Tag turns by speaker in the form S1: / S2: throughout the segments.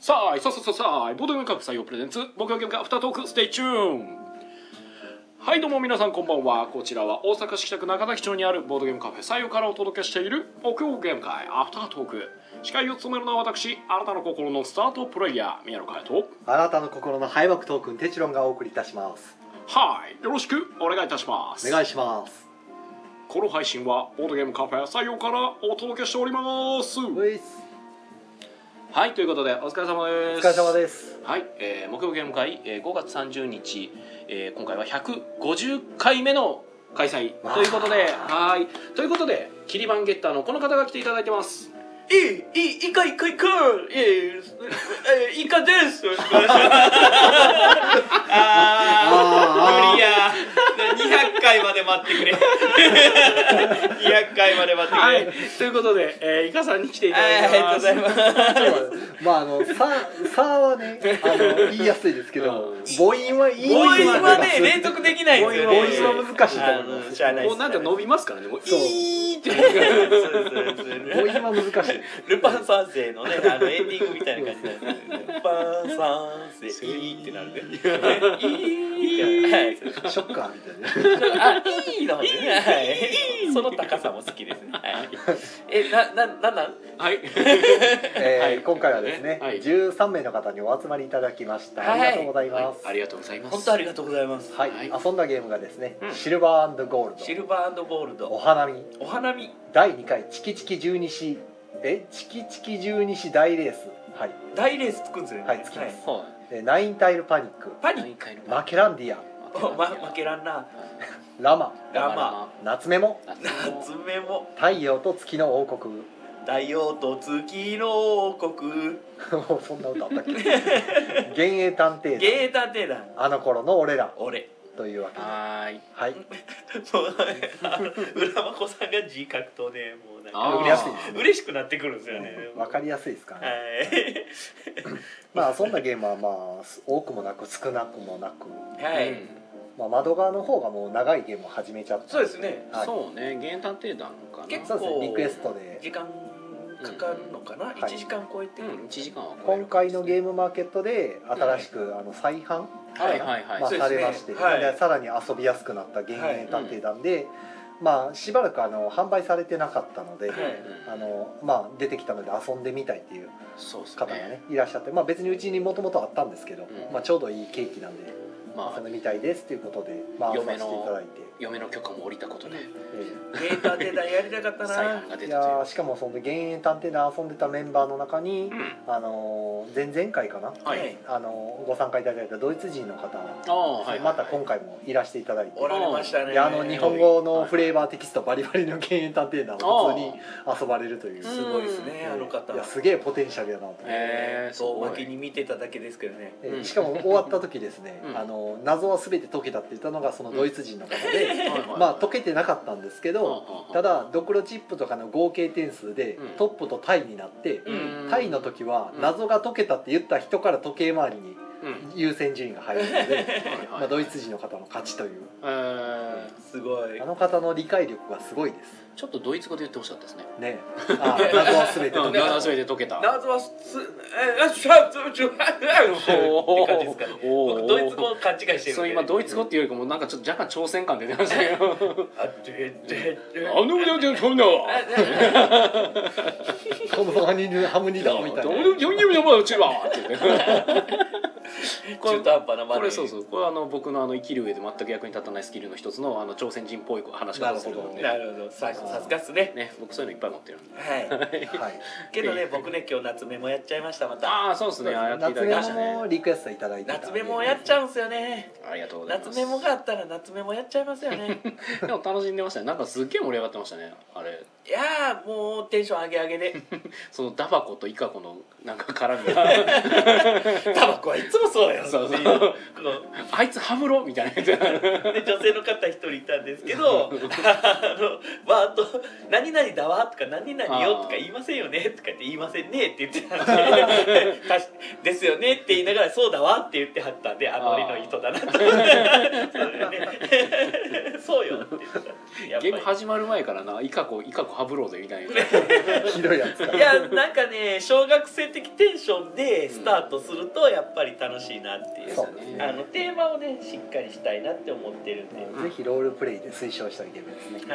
S1: さあいさあさあさあさあボードゲームカップ採用プレゼンツ僕のゲームカフタートークステイチューンはいどうも皆さんこんばんはこちらは大阪市北区中崎町にあるボードゲームカフェ採用からお届けしている木曜ゲーム会アフタートーク司会を務めるのは私あなたの心のスタートプレイヤー宮野佳代と
S2: あなたの心の敗北トークンテチロンがお送りいたします
S1: はいよろしくお願いいたします
S2: お願いします
S1: この配信はボードゲームカフェ採用からお届けしております
S2: ういっす
S1: はいということでお疲れ様
S2: お
S1: です
S2: 疲れ様です
S1: はい、えー、木曜ゲーム会、えー、5月30日、えー、今回は150回目の開催
S2: わあ
S1: ということではいということでキリバンゲッターのこの方が来ていただいてます
S3: いい、いい、いか、いか、いか、ええ、いかです。ああ、無理や。200回まで待ってくれ。200回まで待ってく
S1: は
S3: れ
S1: い。ということで、えー、イカさんに来ていただい
S3: あ
S1: て
S3: りが
S1: ます
S3: とうございます。
S2: まああのさ「さ」はねあの言いやすいですけ
S1: う
S2: ど
S1: ん
S2: 母音は言い
S3: ボ
S2: にくい
S3: イスはね、連続できないんですよね。
S2: 母音は難しいと思いま
S3: あの
S2: す
S3: しゃあないっす
S1: もうなんか伸びますからねもう
S2: そう
S1: いーって
S3: そうですそうです
S2: 母音は難しい
S3: ルパン三世のね、あのエンディングみたいな感じなんですよねルパン三世、いいってなるね。いいってなるはいそうです。
S2: ショッカーみたいな
S3: あ、いいのね。はい。その高さも好きですね。はい。え、な、な、なんなん。
S1: はい
S2: えー
S1: はい
S2: 今回はですね、
S1: はい
S2: 13名の方にお集まりいただきました、
S3: はい
S2: ありがとうございま
S1: は
S2: す
S1: いありがとうございます
S3: 本当ありがとうございます。
S2: はい、
S1: はい
S2: 遊んだゲームがですね、
S1: うん
S2: シルバーゴールド
S3: シルバーゴール
S2: お
S3: ド。
S2: 花見
S3: お花見。
S2: 第2回チキチキ十二支えチキチキ十二支大レースはい
S3: 大レースつくんですよね。
S2: はいつきます
S1: は
S2: でナインタイルパニック
S3: パ
S1: い
S3: ニ
S1: 何回の
S2: マケランディア
S3: お、ま、負けらんな。
S2: ラマ
S3: ラマ
S2: 夏メモ
S3: 夏目も。
S2: 太陽と月の王国
S3: 大王と月の王国。
S2: もうそんな歌あった っけ幻影探偵団
S3: ゲータテだ。
S2: あの頃の俺ら
S3: 俺。
S2: というわけで
S1: はーい
S2: はい
S3: もう、あの浦真子さんが字書くとね、もうなん
S1: あー
S2: わ
S3: か
S2: かりやすいですね
S3: 嬉しくなってくるんですよね。
S2: わかりやすいですからね
S3: はい。
S2: まあそんなゲームはまあ多くもなく少なくもなく、
S3: は
S1: う
S3: い。
S1: ん
S2: まあ、窓側の方がもう長いゲームを始めちゃった
S3: そうですね。
S2: はい
S1: そうね原探偵団かな
S3: 結
S2: そうですね
S3: こう
S2: リクエストで
S3: 時間かかるのかな。
S2: ん
S3: 一、時間超えて
S1: う
S3: くる。
S1: ん1時間は
S2: 今回のゲ
S1: ー
S2: ームマーケットで新しくあの再販
S1: はいはいはい
S2: まあ、
S3: そう
S2: さ
S3: ですね
S2: れまして、
S3: はい
S2: でさらに遊びやすくなった減塩探偵団で、まあしばらくあの販売されてなかったので、
S3: はい
S2: あのまあ、出てきたので遊んでみたいっていう
S1: そうですね
S2: 方がねいらっしゃって、まあ、別にうちにもともとあったんですけ
S1: う
S2: ど、
S1: ん
S2: まあ、ちょうどいいケーキなんで
S1: ま
S2: 遊
S1: あ
S2: んでみたいですということで、まあ、遊ば
S1: 嫁
S2: せ
S1: の
S2: ていただいて、
S1: 嫁の許可も下りたことで
S2: え
S3: ゲーターテだやりたか った
S1: 再
S3: な
S1: 販。が
S2: え
S1: 出
S2: い
S1: たと
S2: やーしかもその減塩探偵団遊んでたメンバーの中に
S1: いう、うん
S2: あのー前々回かな、
S1: はい、
S2: あのーご参加いただいたドイツ人の方
S1: ああはいはい
S2: また今回もいらしていただいて
S3: おられましたね。
S2: いやあの日本語のフレーバーテキストバリバリの減塩探偵団を普通に遊ばれるという
S3: すごいですね、あの方。
S2: いやすげえポテンシャルやなと思って、
S1: へーす
S3: そう
S1: ごい
S3: 脇に見てただけですけどね。
S2: え
S1: うん
S2: しかも終わった時ですね、
S1: うん
S2: あの謎は全て解けたって言ったのがそのドイツ人の方
S1: はい
S2: で、
S1: はいはい
S2: まあ解けてなかったんですけど、た
S1: だ
S2: だドクロチップとかの合計点数で
S1: うん
S2: トップとタイになって、
S1: うん
S2: タイの時は
S1: うん
S2: 謎が解けたって言った人から時計回りに
S1: うん
S2: 優先順位が入るので、まあ、ドイツ
S1: 人
S2: 人の方の勝ちという
S3: すごい
S2: あ。の方の理解力がすごいです
S1: ちょっとドイツ語で言ってほしかったですね
S2: ね あ謎は全て解けた
S1: 謎で解けた
S3: 謎はすえあシャツシャツって感じですかね。僕ドイツ語を勘違いしてるんで。
S1: そう今ドイツ語っていうよりかもなんかちょっと若干朝鮮感出てましたけど
S3: あででで。
S1: あのうちょんな
S2: このハニルハムニダみたいな
S3: 中途半端な
S1: こ
S3: まで。
S1: れそうそうこれあの僕のあの生きる上で全く役に立たないスキルの一つのあの朝鮮人っぽい話し方をするので
S3: なるほど。ささすがっすね。
S1: ね僕そういうのいっぱい持ってるんで
S3: はい。
S2: はい
S3: けどね僕ね今日夏メモやっちゃいましたまた。
S1: ああそうですねああやっていた
S2: 夏
S1: だきました
S2: メモも
S1: ね
S2: リクエストいただいてたんで
S3: 夏メモやっちゃうんすよね。
S1: ありがとうございます
S3: 夏メモがあったら夏メモやっちゃいますよね
S1: でも楽しんでましたねなんかすっげえ盛り上がってましたねあれ
S3: いやーもうテンション上げ上げで
S1: そのダバコとイカコのなんか絡みが
S3: タバコはいつももそうやんって
S1: そうそう
S3: いうこう
S1: あいつハムロみたいなやつ
S3: で女性の方一人いたんですけどあのまああと「何々だわ」とか「何々よ」とか言いませんよねとかって言いませんねって言ってたんで「かしですよね」って言いながら「そうだわ」って言ってはったんであのりの人だなとそうだよねそうよって言ってたやっぱ
S1: ゲー
S3: り
S1: ム始まる前からなイカコイカコハブローでみたいなや
S2: ひどいやつか
S3: いやなんかね小学生的テンションでスタートするとやっぱり楽しいなっていう
S2: そうですね
S3: あのテーマをねしっかりしたいなって思ってるんで。
S2: ぜひロールプレイで推奨したいゲームですね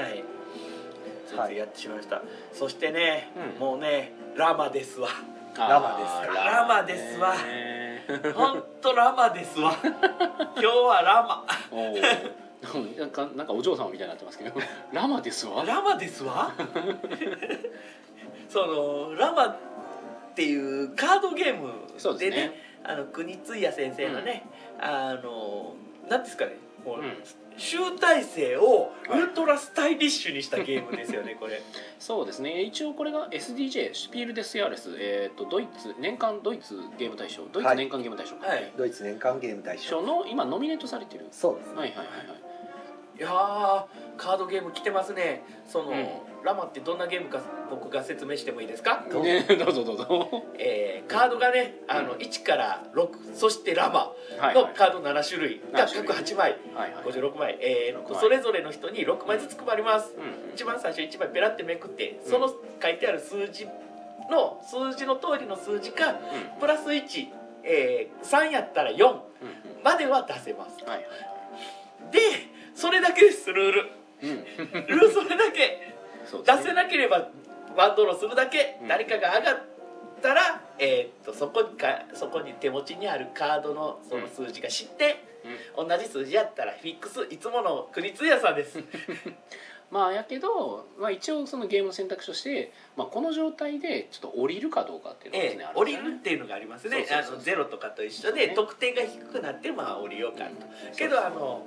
S3: はい。
S2: はい
S3: やってしまいました。そしてね、
S1: うん
S3: もうね、ラマです わ。
S1: あー
S2: ラマですか
S3: ラマですわ
S1: ね
S3: 本当ラマですわ。今日はラ
S1: おーなんかなんかお嬢様みたいになってますけどラマですわ
S3: マ。ラマですわ。そのラマっていうカードゲーム
S1: そうで
S3: ですね、
S1: ね
S3: あの国津屋先生のね、あのなんですかね、こう
S1: うん
S3: 集大成をウルトラスタイリッシュにしたゲームですよね、これ。
S1: そうですね一応これが SDJ スピール・デス・ヤーレス、えー、とドイツ年間ドイツゲーム大賞ドイツ年間ゲーム大賞、
S3: はい。
S2: ドイツ年間ゲーム大
S1: 賞
S2: 賞
S1: の今ノミネートされてる
S2: そうですね
S1: はいはいはいはい
S3: いやーカードゲーム来てますねその、
S1: う
S3: ラマってどんなゲームか僕が説明してもいいですか、
S2: どうぞ
S1: ね、どうぞどうぞ。
S3: えーカードがねあの1から6そしてラマ
S1: はい
S3: のカード7種類が
S1: 7種類
S3: 各8枚
S1: はいはい。
S3: 56枚,、えー
S1: 56枚
S3: それぞれの人に6枚ずつ配ります
S1: うんうん
S3: 一番最初1枚ペラってめくってその書いてある数字の数字の通りの数字か
S1: うん
S3: プラス1、えー3やったら4
S1: うん
S3: までは出せます
S1: うんはい。
S3: でそれだけで すルール
S1: うん。
S3: ルールそれだけ
S1: そうですね
S3: 出せなければワンドローするだけ、
S1: うん
S3: 誰かが上がったら、えーっとそこにかそこに手持ちにあるカードのその数字が知って、同じ数字やったらフィックスいつもの国通屋さんです
S1: まあやけど、まあ一応そのゲームの選択肢として、まあこの状態でちょっと降りるかどうかっていうのがです
S3: え
S1: ね、あ
S3: え降
S1: るんで
S3: り
S1: すよ
S3: る
S1: ね
S3: っていうのがあります
S1: そうそう
S3: ね
S1: そうそう
S3: あのゼロとかと一緒
S1: そう
S3: で
S1: ね
S3: 得点が低くなってまあ降りようかと、
S1: うん
S3: けどあの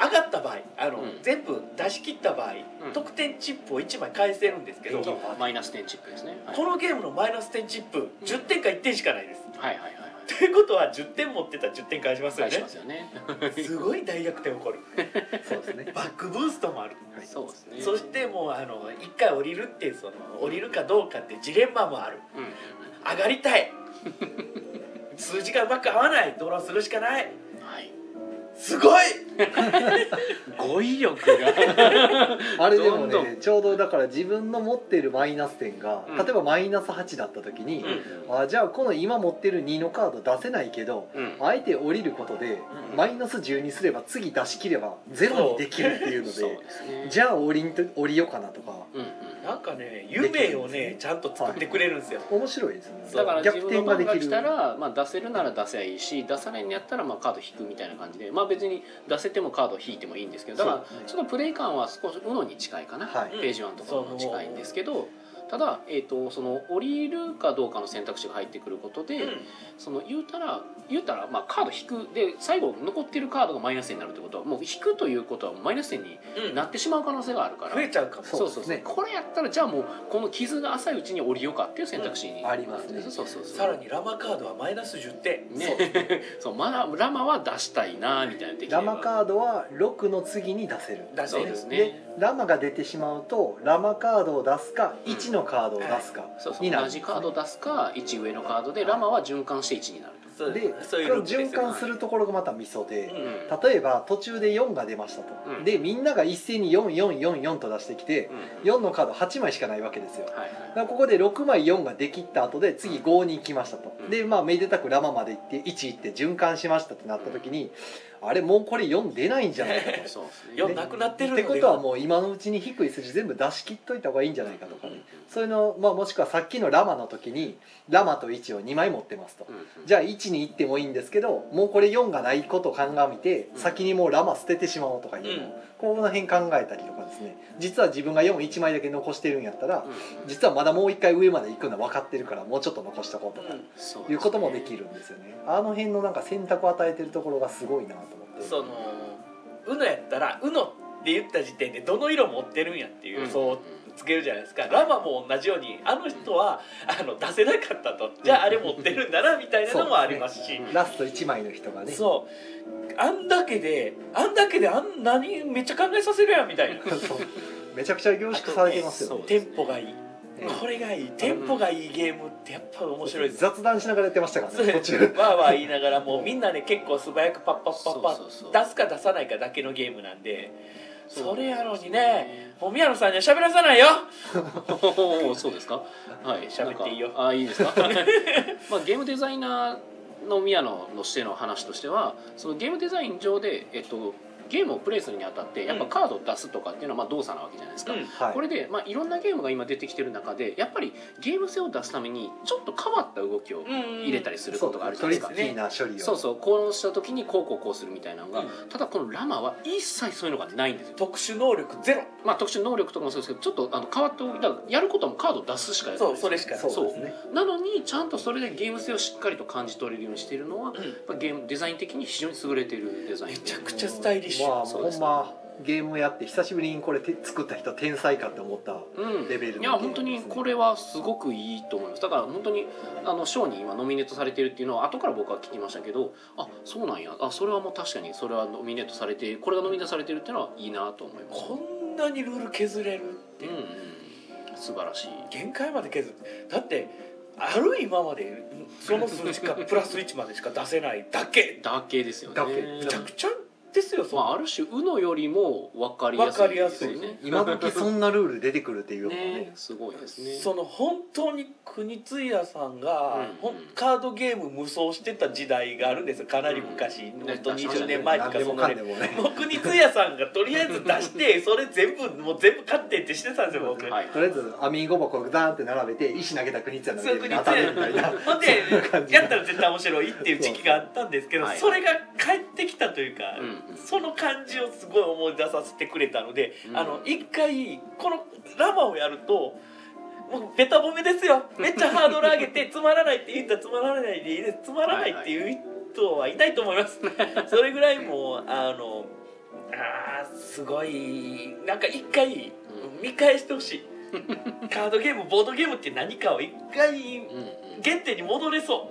S3: 上がった場合あの、
S1: うん
S3: 全部出し切った場合、
S1: うん
S3: 得点チップを1枚返せるんですけど、
S2: うん
S3: こ
S1: マイナス点チップですね。はい
S3: のゲームのマイナス点チップ10点か1点しかないです
S1: はいはいはいはい。
S3: ということは10点持ってたら10点返しますよ
S1: 返し
S3: ね
S1: ますよね。
S3: すごい大逆転起こる
S2: そうですね
S3: バックブーストもある、
S2: はい
S1: そうですね。
S3: そしてもうあの1回降りるっていうその降りるかどうかってジレンマもある
S1: うん、
S3: 上がりたい数字がうまく合わないドローするしかない
S1: はい。
S3: すごい
S1: 語彙力が。
S2: あれでも
S1: どんど
S2: ねちょうどだから自分の持っているマイナス点が
S1: うん
S2: 例えばマイナス8だった時に
S1: う
S2: あじゃあこの今持ってる2のカード出せないけど
S1: ん。うん。
S2: あえて降りることで
S1: うん
S2: マイナス10にすれば次出し切ればゼロにできるっていうの
S1: そう
S2: で
S1: ですね。
S2: じゃあ降りんと降りようかなとか
S1: うんうん。
S3: なんかね夢をねちゃんと作ってくれるんですよ、
S2: 面白いですね
S1: だから自
S2: 逆
S1: 分の
S2: 転が
S1: 番
S2: で
S1: が
S2: き
S1: 来
S2: る
S1: たら、まあ、出せるなら出せばいいし出さないんやったらまあカード引くみたいな感じで、まあ、別に出せてもカード引いてもいいんですけどだから
S2: そうですね
S1: ちょっとプレイ感は少し UNO に近いかな、
S2: はい
S1: ページワンとかも近いんですけどただ、えー、とその降りるかどうかの選択肢が入ってくることで、その言うたら言うたらまあカード引くで最後残ってるカードがマイナス点になるってことはもう引くということはマイナス点に
S3: うん
S1: なってしまう可能性があるから。
S3: 増えちゃうかも
S1: そうそう
S2: そう
S1: そう、
S2: ですね
S1: これやったらじゃあもうこの傷が浅いうちに降りようかっていう選択肢に、
S2: うんありますね
S1: そうそうそう
S3: さらにラマカードはマイナス10点
S1: ね、そうまだラマは出したいなみたいなできれば
S2: ラマカードは6の次に出せる
S3: 出せ
S1: そう
S3: る
S1: です
S2: で
S1: ね
S2: ラマが出てしまうとラマカードを出すか1のカードを出すか
S1: そうそう
S2: になる
S1: 同じカード出すか1上のカードでラマは循環して1になる
S3: そう
S2: で
S3: そういう
S2: こ
S3: ル
S2: の
S3: ールで
S2: 循
S3: すよ
S2: 環するところがまたミソで
S1: と、
S3: うん
S2: 例えば途中で4が出ましたと、
S1: うん
S2: でみんなが一斉に4444と出してきて
S1: うんうん
S2: 4のカード8枚しかないわけですよだか
S1: はいはい
S2: らここで6枚4ができった後で次5に行きましたと、
S1: うん。
S2: でまあめでたくラマまで行って1行って循環しましたってなった時に、あれもうこれ4出ないんじゃないか と
S1: そうですね
S3: よ なくなってる
S2: っ
S3: の
S2: て
S3: で
S2: ことはもう今のうちに低い数字全部出し切っといた方がいいんじゃないかとかね、そういうの、まあ、もしくはさっきのラマの時にラマと1を2枚持ってますと、じ
S1: ゃ
S2: ゃあ1に行ってもいいんですけどもうこれ4がないことを鑑みて
S1: うん
S2: 先にもうラマ捨ててしまおうとかいうのを、
S3: うん
S2: この辺考えたりとかですね実は自分が41枚だけ残してるんやったら
S1: うん
S2: 実はまだもう一回上まで行くのは分かってるからもうちょっと残しとこうとか、
S1: そう
S2: いうこともできるんですよねあの辺のなんか選択を与えてるところがすごいなと思って
S3: その「うの」やったら「うの」って言った時点でどの色持ってるんやっていう、
S1: うん
S3: そうつけるじゃないですかラマも同じようにあの人はあの出せなかったとじゃああれ持ってるんだなみたいなのもありますし
S2: ラスト1枚の人がね
S3: そうあんだけであんだけであんなにめっちゃ考えさせるやんみたいな
S2: そうめちゃくちゃ凝縮されてますよ、ね
S3: テンポがいい
S2: ええ
S3: これがいいテンポがいいゲームってやっぱ面白いです
S2: 雑談しながらやってましたからね途中
S3: わーわー言いながらもうみんなね結構素早くパッパッパッパ
S1: そうそうそう
S3: ッ出すか出さないかだけのゲームなんでそれやのにねもう宮野さんには喋らさないよ
S1: おーそうですか。はい、
S3: 喋っていいよ
S1: なんかあ、いいですか。 まあ、ゲームデザイナーの宮野のしての話としては、そのゲームデザイン上で、えっと。ゲームをプレイするにあたってやっぱカードを出すとかっていうのはまあ動作なわけじゃないですか、
S2: はい
S1: これで、まあ、いろんなゲームが今出てきてる中でやっぱりゲーム性を出すためにちょっと変わった動きを入
S3: 入
S1: れたりすることがあるじゃ
S2: ト
S1: ないで
S2: リ
S1: すか、
S2: ッキーな処理を
S1: そうそうこうした時にこうこうこうするみたいなのが、
S3: うん
S1: ただこのラマは一切そういうのがないんですよ
S3: 特殊能力ゼロ
S1: まあ特殊能力とかもそうですけどちょっとあの変わっておきだからやることはもうカードを出すしかやらない
S3: そうそれしかない
S2: そうですね
S1: なのにちゃんとそれでゲーム性をしっかりと感じ取れるようにしているのは、やっぱゲームデザイン的に非常に優れているデザイン
S3: め
S1: で
S3: ちゃくちゃスタイリッシュ
S2: まあ
S1: そうで
S2: ほ
S1: す
S2: んまゲームやって久しぶりにこれて作った人天才かって思った
S1: うん
S2: レベルの
S1: いや本当にこれはすごくいいと思いますだから本当にあの賞に今ノミネートされてるっていうのは後から僕は聞きましたけどあそうなんやあそれはもう確かにそれはノミネートされてこれがノミネートされてるっていうのはいいなと思います
S3: こんなにルール削れるって、
S1: うん、うん、素晴らしい
S3: 限界まで削ってだってある今までその数 値かプラス1までしか出せないだけ
S1: だけですよね
S2: だけ
S3: めちゃくちゃですよそ
S1: ま
S3: の
S1: あ、ある種「う」のよりも分かりやすいですよ
S3: 分かりや
S1: ね
S2: 今時そんなルール出てくるっていうのも
S1: ね
S2: ね
S1: すごいですね
S3: その本当に国津屋さんが、
S1: うん
S3: ほんカードゲーム無双してた時代があるんですよかなり昔、
S1: うん
S3: 本当
S1: ね
S3: 20年前と
S2: 何
S3: か
S2: で
S3: そ
S2: も
S3: の
S2: かんで
S3: ね
S2: もね
S3: もう国津屋さんがとりあえず出してそれ全部もう全部勝ってってしてたんですよ僕、
S1: はい
S2: とりあえずアミーゴ箱ダーンって並べて石投げた国津
S3: そう
S2: 屋の
S3: いう
S2: 上
S3: 国津
S2: に当
S3: 屋
S2: たるみたいな
S3: ほん
S2: 感
S3: で
S2: じの
S3: やったら絶対面白いっていう時期があったんですけど
S1: そう
S3: そ
S1: そう
S3: れが帰ってきたというか、
S1: うん
S3: その感じをすごい思い出させてくれたので、
S1: うん
S3: あの一回このラマをやると。もうベタ褒めで すよめっちゃハードル上げてつまらないって言ったらつまらないでいいですつまらないっていう人はいないと思います、 それぐらいもうあのあーすごいなんか一回
S1: う
S3: 見返してほしい、カードゲームボードゲームって何かを一回
S1: うんうん
S3: 原点に戻れそ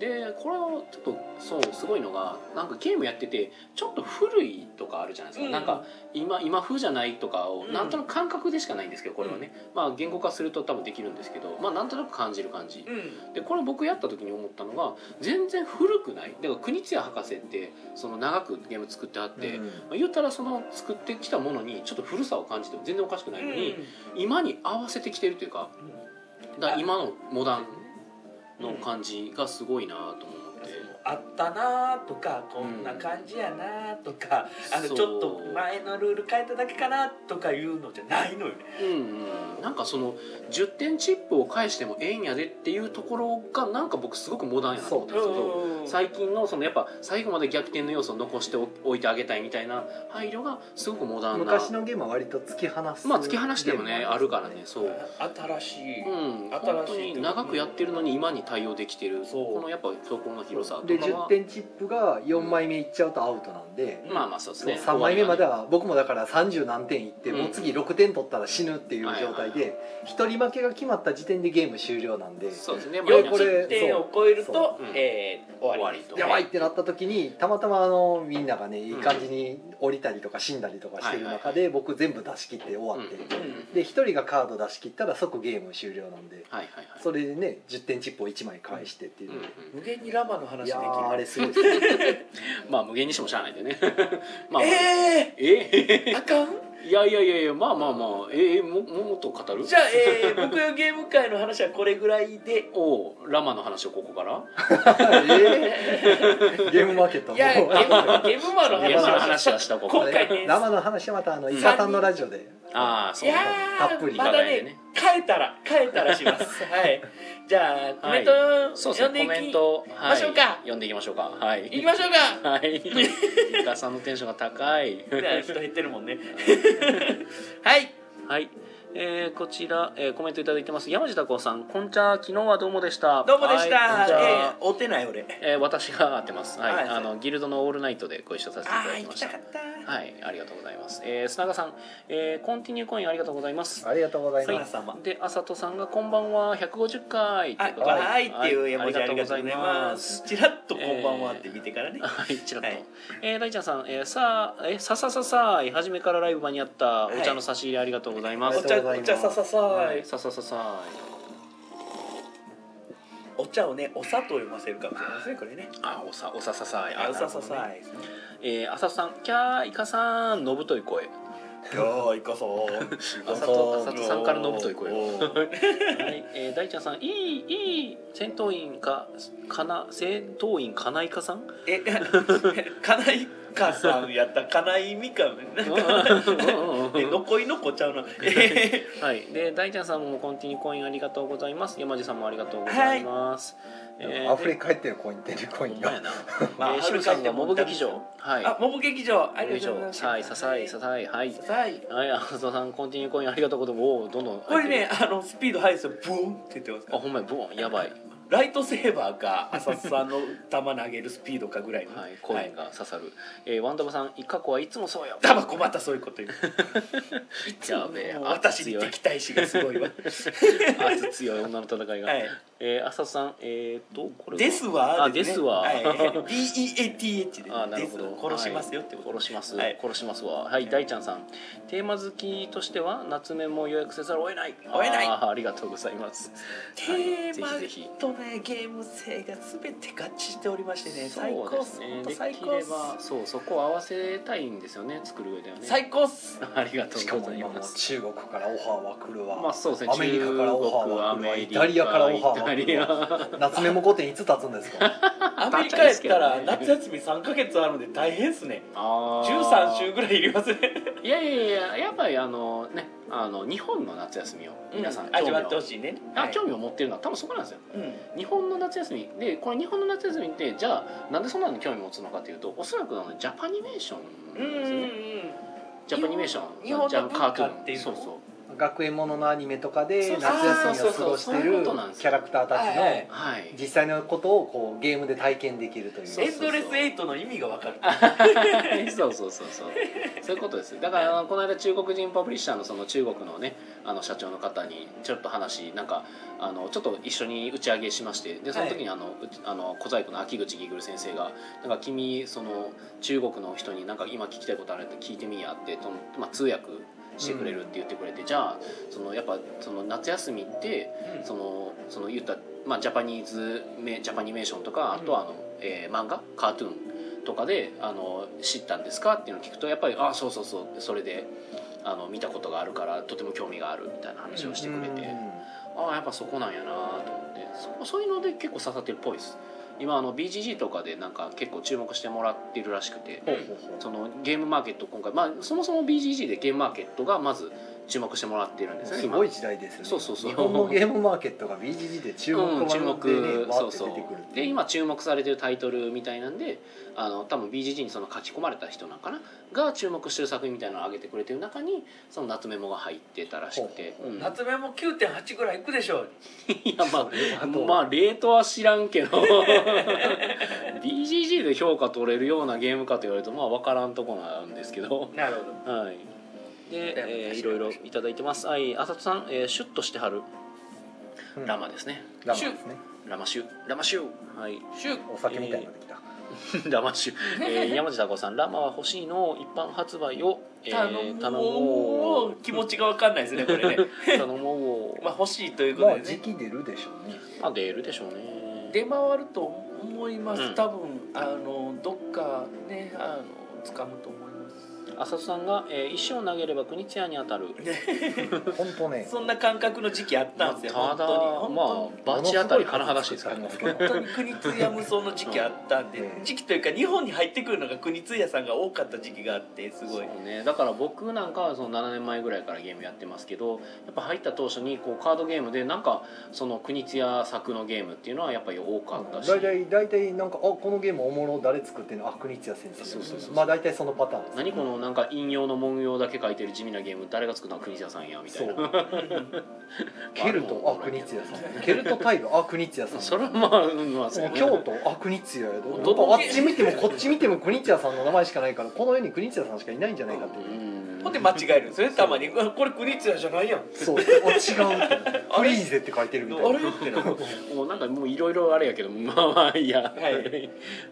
S1: でこれをちょっとそうすごいのがなんかゲームやっててちょっと古いとかあるじゃないですか、
S3: うん
S1: なんか今今風じゃないとかを
S3: うん
S1: なんとなく感覚でしかないんですけどこれはね、まあ言語化すると多分できるんですけどまあなんとなく感じる感じ
S3: う、うん、
S1: でこれ僕やった時に思ったのが全然古くないだから国津屋博士ってその長くゲーム作ってあ って、
S2: うん
S1: まあ言ったらその作ってきたものにちょっと古さを感じても全然おかしくないのに、
S3: う
S1: 今に合わせてきてるというかだから今のモダンの感じがすごいなと思って、
S3: あったなーとかこんな感じやなーとか、あの
S1: そう
S3: ちょっと前のルール変えただけかなとかいうのじゃないのよね
S1: うんうん、なんかその10点チップを返してもええんやでっていうところがなんか僕すごくモダンやなと思ったんですけど最近のそのやっぱ最後まで逆転の要素を残しておおいてあげたいみたいな配慮がすごくモダンな
S2: 昔のゲームは割と突き放す
S1: まあ突き放してもねあるからね
S3: う
S1: そ
S3: ん
S1: う
S3: 新しい、
S1: うん、
S3: 新しい
S1: 本当に長くやってるのに今に対応できてる
S3: そう
S1: このやっぱ懐の広さと
S2: で
S1: かは
S2: 10点チップが4枚目いっちゃうとアウトなんで、
S1: まあまあそうです
S2: そう
S1: ね
S2: 3枚目まで
S1: は
S2: は僕もだから30何点いって、
S1: うん
S2: もう次6点取ったら死ぬっていう状態
S1: はいはい
S2: で一人負けが決まった時点でゲーム終了なんで
S1: そうですね
S2: いや
S1: まあ
S2: これ
S3: 40点を超えると
S1: そ、ううん
S3: えー終わり
S1: 終わりと
S2: やばいってなった時にたまたまあのみんながねいい感じに降りたりとか死んだりとかしてる中で僕全部出し切って終わっ
S1: うん
S2: て
S3: うん
S2: で一人がカード出し切ったら即ゲーム終了なんで
S1: はいはいはい
S2: それでね10点チップを1枚返してっていううん
S1: うん
S3: 無限にラマの話
S2: い
S3: でき
S2: や
S3: る
S2: ーあれすごいです ね
S1: まあ無限にしてもしゃあないんでね まあ、
S3: え
S1: え
S3: えー、あかん
S1: いやいやいやいやまあまあまあええももっと語る
S3: じゃあ、えー、木曜ゲーム会の話はこれぐらいで
S1: おうラマの話をここから
S2: えーゲームマーケット
S3: いやゲーム
S2: もう
S3: ゲームマンの
S1: ラ
S3: 話
S1: マの
S3: は
S1: 話はしたここ
S3: 今
S1: で
S3: 回ね
S2: 生の話はまたあの伊佐さんのラジオで
S1: ああ
S3: い
S1: そう
S3: や
S1: か
S3: ー
S2: たっぷり
S3: またね変えたら変えたらします はいじゃあコメント、
S1: そうです
S3: 読んで
S1: ね
S3: い
S1: コメ
S3: き
S1: ントはい
S3: ましょうか
S1: 読んでいきましょうかはい
S3: いきましょうか
S1: はいイカさんのテンションが高い
S3: 人減ってるも んねはい
S1: はい、えーこちら、えーコメントいただいてます山地太子さんこんちゃ昨日はどうもでした
S3: どうもでした、
S1: はいこんち
S3: え
S1: ゃ
S3: ー、追ってない俺
S1: えー私が会ってますはい、
S3: はい
S1: あのギルドのオールナイトでご一緒させていた
S3: あ
S1: だ
S3: あ
S1: き
S3: 行
S1: ま
S3: き
S1: した
S3: たかった
S1: はい、ありがとうございます。えー、砂川さん、えー、コンティニューコインありがとうございます。
S2: ありがとうございます、
S3: 様
S1: で、あさとさんがこんばんは、150回。
S3: あ、
S1: ということで
S3: わーいっていう絵文字ありがとうございま。す。ちらっとこんばんはっ
S1: え
S3: て見てからね。
S1: はい、ちらっと。
S3: はい
S1: えー大ちゃんさん、えーさあ、えーささささい、初めからライブ間に合った、
S3: はい
S1: お茶の差し入れありがとうございま
S2: あり
S1: す
S2: が。と
S3: お茶、
S2: うござい
S3: お
S2: ます
S3: 茶さささい。
S1: ささささい。
S3: お茶をね、お砂糖読ませるかもしれないですね、これね。
S1: あ、おさ、おさささい。あ
S3: おささ
S1: なるほどね
S3: さ い。
S1: えー、あさとさん、キャー、イカさん、のぶとい声。
S3: いやー、いか そう。
S1: あさと、あさとさんからのぶとい声。
S3: おー
S1: はい、えー、大ちゃんさん、いい、いい、戦闘員か、かな、戦闘員かないか さん。
S3: え、かないかさんやった、かないみかん。なんか え、
S1: は
S3: 残りの子 ちゃうな。え
S1: い、で、大ちゃんさんもコンティニューコインありがとうございます。山地さんもありがとうございます。えー
S2: アフリカ行ってるコイン出るコイ
S1: でほ
S2: ン
S1: んまや
S2: が
S1: な。
S3: まあ
S1: えー、渋さんがモブ劇場。はい。
S3: あ、モブ劇場、ありがとうございます。
S1: はい、ささい、ささい、はい。
S3: さい。
S1: はい、あささん、コンティニューコインありがとうございます。おーどんどん。
S3: これね、あのスピード速いですよ。ブーンって言ってます
S1: あ、
S3: から。
S1: ほんまや、ボーン、やばい。
S3: ライトセーバーか浅草さんの球投げるスピードかぐらいの。
S1: はい、コインが刺さる。えー、ワンダバさん、イカコはいつもそうよ。
S3: タバコまたそういうこと 言う。
S1: やべえ
S3: もう私に敵対視がす ごいわ。
S1: 熱強い女の戦いが。
S3: はい。
S1: えー、浅田さん、えー、と、これは
S3: ですわ。
S1: あですわ
S3: はい D-E-A-T-H で。
S1: あなるほ
S3: で
S1: ど
S3: すわ殺しますよってこと。
S1: 殺します、
S3: はい
S1: 殺しますわはい、大ちゃんさんテーマ好きとしては夏目も予約せざるを得ない
S3: 得ない
S1: あーありがとうございます
S3: テーマ
S1: はいぜひぜひ
S3: とねゲーム性がすべて合致しておりましてね、最
S1: そう
S3: 高
S1: で
S3: っす
S1: す。
S3: ほ
S1: ね
S3: んと
S1: でき
S3: 最高っ
S1: れ
S3: す。
S1: ばそうそこを合わせたいんですよね作る上ではね
S3: 最高 っす。
S1: ありがと
S2: しか
S1: うご
S2: も
S1: ざい
S2: 今もう
S1: ます
S2: 中国からオファーは来るわ、
S1: まあそうですね
S2: アメリカからオファーは
S1: 中国アメリカ
S2: イタリアからオファー
S1: イ
S2: は
S1: タリア
S2: 夏目も5点いつ経つんですか
S3: アメリカやったら夏休み三ヶ月あるんで大変っすね。
S1: あー
S3: 十三週ぐらいいりますね。
S1: いやいやいややっぱりあのねあの日本の夏休みを 皆さん、
S3: う
S1: 興味
S3: 味
S1: を
S3: わってほしいね。
S1: あ
S3: はい
S1: 興味を持ってるのは多分そこなんですよ
S3: うん。
S1: 日本の夏休みでこれ日本の夏休みってじゃあなんでそんなのに興味持つのかというとおそらくあのジャパニメーション
S3: うん
S1: なん
S3: う
S1: ですよ
S3: ん
S1: ねジャパニメーション
S3: 日本
S1: ジャン
S3: 日本の文化
S1: カート
S3: っ
S1: ゥ
S3: て
S1: ー
S3: い
S1: ン
S3: うの
S1: そうそう
S2: 学園もののアニメとかで
S1: そう
S2: 夏休みを過ごし
S1: そ
S2: て
S1: うそうそうそういう
S2: る
S1: ことなんですよ
S2: キャラクターたち
S3: はいはい
S2: の
S1: はい
S2: 実際のことをこうゲームで体験できるという
S1: そう
S3: エンドレスエイトの意味がわかる。
S1: そうそうそうそうそういうことですだからあのこの間中国人パブリッシャーのその中国のねあの社長の方にちょっと話なんかあのちょっと一緒に打ち上げしましてでその時にあの、うちあの小細工の秋口ギグル先生が「なんか君その中国の人になんか今聞きたいことあるって聞いてみや」ってその、まあ、通訳してくれるって言ってくれて、じゃあそのやっぱその夏休みって
S3: うん
S1: そのその言った、まあ、ジャパニーズメジャパニメーションとかあとはあの、えー漫画カートゥーンとかであの知ったんですかっていうのを聞くとやっぱり「あそうそうそうそれであの見たことがあるからとても興味がある」みたいな話をしてくれて、ああやっぱそこなんやなと思ってそそういうので結構刺さってるっぽいです今あの BGG とかでなんか結構注目してもらってるらしくて
S2: うんほうほうほう
S1: そのゲームマーケット今回、まあ、そもそも BGG でゲームマーケットがまず注目してもらってるんですね
S2: す
S1: 今
S2: ごい時代ですよね
S1: そうそうそう
S2: 日本のゲームマーケットが BGG で注目を
S1: うん、
S2: 浴
S1: 注
S2: びてね
S1: 目
S2: わ
S1: そう
S2: ーって出
S1: そう
S2: てくるっていう
S1: で今注目されてるタイトルみたいなんであの多分 BGG にその書き込まれた人なんかなが注目してる作品みたいなのを上げてくれてる中にその夏メモが入ってたらしくて、うん、いや
S3: 夏目も9.8ぐらいいくでしょう。
S1: まあ
S2: あと
S1: まあレートは知らんけど BGG で評価取れるようなゲームかと言われるとまあ分からんとこなんですけど
S3: なるほど。
S1: はい
S3: だよ
S1: で、
S3: ね
S1: えーい
S3: 確か
S1: ろ
S3: に
S1: いろいただいてますはいあさとさん、えーシュッとしてはる
S2: うん
S1: ラマですね
S2: ラマですね
S1: ラマシュラマシュはい
S3: シュー
S2: お酒みたいなのできた
S1: ラマ酒、え ー、山地孝さん「ラマは欲しいの一般発売を、えー
S3: 頼
S1: 頼
S3: も
S1: も
S3: う気持ちがわかんないですねこれね
S1: う頼もう」
S3: まあ欲しいというこ
S2: ま
S3: と
S2: あ
S3: で
S2: 時期
S3: ね
S2: 出るでしょうね
S1: まあ出るでしょうね
S3: 出回ると思います、
S1: うん
S3: 多分あのどっかねあの掴むと思いま
S1: 浅田さんが、えー「石を投げれば国津屋に当たる」
S2: 本当ね
S3: すそんな感覚の時期あったんですよ、
S1: ただまあ
S3: 本
S1: バチ当たり甚だしいですから
S2: もの
S1: ね
S2: すごい
S3: 当に、本当に国津屋無双の時期あった んで、
S2: うん
S3: 時期というか日本に入ってくるのが国津屋さんが多かった時期があってす
S1: そ
S3: ごい、
S1: うね、だから僕なんかはその7年前ぐらいからゲームやってますけどやっぱ入った当初にこうカードゲームでなんかその国津屋作のゲームっていうのはやっぱり多かったし、
S2: 大体大体なんか「あこのゲームおもろ誰作ってんのあ国津谷先生」
S1: そうそうそう
S2: まあ大体そのパターンです
S1: 何このなんか引用の文様だけ書いてる地味なゲーム誰が作ったの国津屋さんやみた
S2: そ
S1: いな
S2: うケルトあ国津屋さんケルトタイルあ国津屋さん
S1: それはまあ、うんまあそうね
S2: 京都あ国津屋やで
S1: ど
S2: やっぱあっち見てもこっち見ても国津屋さんの名前しかないからこの世に国津屋さんしかいないんじゃないかっていうう、
S1: ん
S3: ほんで間違えるんですよねたまに「うわこれ国津屋じゃないやん」
S2: そうあ違うってフリーゼって書いてるみた
S3: あ
S2: いな
S3: れってなる
S1: もうなんかもういろいろあれやけどまあまあいいやはい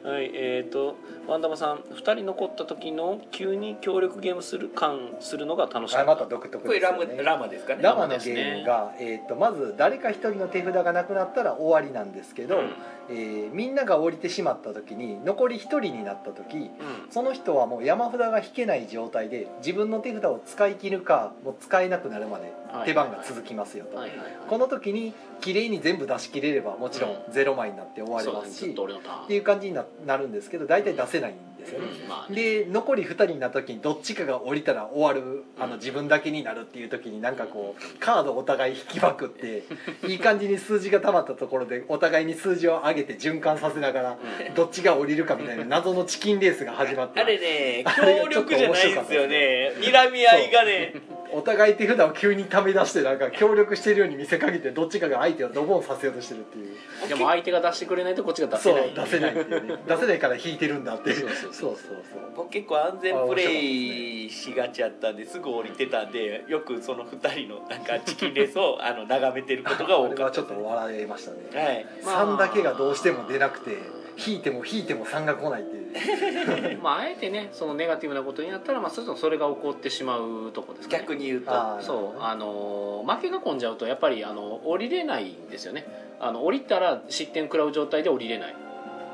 S1: はいえっ、とワンダマさん2人残った時の急に協力ゲームする感するのが楽しか
S2: あ
S1: っ
S2: れま
S1: た
S2: た独特
S3: これ
S2: です
S3: ラ
S2: よ
S3: ム
S2: ね
S3: ラマですかね
S2: ラマのゲームが、えー、とまず誰か一人の手札がなくなったら終わりなんですけど、
S1: うん
S2: えーみんなが降りてしまった時に残り一人になった時
S1: うん
S2: その人はもう山札が引けない状態で自分の手札を使い切るかもう使えなくなるまで手番が続きますよと、
S1: はいはいはい
S2: この時に綺麗に全部出し切れればもちろんゼロ枚になって終わり
S1: そう
S2: ま
S1: だね
S2: す
S1: ず
S2: し、
S1: っと
S2: っ
S1: 俺のターン
S2: ていう感じにななるんですけど大体出せないんですよね、
S1: うんまあね
S2: で残り2人になった時にどっちかが降りたら終わるあの自分だけになるっていう時になんかこうカードお互い引きまくっていい感じに数字がたまったところでお互いに数字を上げて循環させながらどっちが降りるかみたいな謎のチキンレースが始まっ
S3: あれ
S2: て
S3: ね
S2: あれ
S3: 協力じゃないんですよね睨み合いがね
S2: お互い手札を急にため出してなんか協力してるように見せかけてどっちかが相手をドボンさせようとしてるっていう
S1: でも相手が出してくれないとこっちが出せ
S2: そう
S1: ない
S2: 出せないっていうね出せないから引いてるんだっていう
S1: そう
S2: そ
S1: そう
S2: そうそう
S3: 僕結構安全プレイしがちやったんですぐ降りてたんでよくその2人のなんかチキンレースをあの眺めてることが
S2: あ
S3: 多
S2: れ
S3: か
S2: は
S3: っ
S2: ち
S3: た
S2: ょっと笑えましたね
S3: はい
S1: まあ
S2: 3だけがどうしても出なくて引いても引いても3が来ないっ ていう
S1: まああえてねそのネガティブなことになったらまあそれともそれが起こってしまうとこですかね
S3: 逆に言うと
S2: あ
S1: そうあのー負けが込んじゃうとやっぱりあの降りれないんですよねあの降りたら失点食らう状態で降りれない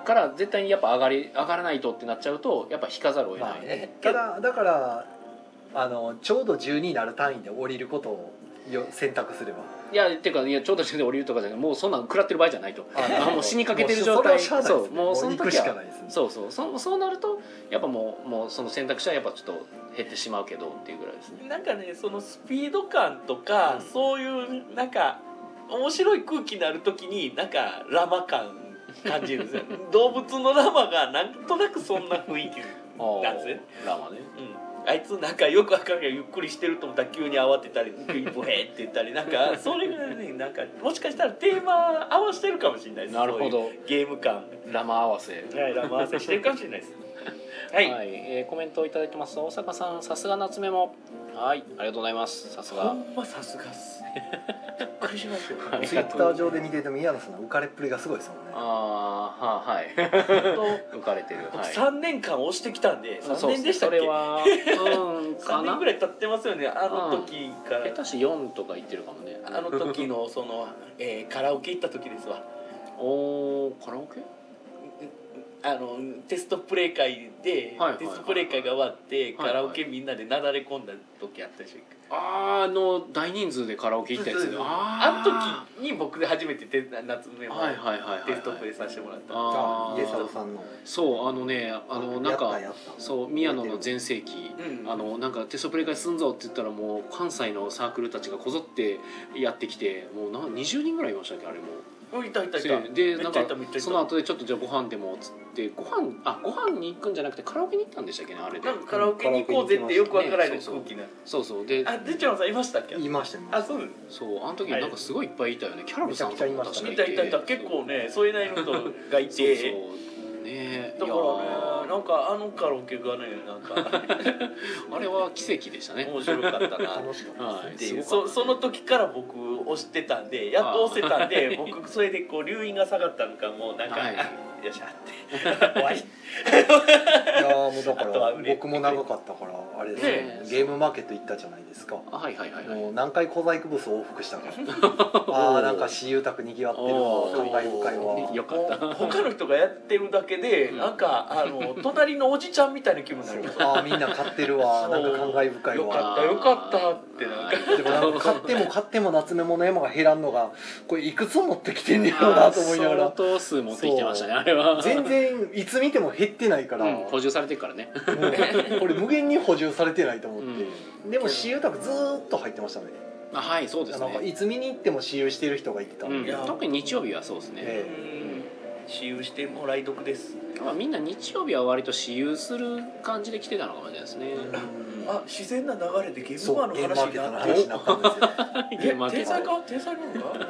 S1: から絶対にやっぱ上がり上がらないとってなっちゃうとやっぱ引かざるを得ない、
S2: まあねただだからあのちょうど12になる単位で降りることをよ選択すれば
S1: いやっていうかいやちょうど中で降りるとかじゃなくてもうそんなん食らってる場合じゃないと
S2: あ
S1: あもう死にかけてる状態
S2: もうそれはしゃあないですね
S1: もうそ
S2: もう
S1: の
S2: 行く
S1: 時
S2: しか
S1: は
S2: ないですね
S1: そうそうそそうなるとやっぱもうもうその選択肢はやっぱちょっと減ってしまうけどっていうぐらいですね
S3: なんかねそのスピード感とか、
S1: うん
S3: そういうなんか面白い空気になる時になんかラマ感感じる んですよ動物のラマがなんとなくそんな雰囲気なんですね、
S1: ラマね
S3: うん、あいつなんかよくわかんないゆっくりしてると思ったら急に慌てたり急にブヘって言ったりなんかそれぐらいねなんかもしかしたらテーマ合わせてるかもしれないです
S1: なるほ
S3: そうい
S1: ど
S3: うゲーム感
S1: ラマ合わせ
S3: はいラマ合わせしてるかもし れないですはい、
S1: はい、えーコメントをいただいてます大阪さんさすが夏目もはいありがとうございますさす
S3: ほ
S1: が
S3: んまさすがっすびっくりしますよ
S1: はい
S2: ツイッター上で見てても宮野さんの浮かれっぷりがすごいですもんね
S1: あーははい
S3: 本当
S1: 浮かれてる
S3: 僕
S1: はい
S3: 3年間押してきたんで3
S1: そうす
S3: 年
S1: ね
S3: でしたっけ
S1: それ はうんかな
S3: 3年ぐらい経ってますよねあの時から、
S1: 下手し4とか言ってるかもね
S3: あの時のその、えーカラオケ行った時ですわ
S1: おおカラオケ
S3: あのテストプレイ会で、
S1: はいはいはい
S3: テストプレイ会が終わって
S1: はい
S3: カラオケみんなでなだれ込んだ時あったでしょ、
S1: あーあの大人数でカラオケ行ったやつ
S3: そうそうそうあ
S1: あ
S3: の時に僕で初めてて夏目
S1: ー
S3: も
S1: はいはいはいはい
S3: テストプレイさせてもらった、
S1: あ
S2: あ
S1: ー
S2: 家沢さんの
S1: そうあのねあのなん
S2: やっ
S1: か
S2: たやった
S1: そう宮野の全盛期
S3: うん
S1: あのなんかテストプレイ会すんぞって言ったらもう関西のサークルたちがこぞってやってきてもうな20人ぐらいいましたっけあれも
S3: うんいたいたいた
S1: で
S3: め
S1: な
S3: っ
S1: ん
S3: ちゃ
S1: か
S3: いためっちゃい
S1: その
S3: た
S1: 後でちょっとじゃあご飯でもっつってご飯あご飯に行くんじゃなくてカラオケに行ったんでしたっけねあれで
S3: なんかカラオケに行こうぜってよくわからない空気な、
S1: そうそうで
S3: あでちゃんさんいましたっけ
S2: 言いましたよ
S3: あそうです
S1: そうあの時なんかすごいいっぱいいたよねキャラブさんとかも確かに
S3: いたいたいた結構ねそういうないの人がい
S1: そうそう
S3: て
S1: そうね
S3: だ
S1: い
S3: か
S1: や
S3: らね
S1: ー
S3: なんかあのカラオケがねなん か
S1: あれは奇跡でしたね
S3: 面白かったな
S2: 楽しかった
S1: はい
S3: です
S1: ごかった
S3: そその時から僕押してたんでやっと押せた んで僕それでこう留飲が下がったのかもうなんか、
S1: はい
S3: あよっしゃって終わり
S2: いやーもうだか
S3: あとは
S2: ら
S3: 売れ
S2: 僕も長かったからあれです
S1: ね
S2: ねゲームマーケット行ったじゃないですか
S1: あはいはいはいはい
S2: もう何回小細工ブース往復したか ああなんか私有宅にぎわってる
S1: お
S2: わ
S1: ー
S2: 感慨深いわ
S1: よかった
S3: もう他の人がやってるだけでなんかあの隣のおじちゃんみたいな気分になります
S2: ああみんな買って るわ
S3: そ
S2: な
S3: うん
S2: か感慨深い
S3: よ
S2: わ
S3: かったよかったってなんか
S2: でもなんか買っても買っても夏メモの山が減らんのがこれいくつ持ってきてんねやろうな と思いなが
S1: 相
S2: ら
S1: 当数持ってきてましたねあれは
S2: 全然いつ見ても減ってないから、
S1: うん、補充されてるからね、
S2: うんこれ無限に補充されてないと思
S1: う
S2: っ
S1: ん
S2: て、でも私有宅ずーっと入ってましたね
S1: あはいそうです
S2: なんか
S1: ね、
S2: いつ見に行っても私有してる人がいてた
S1: うん
S2: で、
S1: ん、特に日曜日はそうですね、
S2: え
S3: うん私有してもらい得です
S1: まあ、みんな日曜日は割と私有する感じで来てたのかもしれないです ね、
S3: あ自然な流れでゲーム
S2: そ
S3: バ
S2: う
S3: ー
S2: ゲー
S3: の
S2: ムマ
S3: 話
S2: ー
S3: に
S2: ケットの話に
S3: なって
S2: なったんですよ
S1: ゲームマーケ
S3: 天
S1: ット
S3: 才か天才なのかね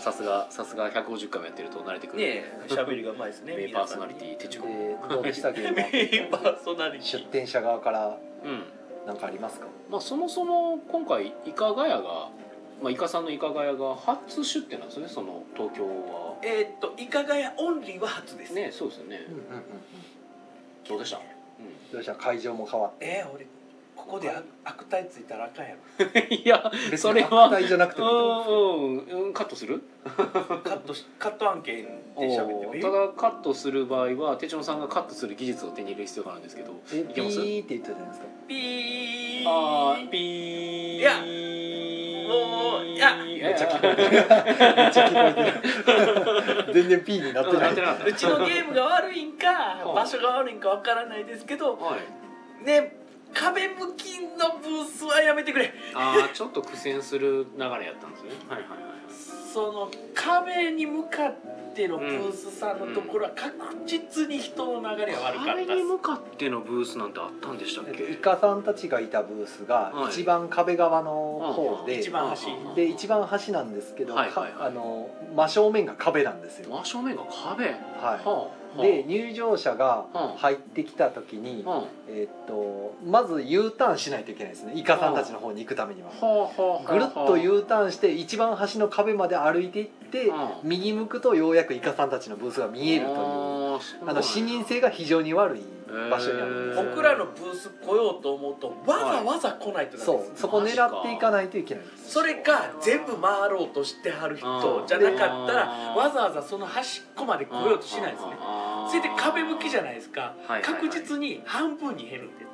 S1: さすがさすが150回もやってると慣れてくる、
S3: え喋りがうまいですね
S1: 名パーソナリティ手帳う
S2: でどうでしたゲームマーケッ
S3: 名パーソナリ
S2: ト
S3: テ
S2: 出
S3: ィ
S2: 店者側から
S1: ん
S2: 何かありますか
S1: まあそもそも今回イカガヤが、まあ、イカさんのイカガヤが初出店なんですよねその東京は
S3: えーっとイカガヤオンリーは初です
S1: ねそうですよね、どうでした、
S2: どうした会場も変わっ
S3: えー、俺ここであ悪態ついたらあかんやろ
S1: うん いや
S2: て別
S1: それ
S2: に
S1: は
S2: 悪態じゃなくて
S1: う
S2: もいいと思うんですよ
S1: んうんうんカットする
S3: カットしカット案件で喋ってもいい
S1: ただカットする場合は手帳さんがカットする技術を手に入れる必要があるんですけど
S2: え
S1: い
S2: ピ
S1: けます
S2: ーって言ってたじゃないですか
S3: ピー
S1: あーピー
S3: いや
S1: も
S3: もういや
S2: めっちゃ聞こえてるめっちゃ聞こえ てる全然ピーになってな
S1: ないってなかった
S3: うちのゲームが悪いんか
S1: うん
S3: 場所が悪いんかわからないですけど
S1: はい
S3: ね壁向きのブースはやめてくれ
S1: ああちょっと苦戦する流れやったんですねはいはいはい
S3: その壁に向かってのブースさんのところは確実に人の流れは悪かったっ
S1: 壁に向かってのブースなんてあったんでしたっ
S2: えっと
S1: け
S2: イカさんたちがいたブースが
S1: はい
S2: 一番壁側の方
S3: す
S2: で
S3: 一番端
S1: うん
S2: で一番端なんですけど、
S1: はいはいはい
S2: かあの真正面が壁なんですよ、
S1: 真正面が壁
S2: は、
S1: はい
S2: で入場者が入ってきた時に、
S1: あはあは
S2: えっとまず U ターンしないといけないですねイカさんたちの方に行くためには
S1: あはあ
S2: ぐるっと U ターンして一番端の壁まで歩いていって
S1: うん
S2: 右向くとようやくイカさんたちのブースが見えるというあの視認性が非常に悪い場所にあるんですよ
S3: 僕らのブース来ようと思うとわざわざ来ないとなん
S2: そ
S3: で
S2: う
S3: す
S2: そこ狙っていかないといけないんです
S3: それか全部回ろうとしてはる人じゃなかったらわざわざその端っこまで来ようとしないですねそれで壁向きじゃないですか
S1: はいはいはい
S3: 確実に半分に減るんです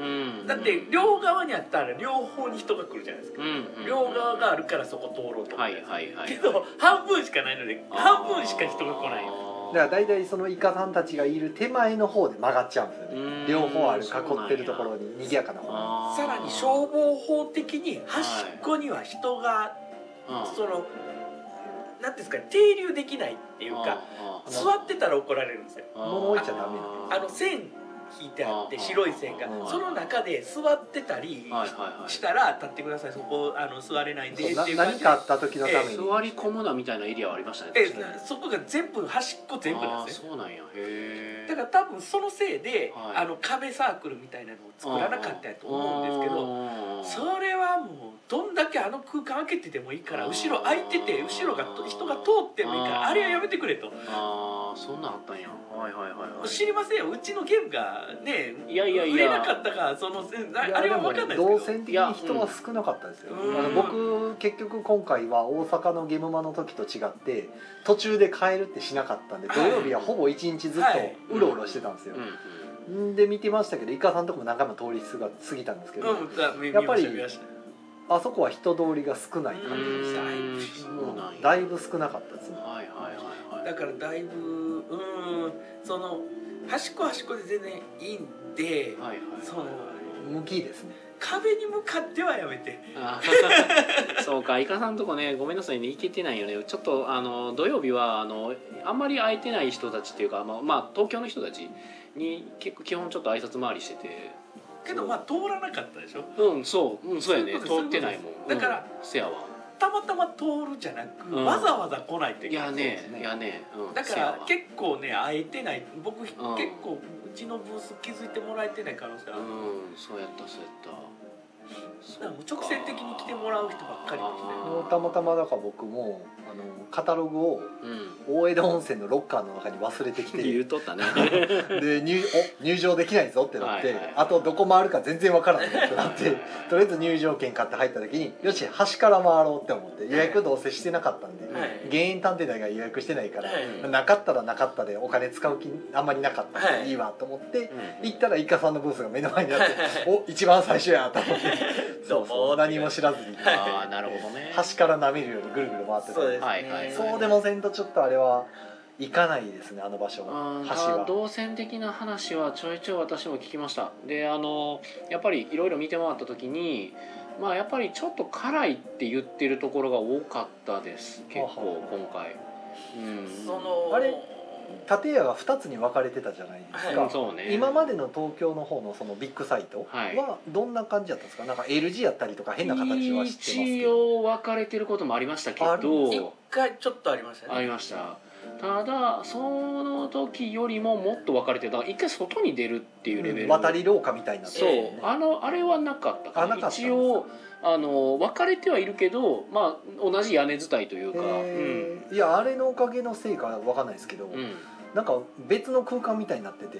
S1: うん
S3: だって両側にあったら両方に人が来るじゃないですか
S1: うんうん
S3: 両側があるからそこ通ろうと思
S1: は
S3: っ
S1: い
S3: て
S1: はいはい
S3: けど半分しかないので
S1: あー
S3: 半分しか人が来ないよ
S2: だから大体そのイカさんたちがいる手前の方で曲がっちゃうんですよね
S1: うん
S2: 両方ある囲ってるところに賑やかな方
S1: あー
S3: さらに消防法的に端っこには人が
S1: うん
S3: そのなんていうんですかね停留できないっていうか
S1: あー
S3: 座ってたら怒られるんですよ
S1: あー
S2: 物置いちゃダメ
S3: あの線引いてあって
S1: あー
S3: 白い線が
S2: うん
S3: その中で座ってたり
S1: はいはいはい
S3: したら立ってくださいそこあの座れないんで
S2: に
S3: っ
S2: な
S3: ていう感じ
S2: 何
S3: で
S2: かあった時のために
S1: 座り込むなみたいなエリアはありましたね
S3: え
S1: 確かに
S3: そこが全部端っこ全部なんですね
S1: あーそうなんやへえ
S3: だから多分そのせいで、
S1: はい
S3: あの壁サークルみたいなのを作らなかったやと思うんですけど
S1: ど
S3: それはもうどんだけあの空間開けててもいいか
S1: あ
S3: ら
S1: ー
S3: 後ろ空いてて後ろがと人が通ってもいいから
S1: あー
S3: あれはやめてくれと
S1: ああそんなんあったんやはいはいはいは
S3: 知りませんようちのゲームがね
S1: いいやいやいや
S3: 売れなかったかそのせない
S2: や
S3: あれは
S2: でも
S3: 分かん
S2: ね
S3: ないで
S2: 動
S3: すけど
S2: 線的に人は少なかったですよ
S3: うん
S2: あの僕結局今回は大阪のゲムマの時と違って途中で変えるってしなかったんで土曜日はほぼ一日ずっ
S3: はい
S2: とうろうろしてたんですよ
S1: うんうん
S2: んで見てましたけどイカさんとこも何回も通り過ぎたんですけど
S3: うんだ見
S2: やっぱり
S3: 見ました見まし
S2: あそこは人通りが少ない感じでした
S1: うーんそうなんや
S2: だいぶ少なかったですね
S1: はいはいはい
S3: た
S1: はい
S3: だからだいぶうーんその端っこ端っこで全然いいんで、
S1: はいはい
S3: その
S2: 向きですね
S3: 壁に向かってはやめて
S1: あ そうかイカさんとこねごめんなさいね行けてないよねちょっとあの土曜日はあのあんまり会えてない人たちっていうか、まあ、まあ東京の人たちに結構基本ちょっと挨拶回りしてて
S3: けどまあ通らなかったでしょ
S1: うんそう、うん、そうやね
S3: そういう
S1: 通
S3: ことです
S1: ってないもん
S3: そういうことですだから
S1: うんせやわ
S3: たまたま通るじゃなく、
S1: うん
S3: わざわざ来ないとい
S1: い
S3: けない
S1: や
S2: そうです
S1: ね
S2: ね
S1: いやね、うん、
S3: だか
S1: せや
S3: ら
S1: わ
S3: 結構ね会えてない僕、結
S1: ん
S3: 構うちのブース気づいてもらえてない可能性ある、
S1: うんそうやったそうやったそ
S3: だからもう直線的に来てもらう人ばっかりですね
S1: あー
S2: もうたまたまだから僕もあのカタログを
S1: うん
S2: 大江戸温泉のロッカーの中に忘れてきて
S1: 言うとったね
S2: で入お入場できないぞってなって、
S1: はいはいはい
S2: あとどこ回るか全然わからないってなってとりあえず入場券買って入った時によし端から回ろうって思って予約どうせしてなかったんで
S3: はい
S2: 原因探偵団が予約してないから、
S3: はい
S2: なかったらなかったでお金使う気あんまりなかったんで、
S3: はい
S2: い、いわと思って
S1: うん
S2: 行ったらイカさんのブースが目の前にあって お一番最初やと思って
S3: どうも
S2: そう何も知らずに
S1: ああなるほど ね
S2: 端から舐めるようにぐるぐる回ってたんで
S1: はいはい
S2: そうでもせんとちょっとあれは行かないですねあの場所
S1: う
S2: は
S1: んた
S2: 橋
S1: だ
S2: は。
S1: 動線的な話はちょいちょい私も聞きましたであのやっぱりいろいろ見て回った時にまあやっぱりちょっと辛いって言ってるところが多かったです結
S2: はは
S1: 構今回うん
S3: その
S2: あれ建屋が2つに分かれてたじゃないですか、
S3: は
S1: そうね
S2: 今までの東京の方のそのビッグサイトはどんな感じだったんですか、なんか L 字やったりとか変な形は知ってますけ
S1: 一
S2: ど
S1: 応分かれてることもありましたけ
S2: あるん
S3: 一
S1: ど
S3: 回ちょっとありましたね
S1: ありましたただその時よりももっと分かれてただから一回外に出るっていうレベル、
S2: 渡り廊下みたいになって
S1: そ
S2: ま
S1: う
S2: す
S3: え
S2: ね
S1: あのあれはなかったか
S2: あ
S1: な
S2: なかったんです
S1: 一応あの分かれてはいるけど、まあ、同じ屋根伝いというか、
S2: へーいやあれのおかげのせいかわかんないですけど、
S1: うん
S2: なんか別の空間みたいになってて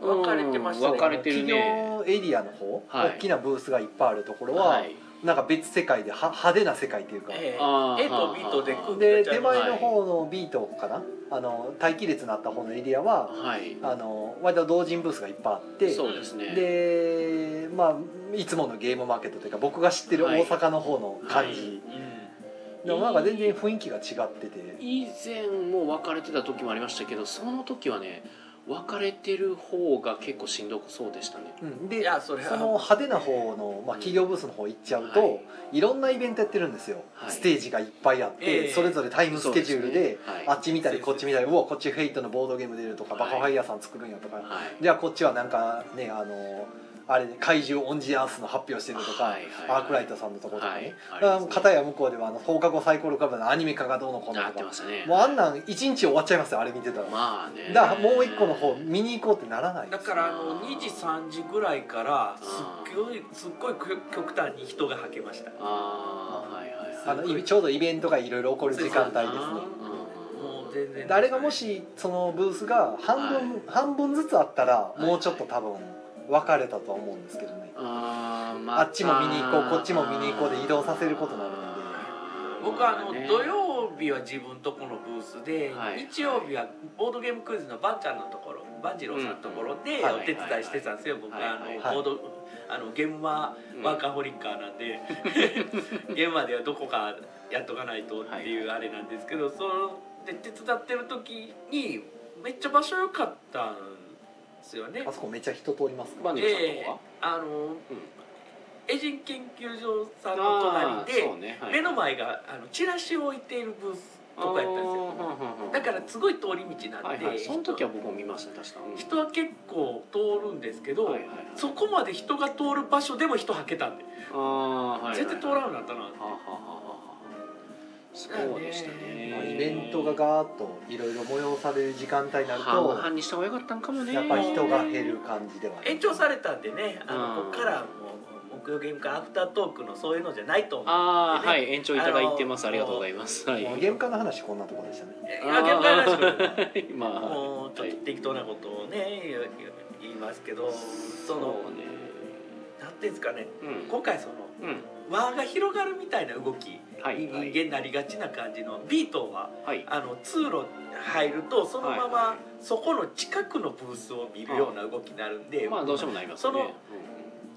S1: うん
S3: 分かれてましたね
S1: 分かれてるね
S2: 企業エリアの方、
S1: はい
S2: 大きなブースがいっぱいあるところは、
S1: はい
S2: なんか別世界では派手な世界というか、
S3: ええ
S1: あー
S3: A と B とで組ん
S2: で
S3: ちゃ
S2: 手
S3: いま
S2: 前
S3: す
S2: の方の B とかなあの待機列になった方のエリアは
S1: はい
S2: あの割と同人ブースがいっぱいあって
S1: そうですね
S2: でまあいつものゲームマーケットというか僕が知ってる
S1: はい
S2: 大阪の方の感じ、でもなんか全然雰囲気が違ってて
S1: 以前も別れてた時もありましたけどその時はね別れてる方が結構しんどそうでしたね
S2: うん
S3: うんい
S2: で
S3: やそれは
S2: その派手な方の、まあ、企業ブースの方行っちゃうと、、
S1: はい
S2: ろんなイベントやってるんですよ、
S1: はい
S2: ステージがいっぱいあって、
S3: ええ
S2: それぞれタイムスケジュールで
S1: そうすね
S2: あ
S1: は
S2: っち見たりこっち見たりうわこっちフェイトのボードゲーム出るとか
S1: はい
S2: バカファイヤーさん作るんやとか、
S1: いはい
S2: じゃあこっちはなんかねあのあれね怪獣オンジアースの発表してるとか、
S1: はいはいはい
S2: アークライトさんのところとかね、
S1: はいあ
S2: だ
S1: り
S2: から
S1: ますね
S2: 片や向こうではあの放課後サイコロクラブのアニメ化がどうのこうの
S1: なっ
S2: と
S1: てま
S2: か
S1: したね
S2: もうあんなん一日終わっちゃいますよあれ見てたら、
S1: まあね
S2: だからもう一個の方見に行こうってならないで
S3: だ
S2: す
S3: からあの2時3時ぐらいからすっごいすっごい極端に人がはけました
S1: ああはいはい
S2: あのいちょうどイベントがいろいろ起こる時間帯ですね
S3: もう全然
S2: であれがもしそのブースが半分、半分ずつあったらもうちょっと多分分かれたとは思うんですけどね、
S1: あー、また
S2: あっちも見に行こうこっちも見に行こうで移動させることになるんで
S3: 僕はあの
S1: ね
S3: 土曜日は自分とこのブースで
S1: はい
S3: 日曜日はボードゲームクイズのばんちゃんのところばんじろうさんのところで
S2: うん
S3: お手伝いしてたんですよ僕
S1: はい
S3: はあ
S1: はい
S2: はい
S3: のボードあのゲームは
S1: うん
S3: ワーカホリッカーな んでゲームまではどこかやっとかないとっていうあれなんですけどそので手伝ってる時にめっちゃ場所良かったんですよね
S2: あ。そこめっちゃ人通りますか
S1: バニーさん
S3: で
S1: とこは、
S3: あのエジン研究所さんの
S1: あー
S3: 隣で。
S1: そうねはい
S3: 目の前があのチラシを置いているブースとかやったんですよ
S1: よ
S3: だからすごい通り道なんで、
S1: はいはいその時は僕も見ました確か
S3: 人は結構通るんですけど、
S1: はいはいはい
S3: そこまで人が通る場所でも人はけたんで、
S1: ああはいはい
S3: 絶対通らんなったな、
S1: はあはあはあはあそうでしたね
S2: まあイベントがガーッといろいろ催される時間帯になる
S1: 半
S2: と
S1: 々にした方が良かったんかもね
S2: やっぱり人が減る感じではね
S3: 延長されたんでねあ
S1: う
S3: の、
S1: ん
S3: ここからはもう木曜ゲーム会アフタートークのそういうのじゃないと思う
S1: ああ
S3: でね
S1: はい延長いただいてます
S3: あ
S1: あ
S3: の
S1: りがとうございますはい
S2: もうゲーム化の話こんなところでしたね
S3: え
S1: あー
S3: ゲーム会らしく
S1: まあ
S3: もうちょ
S1: は
S3: っ
S1: い
S3: と適当なことをね言う言いますけど
S1: そ
S3: そ
S1: う
S3: の
S1: ね
S3: なんていうんですかね
S1: うん
S3: 今回その
S1: うん
S3: 輪が広がるみたいな動き
S1: はい
S3: 人
S1: は
S3: 間
S1: い
S3: になりがちな感じのビートは
S1: はい
S3: あの通路入るとそのま
S1: はいは
S3: まそこの近くのブースを見るような動きになるんで、
S1: まあどうしてもなりますね
S3: その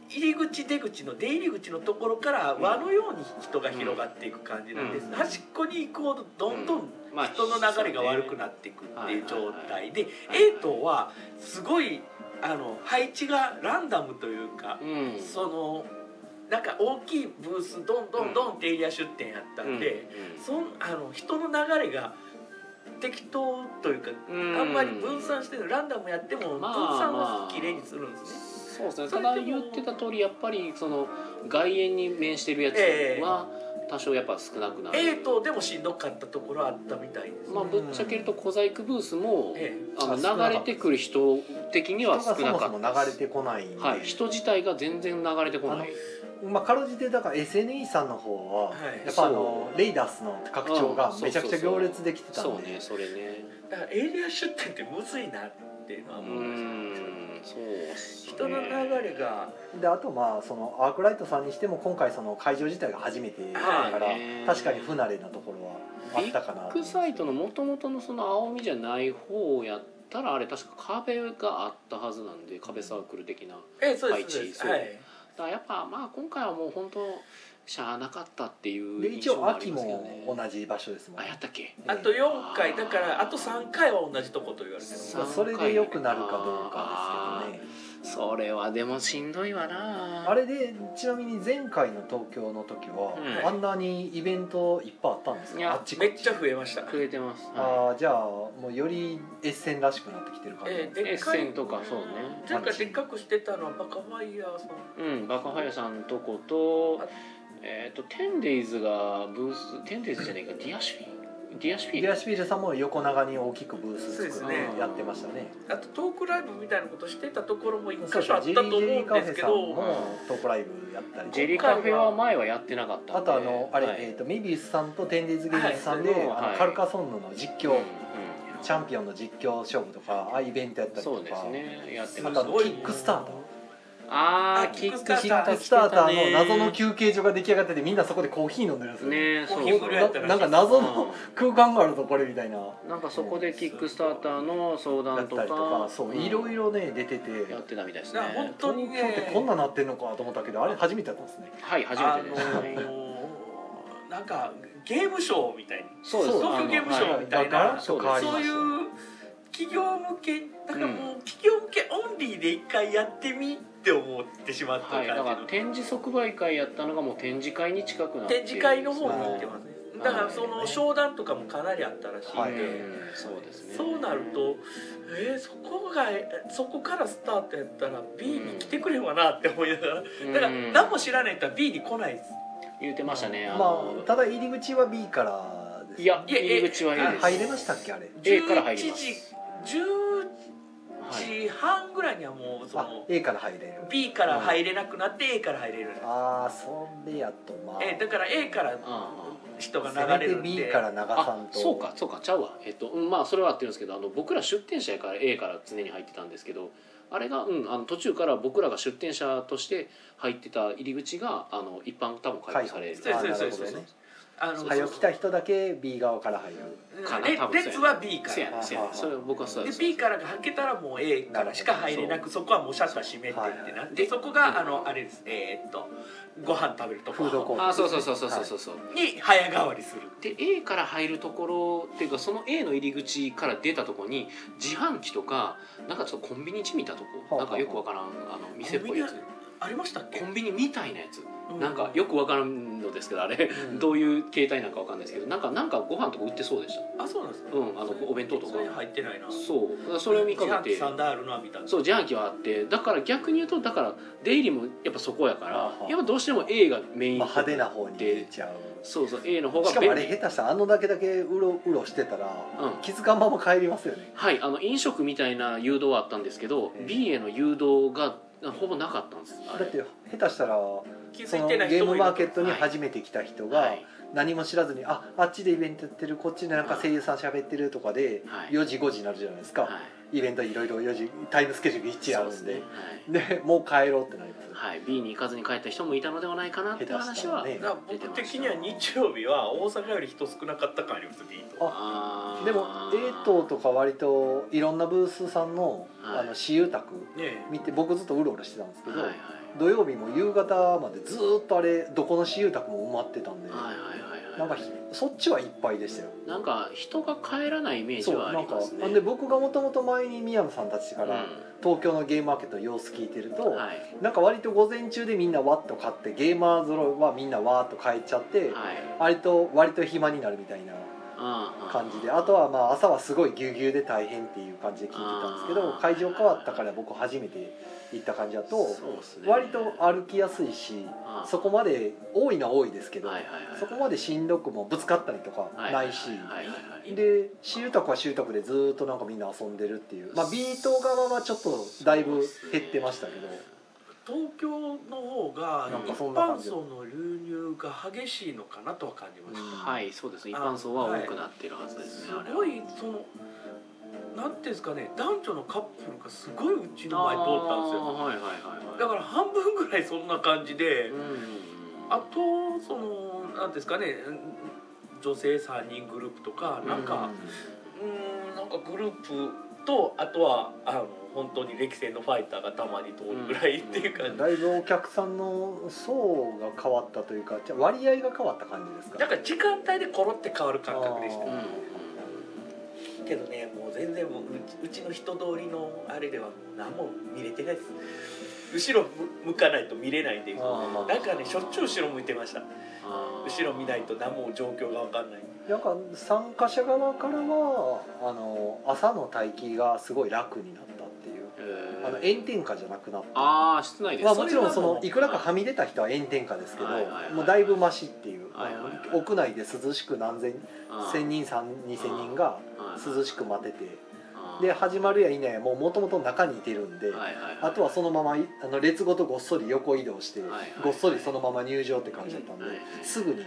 S3: 入り口出口の出入り口のところから輪のように人が広がっていく感じなんです、
S1: うん
S3: 端っこに行くほどどんどん
S1: うんまあ
S3: 人の流れが悪く
S1: っ
S3: なっていくっていう
S1: そう
S3: 状
S1: ね
S3: 態で
S1: はいはい
S3: A 棟はすごいあの配置がランダムというか
S1: てうん
S3: そのなんか大きいブースどんどんどんってエリア出店やったんで。そんあの人の流れが適当というか、
S1: うん
S3: あんまり分散してるランダムやっても分
S1: まあ
S3: 散は
S1: まあ
S3: 綺麗にするんですね、
S1: そうですね
S3: そ
S1: た
S3: れでも
S1: だ言ってた通りやっぱりその外苑に面してるやつ
S3: ええ
S1: は多少やっぱ少なくなる
S3: A とでもしんどかったところあったみたいです、
S1: まあぶっちゃけると小細工ブースも
S3: え
S1: あ
S2: あ少な
S1: の
S2: かった
S1: 流れてくる人的に
S2: 人
S1: は
S2: が
S1: 少
S2: そ
S1: な
S2: も
S1: か
S2: そ
S1: っ
S2: も
S1: た
S2: 流
S1: で
S2: れ
S1: す
S2: てこないんで、
S1: はい人自体が全然流れてこない
S2: まあ、かろうじてだから SNS さんの方は、
S3: はい
S2: やっぱあのレイダースの拡張がめちゃくちゃ行列できてた
S1: そう
S2: ん
S1: ね
S2: で
S1: それね
S3: えだからエリア出店ってむずいなっていうのは
S1: う
S3: 思いました、
S1: んそうっすね
S3: 人の流れが
S2: であとまあそのアークライトさんにしても今回その会場自体が初めてだから、
S1: はいね
S2: 確かに不慣れなところはあったかな
S1: ビッグサイトのもともとのその青みじゃない方やったらあれ確か壁があったはずなんで壁サークル的な
S3: ええそうですそうです
S1: 配置そう
S3: はい
S1: だからやっぱまあ今回はもう本当しゃあなかったっていう
S2: で
S1: 印
S2: 一
S1: 象
S2: 応
S1: はあ
S2: 秋
S1: りますけど
S2: も
S1: ね
S2: 同じ場所ですもん
S1: あやったっけ
S3: あと4回
S1: あー
S3: だからあと3回は同じとこと言われてる
S2: まあそれで良くなるかどうかですけどね
S1: それはでもしんどいわな
S2: あれでちなみに前回の東京の時は、
S1: うん
S2: あんなにイベントいっぱいあったんです
S1: い
S2: か
S1: や
S2: あっちこ
S3: め
S2: っ
S3: っちゃ増えました
S1: 増えてます、は
S2: ああじゃあもうよりエッセンらしくなってきてる感じ、
S3: えー
S1: い、
S3: で
S1: エッ
S3: っかい
S1: センとかそうね
S3: 前回でっかくしてたのはバカファイヤーさん
S1: うんバカハヤさんとこと
S3: あ
S1: えっ、とテンデイズがブーステンデイズじゃないかディアシュフィディアシュフィ
S2: ディアシュピールさんも横長に大きくブー
S3: そう
S2: ス
S3: です
S2: 作
S3: ね
S2: ってやってましたね
S3: あとトークライブみたいなことしてたところも一
S2: そう
S3: 箇所あ
S2: そうジ
S3: った
S2: ェ
S3: と
S2: リ
S3: 思
S2: ー・ジェリー
S3: うん
S2: カ
S3: です
S2: フェ
S3: け
S2: さん
S3: ど
S2: もトークライブやったり
S1: ジェリーカフェは前はやってなかったんで
S2: あとあのあれ、え
S1: っ
S2: ー、とメビウスさんとテンディーズ・ゲームズさんで、
S1: はい
S2: あ
S1: は
S2: の
S1: い
S2: カルカソンヌの実況、
S1: うん
S2: チャンピオンの実況勝負とかああイベントやったりとか
S1: そうですねやって
S2: あ
S1: まし
S2: と
S1: た
S2: あのキックスターター
S1: あー
S3: あ
S1: キック
S2: キックスターターの謎の休憩所が出来上がっててみんなそこでコーヒー飲んでるんですよ
S1: ね
S3: コ
S1: そ
S3: ー
S1: う
S3: ヒ
S1: そう
S3: ーブルーやったらしい
S2: なんか
S1: う
S2: 謎の
S1: ん
S2: 空間があるぞこれみたいな
S1: なんかそこでキックスターターの相
S2: だっ
S1: 談とか
S2: たりとかそういろい
S1: ろ
S2: ろね出てて
S1: やってたみたいです
S3: だから本
S1: ね
S3: 当に
S2: 東京っ
S3: ね
S2: てこんななってんのかと思ったけどあれ初めてだったんですね
S1: はい初
S3: あ
S1: めて
S3: の
S1: ですね
S3: ーなんかゲームショーみたいに
S1: そうです
S3: 東京ゲームショーみたいな
S2: ガラッと変わり
S3: そ
S2: ま
S3: うい
S2: し
S3: う
S2: たね
S3: 企業向けだからもう企業向けオンリーで一回やってみって思ってしまった
S1: は
S3: 感
S1: い、
S3: じ
S1: だ
S3: の、
S1: から展示即売会やったのがもう展示会に近くなって
S3: 展示会の方に行ってますすねだからその商談とかもかなりあったらしいんで、
S2: はい
S1: そうですね
S3: そうなるとえー、そこがそこからスタートやったら B に来てくれんわなって思いながら、
S1: うん
S3: だから何も知らない人は B に来ないです
S1: 言ってましたね、あ
S2: ま
S1: の
S2: あただ入り口は B からです
S1: いや
S3: いや
S1: 入り口は A です
S2: 入れましたっけあれ
S1: A から入ります
S3: 11
S1: はい
S3: 時半ぐらいにはもうそ
S2: あ
S3: の
S2: A から入れる
S3: B から入れなくなって A から入れるようになる
S2: ああそれやとまあ
S3: えだから A から
S1: あ
S3: 人が
S2: せ
S3: 流
S2: め
S3: れ
S2: て
S3: るんで
S2: B から長
S1: あ
S2: さ
S1: あ
S2: んと
S1: そうかそうかちゃうわえっと、うん、まあそれは合ってるんですけどあの僕ら出店者やから A から常に入ってたんですけどあれが、うん、あの途中から僕らが出店者として入ってた入り口があの一般多分開放される
S3: そうです
S2: あ
S3: そう
S2: なるほ
S3: です
S2: どね
S3: あの
S2: 早起きた人だけ B 側から入る
S3: うん
S1: かな
S3: レ
S1: 多分そうやね
S3: 列は B か
S1: そうや
S3: ら
S1: ねそうやねそれは僕はそう
S3: で
S1: です
S3: B からがはけたらもう A からしか入れなくそこはもうシャッター閉めてってなって
S1: はい
S3: そこがあのあれですえーっとご飯食べると
S2: フードコ
S3: こ
S2: ート
S1: あそうそうそうそうそうそうそう、
S3: に早変わりする
S1: で A から入るところっていうかその A の入り口から出たとこに自販機とかなんかちょっとコンビニ地見たとこ
S2: は
S1: なん
S2: あ
S1: かよくわからんあの店っぽいやつ
S3: ありましたっけ
S1: コンビニみたいなやつ
S3: う
S1: なんかよくわからんのですけどあれ
S2: うん
S1: どういう形態なんかわかんないですけどなんかなんかご飯とか売ってそうでした
S3: あそうなんですか
S1: うんあのお弁当とか
S3: それ入ってないな
S1: そうだからそれを見かけて
S3: サンダーあるなみたいな
S1: そう自販機はあってだから逆に言うとだから出入りもやっぱそこやか
S2: は
S1: ら
S2: あはあ
S1: やっぱどうしても A がメイン
S2: まあ、派手な方に出ちゃう
S1: そうそう A の方
S2: し
S1: が
S2: かも
S1: 便
S2: あ
S1: 利
S2: れ下手したらあのだけだけうろうろしてたら、
S1: うん
S2: 気づかんまま帰りますよね
S1: はい、あの飲食みたいな誘導はあったんですけど
S2: ええ
S1: B への誘導がほぼなかったんですあ
S2: だ
S1: れ
S2: って下手したら
S3: 気
S2: そ
S3: づい
S2: の
S3: て
S2: ゲ
S3: ない人
S2: ー
S3: も
S2: ム
S3: いる
S2: マーケットに初めて来た人
S1: は
S2: が
S1: い
S2: 何も知らずに、ああっちでイベントやってるこっちでなんか声優さん喋ってるとかで
S1: はい
S2: 4時5時になるじゃないですか、
S1: は
S2: イベントいろいろ4時タイムスケジュール
S1: い
S2: 1ある
S1: そ
S2: ん
S1: うで
S2: です
S1: ね
S2: で,、もう帰ろうってなります、
S1: はい、はい、B に行かずに帰った人もいたのではないかなっていう話は
S2: 下手したらね
S3: だから僕的には日曜日は大阪より人少なかった感ありますビート
S1: あー
S2: でも A 棟とか割といろんなブースさんの,、
S1: はい
S2: あの私有宅
S3: ね
S2: 見て僕ずっとうろうろしてたんですけ
S1: はい
S2: ど、
S1: はいはい
S2: 土曜日も夕方までずーっとあれどこの私有宅も埋まってたんで、
S1: はいはいはい
S2: なんかひそっちはいっぱいでしたよ
S1: なんか人が帰らないイメージ
S2: そう
S1: はあ
S2: なん
S1: り
S2: か
S1: ますね
S2: で僕がもともと前に宮野さんたちか
S1: うん
S2: ら東京のゲームマーケットの様子聞いてると、
S1: はい
S2: なんか割と午前中でみんなわっと買ってゲーマー揃いはみんなわーっと買えちゃって、
S1: はい
S2: 割と割と暇になるみたいな
S1: あー
S2: 感じであとはまあ朝はすごいぎゅうぎゅうで大変っていう感じで聞いてたんですけど
S1: あー
S2: 会場変わったから僕初めて行った感じだと
S1: そうっすね
S2: 割と歩きやすいし
S1: あー
S2: そこまで多いのは多いですけど
S1: はいはいはい
S2: そこまでしんどくもぶつかったりとか
S1: はい
S2: ないし。
S1: はいはいはいはい
S2: で私有宅は私有宅でずーっとなんかみんな遊んでるっていうまあ B 棟側はちょっとだいぶ減ってましたけど
S3: 東京の方が
S2: なん
S1: か
S3: 一
S2: そんな感
S3: 般
S2: じ
S3: 層の流入が激しいのかなとは感じまし
S1: はいそうですね一般層は多くなってるはず
S3: た、
S1: です
S3: す
S1: ねあれは
S3: ごいそのなんていうんですかね男女のカップルがすごいうちの前通ったんですよ
S1: あーはいはいはいはい
S3: だから半分ぐらいそんな感じで、
S1: うんうんうん
S3: あとそのなんていうんですかねうん女性3人グループとかなんか、うーんなんかグループとあとはあの本当に歴戦のファイターがたまに通るぐらいっていう感じ、
S2: だいぶお客さんの層が変わったというかじゃあ割合が変わった感じですか
S3: なんか時間帯でコロって変わる感覚でした
S2: あ
S1: うんうん
S3: でけどねもう全然もううちうちの人通りのあれではもう何も見れてないです後ろ向かないと見れないんで
S2: あ
S3: なんかねしょっちゅう後ろ向いてました
S1: あー
S3: 後ろ見ないと何も状況が分かんない
S2: なんか参加者側からはあの朝の待機がすごい楽になったっていう
S1: えー
S2: あの炎天下じゃなくなった
S1: あー室内です
S2: まあ、もちろんそ
S3: それは
S2: の
S3: もう
S2: いくらかはみ出た人は炎天下ですけど、
S1: はいはいはい
S2: もうだいぶマシっていう、
S1: はいはいはい
S2: あの屋内で涼しく何千千人さん二千人が涼しく待ててで始まるやいないやもうもともと中にいてるんで、あとはそのままいあの列ごとごっそり横移動して、
S1: はいはい
S2: ごっそりそのまま入場って感じだったんで、
S1: はいはい
S2: すぐに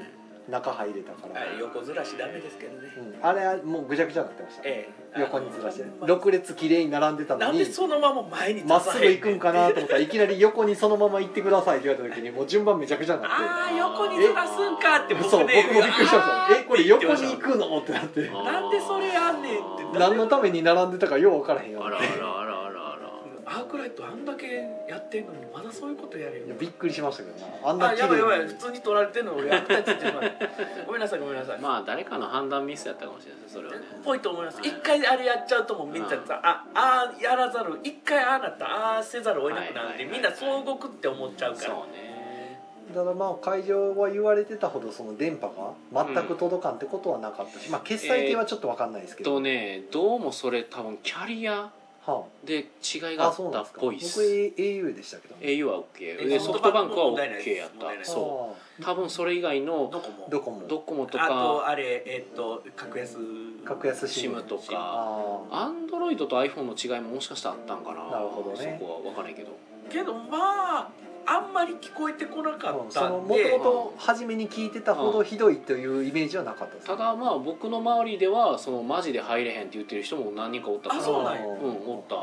S2: 中入れたから、
S3: あれ横ずらしダメですけどね、
S2: うん、あれはもうぐちゃぐちゃになってました、
S3: ええ
S2: 横にずらして
S3: あの
S2: 6列綺麗に並んでた
S3: な
S2: の
S3: ん
S2: に
S3: でそのまま前に立
S2: ま
S3: た
S2: っす
S3: へん
S2: ぐ行く
S3: ねん
S2: んかなと思ったらいきなり横にそのまま行ってくださいって言われた時にもう順番めちゃくちゃになって
S3: ああ横にずらすんかって
S2: そう僕
S3: 僕ね
S2: もびっくりしました
S3: あー
S2: えこれ横に
S3: っ
S2: 行
S3: て
S2: くのってなって
S3: 言ってましたなんでそれあんねんって誰
S2: 何のために並んでたかよう分からへんよ
S1: あらあらあらあらあら
S3: アークライトあんだけやってんのにまだそういうことやるよ
S2: いやびっくりしましたけどなあんな
S3: あ
S2: 綺
S3: やばいやば
S2: 麗
S3: い
S2: に
S3: 普通に取られてんの俺アークライトって言ってしまうごめんなさいごめんなさい、
S1: まあ誰かの判断ミスやったかもしれないですそれはね
S3: ぽいと思います一回あれやっちゃうともうみんなさ、
S1: うん
S3: ああーやらざる一回ああなったああせざるを得なくなるん
S1: はいはい
S3: で、
S1: はい
S3: みんなそう動くって思っちゃうから
S1: そうね
S2: ただまあ会場は言われてたほどその電波が全く届かんってことはなかったし、まあ決済系はちょっと分かんないですけど、
S1: とねどうもそれ多分キャリア
S2: は
S1: で違い
S2: あ、
S1: があ
S2: あ
S1: っ
S2: そう
S1: た
S2: なん
S1: っ
S2: ですか
S1: ぽ
S2: 僕
S1: いっす
S2: au でしたけど、ね
S1: au は OK
S3: え
S1: でソフトバンクは OK やっ
S3: 問題ない
S1: た
S3: です
S1: そ
S2: は
S1: う多分それ以外の
S3: どこも
S2: あドコモ
S1: ドコモと
S3: あと
S1: か
S3: あれえっと格安
S2: 格安シ
S1: SIM
S2: ム
S1: とか
S2: ああ
S1: アンドロイドと iPhone の違いももしかしたらあったんかな
S2: なるほどね
S1: そこは分からないけど
S3: けどまああんまり聞こえてこなか
S2: うん
S3: っ
S2: そ
S3: た
S2: の
S3: ん
S2: もと
S3: で
S2: もと初めに聞いてたほどひどいというイメージはなかったです
S1: ただまあ僕の周りではそのマジで入れへんって言ってる人も何人かおったから
S3: あそうなんや
S1: うんおった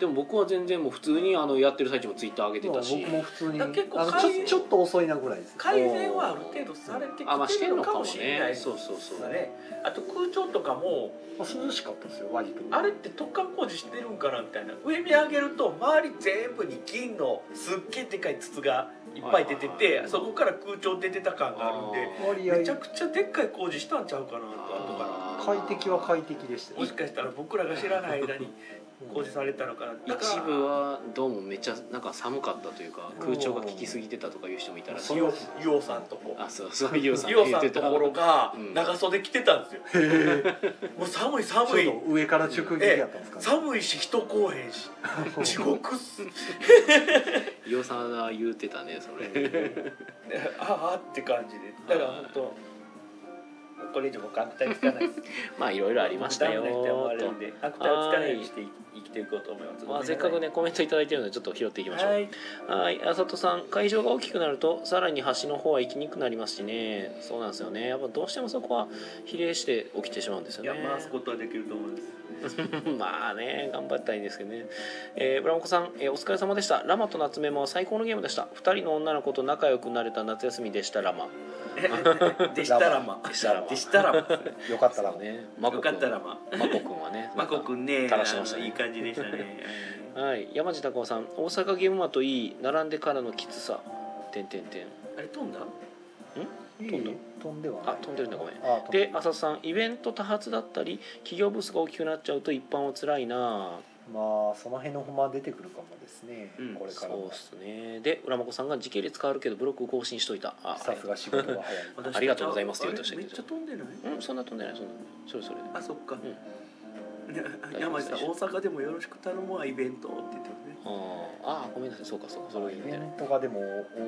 S1: でも僕は全然もう普通にあのやってる最中もツイッター上げてたし
S2: 僕も普通に
S3: だから結構
S2: あのち
S3: 会
S2: ょちょっと遅いなぐらいです
S3: 改善はある程度されて
S1: あまあ
S3: き
S1: してて
S3: る
S1: んの
S3: のか
S1: か
S3: も
S1: も
S3: しれない
S1: ね
S3: です
S1: そうそうそう
S3: ねあと空調とかも
S2: まあ涼しかったですよ割と
S3: あれって突貫工事してるんかなみたいな上見上げると周り全部に銀のすっげえでかい筒がいっぱい出て
S1: はいはい
S3: て
S1: はい
S3: そこから空調出てた感があるんで
S2: 割合
S3: めちゃくちゃでっかい工事したんちゃうかなと後か
S2: 快適は快適でした
S3: ら
S2: よ
S3: もしかしたら僕らが知らない間に
S2: うん
S3: 工事されたのかなだから
S1: 一部はどうもめっちゃなんか寒かったというか
S2: うん
S1: 空調が効きすぎてたとかいう人もいたらしい
S3: イオイオさんとこ
S1: あそう そうイオさん
S3: イ
S1: が
S3: オ
S1: 言っ
S3: さん
S1: て
S3: の
S1: た
S3: ところが
S1: うん
S3: 長袖着てたんですよ、もう寒い寒
S2: ちょ
S3: い
S2: っと上から直撃やったんですかね
S3: 寒いし人来おへんし地獄っす
S1: イオさんが言ってたねそ れ
S3: ああって感じでだから本当これ以上僕アクタイつかないです
S1: まあ いろいろありましたよ
S3: ダメな人は思われるん
S1: と
S3: でアクタイをつかないようにして生きていこうと思います
S1: まあせっかくねコメントいただいてるのでちょっと拾っていきましょう
S3: はい
S1: はい、あさとさん会場が大きくなるとさらに橋の方は行きにくくなりますしねそうなんですよねやっぱどうしてもそこは比例して起きてしまうんですよ
S3: い
S1: ね
S3: や回すことはできると思うんです
S1: まあね頑張ったらいいんですけどね、えー、ブラモコさん、えーお疲れ様でしたラマと夏メモは最高のゲームでした2人の女の子と仲良くなれた夏休みでしたラマ
S3: でしたらま
S1: でしたらま
S3: でしたらま
S2: よかったらね
S1: ねマコ
S3: よ
S1: く
S3: か
S1: ん
S3: ったらま
S1: マコくんは ね
S3: まこくんね
S1: 垂らしてました
S3: あ
S1: ね
S3: のいい感じでした ね
S1: はい山地孝夫さん大阪ゲームマといい並んでからのきつさてんてんてん
S3: あれ飛んだ
S1: 飛んだ
S2: 飛んではない
S1: あ飛んでるんだごめん
S2: あ飛ん
S1: で浅田さんイベント多発だったり企業ブースが大きくなっちゃうと一般は辛いな
S2: まあその辺のほんま出てくるかもですね
S3: うん
S2: これから
S1: そう
S2: も
S1: っすねで浦真さんが時系列変わるけどブロック更新しといたあ
S2: さすが仕事が早い
S3: 私
S1: ありがとうございます
S3: あ
S1: って言お
S3: れ
S1: うとして
S3: め
S1: る
S3: っ
S1: け
S3: ち
S1: ど
S3: ゃ飛んでない
S1: うんそんな飛んでないそんなそれそれで
S3: あそっか、
S1: ん
S3: 山地さん大阪でもよろしく頼むわイベントって言ってますね
S1: あーあーごめんなさいそうかそう かそれを
S2: イ
S1: 言って
S2: ベ
S1: ね
S2: ントがでも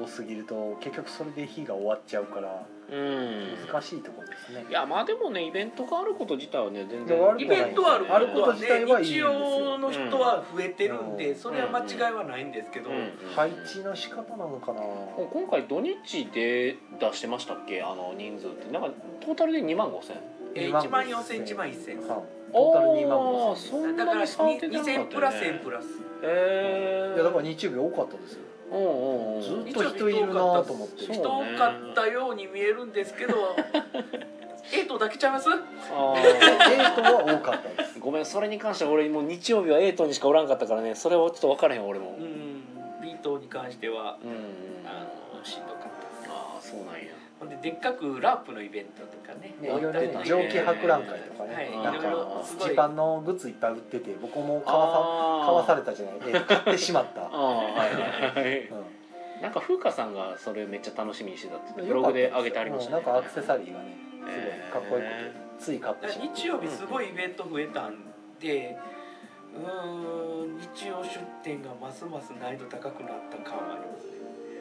S2: 多すぎると結局それで日が終わっちゃうから
S1: うん
S2: 難しいところですね
S1: いやまあでもねイベントがあること自体はね全
S2: いや
S1: 然
S2: 悪
S3: イ
S2: くない
S3: ベントはある
S2: あること
S3: は
S2: 自体はいいんです
S3: 日
S2: よ
S3: 曜の人は増えてるん
S2: う
S3: で
S2: ん
S3: それは間違いはないんですけど
S1: うん
S2: 配置の仕方なのかな
S1: もう今回土日で出してましたっけあの人数ってなんかトータルで2万5千
S3: えー1万4000 1万1000
S2: はいトータル2万
S1: あー
S2: 5
S1: そん
S3: だ
S1: な
S3: か
S1: に
S3: ら
S1: 差出てなかったよね
S3: 2000プラス1000プラス
S1: へえ
S2: いやだから日曜日多かったですよ
S1: うんうんうん
S2: ずっと人いるなと思って
S1: そう
S3: 人多かったように見えるんです けどエイトだけちゃいま す
S1: あ
S2: デ
S1: ー
S2: ートは多かったです
S1: ごめんそれに関しては俺もう日曜日はエイトにしかおらんかったからねそれはちょっと分からへん俺も
S3: うん B 棟に関しては
S1: うん
S3: あのしんどかったです
S1: ああそうなんや
S3: ほんででっかくラープのイベントとかね
S2: ねいろいろね
S3: やったり
S2: 蒸気博覧会とかね、
S3: はい
S2: なん
S1: いろい
S2: か
S1: ろ
S3: すごい
S2: 土パンのグッズいっぱい売ってて僕も買わさ
S1: あ
S2: 買わさ
S1: れ
S2: れたじゃないえ買ってしまった、
S1: ああはいはいは
S2: う
S1: い
S2: ん
S1: なんか風花さんがそれめっちゃ楽しみにしてたってブログで上げてありましたね
S2: うんなんかアクセサリーがね
S1: えー
S2: すごいかっこよくて、つい買ってしまった
S3: 日曜日すごいイベント増えたんでうーん日曜出店がますます難易度高くなった感はありますね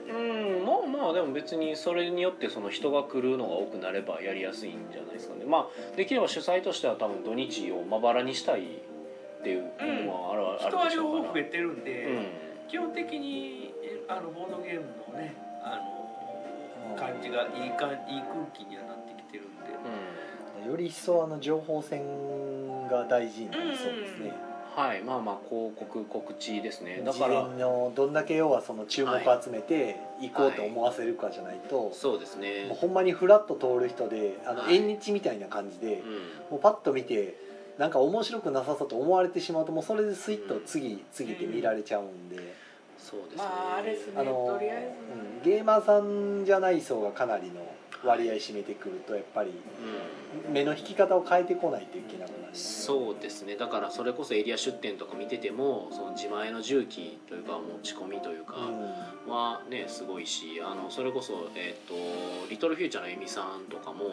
S1: うんまあまあでも別にそれによってその人が来るのが多くなればやりやすいんじゃないですかねまあできれば主催としては多分土日をまばらにしたいっていうのはある,、あ
S3: 人は
S1: るでし
S3: 両
S1: ょう
S3: 方
S1: か
S3: 増え
S1: ら
S3: てるんで、
S1: うん
S3: 基本的にえあのボードゲームのねあ
S2: うん
S3: の感じがいいかいい空気にはなってきてるんで
S1: うん
S2: より一層あの情報戦が大事になりそうですね、
S1: はいまあまあ広告告知ですねだ
S2: 自
S1: から
S2: 分のどんだけ要はその注目を集めて行こうと思わせるかじゃないと、
S1: そうですね
S2: もうほんまにフラッと通る人であの
S1: はい
S2: 縁日みたいな感じで、
S1: うん
S2: もうパッと見てなんか面白くなさそうと思われてしまうともうそれでスイッと次々で見られちゃうんで、
S1: そうですね
S3: まああれですね
S2: あの
S3: とりあえ
S2: うんゲーマーさんじゃない層がかなりの割合占めてくるとやっぱり
S1: うん
S2: 目の引き方を変えてこないといけなくなる
S1: そうですねだからそれこそエリア出店とか見ててもその自前の重機というか持ち込みというか、
S2: う
S1: はねすごいしあのそれこそ、えっとリトルフューチャーのエミさんとかも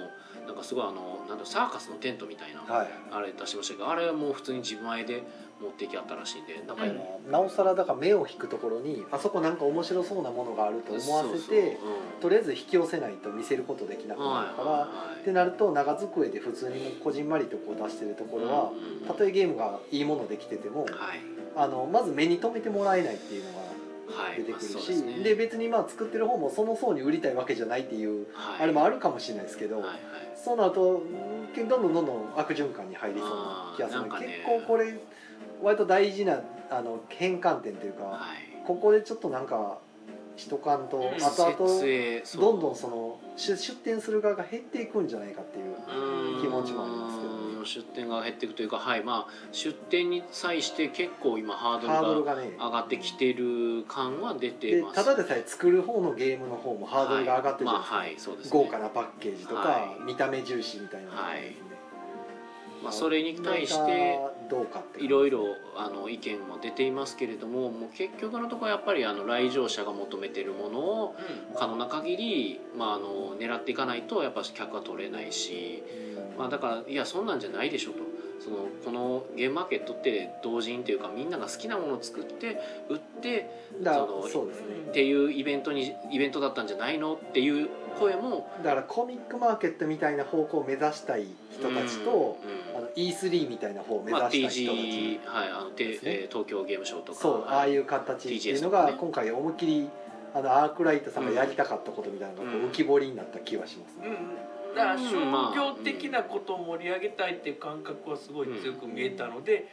S1: なんかすごいあのなんだサーカスのテントみたいな、
S2: ん、はい
S1: あれ出してましたけどあれはもう普通に自前で持ってきあったらしいんでなんか、
S3: う
S2: あ
S3: ん
S2: のなおさらだから目を引くところにあそこなんか面白そうなものがあると思わせ
S1: そうそううん
S2: てとりあえず引き寄せないと見せることできなくなるから、
S1: はいはい
S2: ってなると長机で普通にもうこじんまりとこう出してるところは
S1: うんうん
S2: たとえゲームがいいものできてても
S1: はい
S2: あのまず目に留めてもらえないっていうのが
S1: は
S2: 出
S1: い
S2: て
S1: ま
S2: く
S1: あ
S2: るし、
S1: そうです
S2: で
S1: ね
S2: 別にまあ作ってる方もその層に売りたいわけじゃないっていう、
S1: はい
S2: あれもあるかもしれないですけど、
S1: はいはい
S2: そうなるとうんどんどんどんどん悪循環に入りそうな気がする
S1: あーなんかね
S2: 結構これ割と大事なあの変換点というか、
S1: はい
S2: ここでちょっとなんか一感と
S3: うん
S2: 後々
S1: 設営そう
S2: どんどんその出出店する側が減っていくんじゃないかっていう
S1: うん
S2: 気持ちもありますけどね
S1: 出店が減っていくというかはいまあ出店に際して結構今ハードル
S2: ハードル
S1: が
S2: がね
S1: 上がってきてる感は出て
S2: で
S1: ます
S2: ただでさえ作る方のゲームの方もハードルが上がってるじゃない
S1: は
S2: で
S1: い
S2: す
S1: まあはいそ
S2: か、
S1: うです、ね、
S2: 豪華なパッケージとか、
S1: はい
S2: 見た目重視みたいなのがですね、
S1: まあ、それに対して
S2: どうかって
S1: いろいろあの意見も出ていますけれどももう結局のところやっぱりあの来場者が求めてるものを可能な限り、まあ、あの狙っていかないとやっぱ客は取れないし、まあ、だからいやそんなんじゃないでしょとそのこのゲームマーケットって同人というかみんなが好きなものを作って売って
S2: だから
S1: その
S2: そうですね
S1: っていうイベントにイベントだったんじゃないのっていう声も
S2: だからコミックマーケットみたいな方向を目指したい人たちと、
S1: うんうん
S2: あの E3 みたいな方を目
S1: まあ、
S2: 指したい人たち、
S1: TG、はいあのて
S2: ですね
S1: えー東京ゲームショウとか
S2: そうああいう形っていうのが
S1: TGS とかね
S2: 今回思いっきりあのアークライトさんがやりたかったことみたいなのがこう
S1: うん
S2: 浮き彫りになった気はします
S3: う
S2: ね、
S3: んだから
S1: うんまあ
S3: 商業的なことを盛り上げたいっていう感覚はすごい強く見えたので、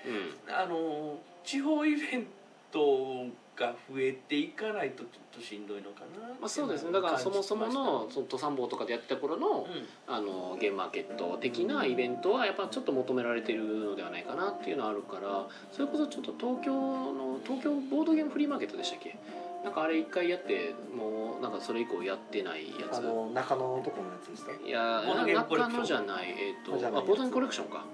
S1: うん
S3: あの地方イベントが増えていかないとちょっとしんどいのかな
S1: まあ、そうですねだからそもそものその登山坊とかでやってた頃の,、
S3: うん
S1: あのゲームマーケット的なイベントはやっぱちょっと求められてるのではないかなっていうのはあるからそれこそちょっと東京の東京ボードゲームフリーマーケットでしたっけなんかあれ一回やってもうなんかそれ以降やってないや
S2: あ
S1: つ
S2: の中野のとこのやつでした
S1: いや
S3: ボードゲームコレ
S1: 中
S3: クション
S1: 野じゃないえっ、
S2: あじゃ
S1: と
S2: ない
S1: あボードゲームコレクションか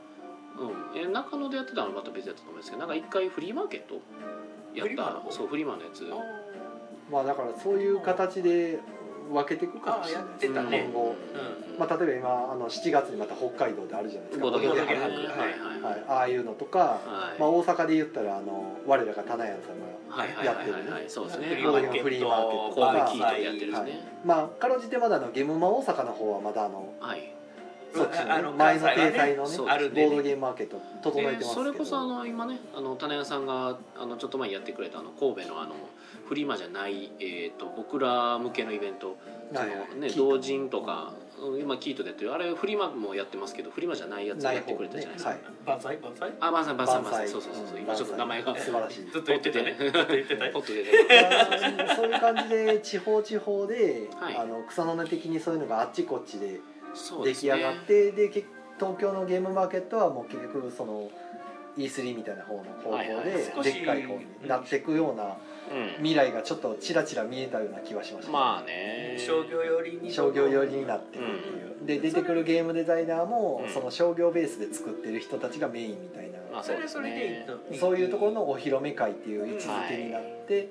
S1: うんえ中野でやってたのはまた別だったと思うんですけどなんか一回フリーマーケットや
S3: フリーマーの
S1: っ
S3: 方
S1: たそうフリーマーのやつ
S2: まあだからそういう形で分けていくかもしれないです
S3: 出ああやってたね
S2: 今後、
S3: うん
S2: まあ、例えば今あの7月にまた北海道であるじゃないですか
S1: ボードゲーム
S3: ボードゲー
S2: はい
S3: ム
S1: はいはいはい
S2: ああいうのとか、
S1: はい
S2: まあ、大阪で言ったらあの我らが棚屋さんが
S1: はいはいはいはいはいそうですね
S3: フリー
S2: ボ
S3: マ
S2: ードゲー
S3: ーケッ
S2: ム
S3: ト
S2: フリーマーケット
S1: 神戸
S2: あ
S1: キーとやってるんですね
S2: まあかろうじてまだあのゲームマ大阪の方はまだあの
S1: はい
S2: そっち
S3: ああ
S2: の、
S3: の
S2: ね、前の体裁のね
S1: 関西はね
S2: ボ
S1: あ
S3: るんでね
S2: ードゲームマーケット整えてますけ
S1: で
S2: ど、
S1: それこそあの今ねあの種屋さんがあのちょっと前にやってくれたあの神戸のあのフリマじゃない、えー、と僕ら向けのイベントそ
S2: は
S1: の
S2: いはい
S1: ね
S2: 聞いた
S1: 同人とかうん今キートでやってるあれフリマもやってますけどフリマじゃないやつもやってくれたじゃないですか、
S2: ない方ね
S3: 万歳万歳
S1: あバンさんバンさんバンさ
S2: 万歳
S1: んそうそうそうそう
S2: うん
S1: 今ちょっと名前が
S2: 素晴らしい
S3: ずっと言ってたね ずっと言ってたね
S1: ポッと出てこない
S2: まあそういう感じで地方地方で、
S1: はい
S2: あの草の根的にそういうのがあっちこっちで
S1: そう
S2: 出
S1: で
S2: 来
S1: す
S2: 上
S1: ね
S2: がってで,、東京のゲームマーケットはもう結局その E3 みたいな方の方
S4: はい
S2: 向
S4: はい
S3: 少
S2: で
S3: し
S2: でっかい方になっていくような
S4: うん
S2: 未来がちょっとちらちら見えたような気はしました、
S4: まあね
S3: 商業寄りに
S2: 商業寄りになってくるっていう、で出てくるゲームデザイナーも
S4: うん
S2: その商業ベースで作ってる人たちがメインみたいな、
S4: まあ
S3: それはそれでいいと
S2: そういうところのお披露目会っていう位置づけになって、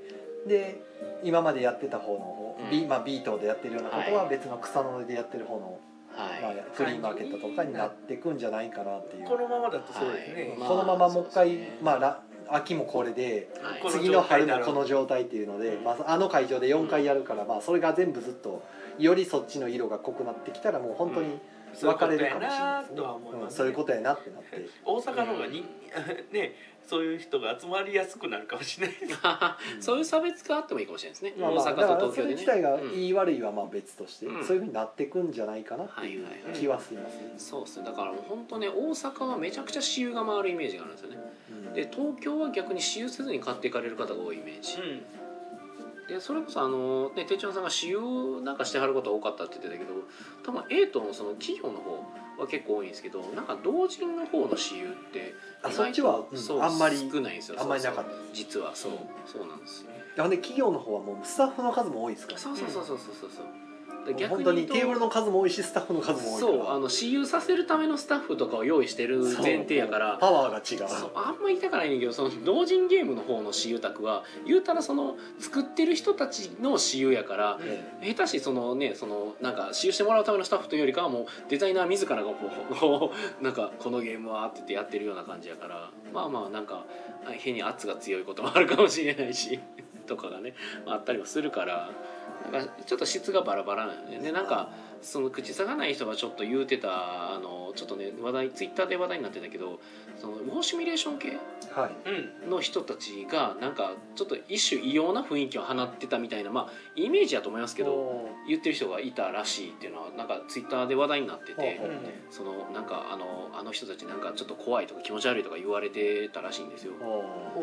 S2: で今までやってた方の方、
S4: うん
S2: ビまあ、ビートでやってるようなことは
S4: はい
S2: 別の草の根でやってる方の、まあ
S4: は、
S2: フリーマーケットとかになってくんじゃないかなっていう、
S3: このままだとそうですね、
S4: はいまあ
S2: このままもう一回、
S4: そうですね
S2: まあ、ら秋もこれで
S4: はい
S3: この状態だろう
S2: 次の春もこの状態っていうので、まあ、あの会場で4回やるから、まあ、それが全部ずっとよりそっちの色が濃くなってきたらもう本当に
S3: そう
S2: 分
S3: いうこ
S2: か
S3: と
S2: れる
S3: や
S2: かもしれ
S3: な
S2: ないです
S3: ー
S2: ね
S3: とは思い
S2: うん
S3: ます、
S2: そういうことやなってなって。
S3: 大阪の方がに、ねそういう人が集まりやすくなるかもしれないです
S1: うんそういう差別があってもいいかもしれないですね、
S2: まあまあ、
S1: 大
S2: だか
S1: 阪
S2: ら
S1: と
S2: それ
S1: 東
S2: 自
S1: 京で
S2: 体
S1: ね
S2: が
S1: うん
S2: いい悪いはまあ別として、
S1: うん
S2: そういうふうになっていくんじゃないかなって
S1: はい
S2: い
S1: は
S2: う
S1: いはい
S2: 気はしますね、
S1: そうですねだからもう本当ね大阪はめちゃくちゃ私有が回るイメージがあるんですよね
S2: うん
S1: で東京は逆に私有せずに買っていかれる方が多いイメージ
S3: うん
S1: でそれこそあのね哲ちゃんさんが私有なんかしてはることが多かったって言ってたけど多分 A とのその企業の方は結構多いんですけどなんか同人の方の私有って
S2: あそっちは、うん
S1: そう
S2: あんまり
S1: 少ないんですよ
S2: あんまりなか
S1: そう
S2: った
S1: そう実はそうそうなんですよ
S2: ほんで企業の方はもうスタッフの数も多いですから
S1: そうそうそうそうそうそうそうで
S2: 本当に
S1: 言うと
S2: テーブルの数も多いしスタッフの数も多いから
S1: そうあの私有させるためのスタッフとかを用意してる
S2: そう
S1: 前提やから
S2: パワーが違う
S1: そうあんま言いたくないねんけどその同人ゲームの方の私有宅は言うたらその作ってる人たちの私有やから
S2: ね
S1: 下手しそのねそのなんか使用してもらうためのスタッフというよりかはもうデザイナー自らがこうこうなんかこのゲームはって言ってやってるような感じやからまあまあなんか変に圧が強いこともあるかもしれないしとかがね、まあ、あったりはするからなんかちょっと質がバラバラなんよね。でなんかその口さがない人がちょっと言うてたあのちょっとね話題ツイッターで話題になってたけどそのウォーシミュレーション系
S2: はい
S3: うん
S1: の人たちがなんかちょっと一種異様な雰囲気を放ってたみたいなまあイメージだと思いますけど言ってる人がいたらしいっていうのはなんかツイッターで話題になって
S2: ほう
S1: て
S2: ほう
S1: そのなんかあのあの人たちなんかちょっと怖いとか気持ち悪いとか言われてたらしいんですよ
S2: ほう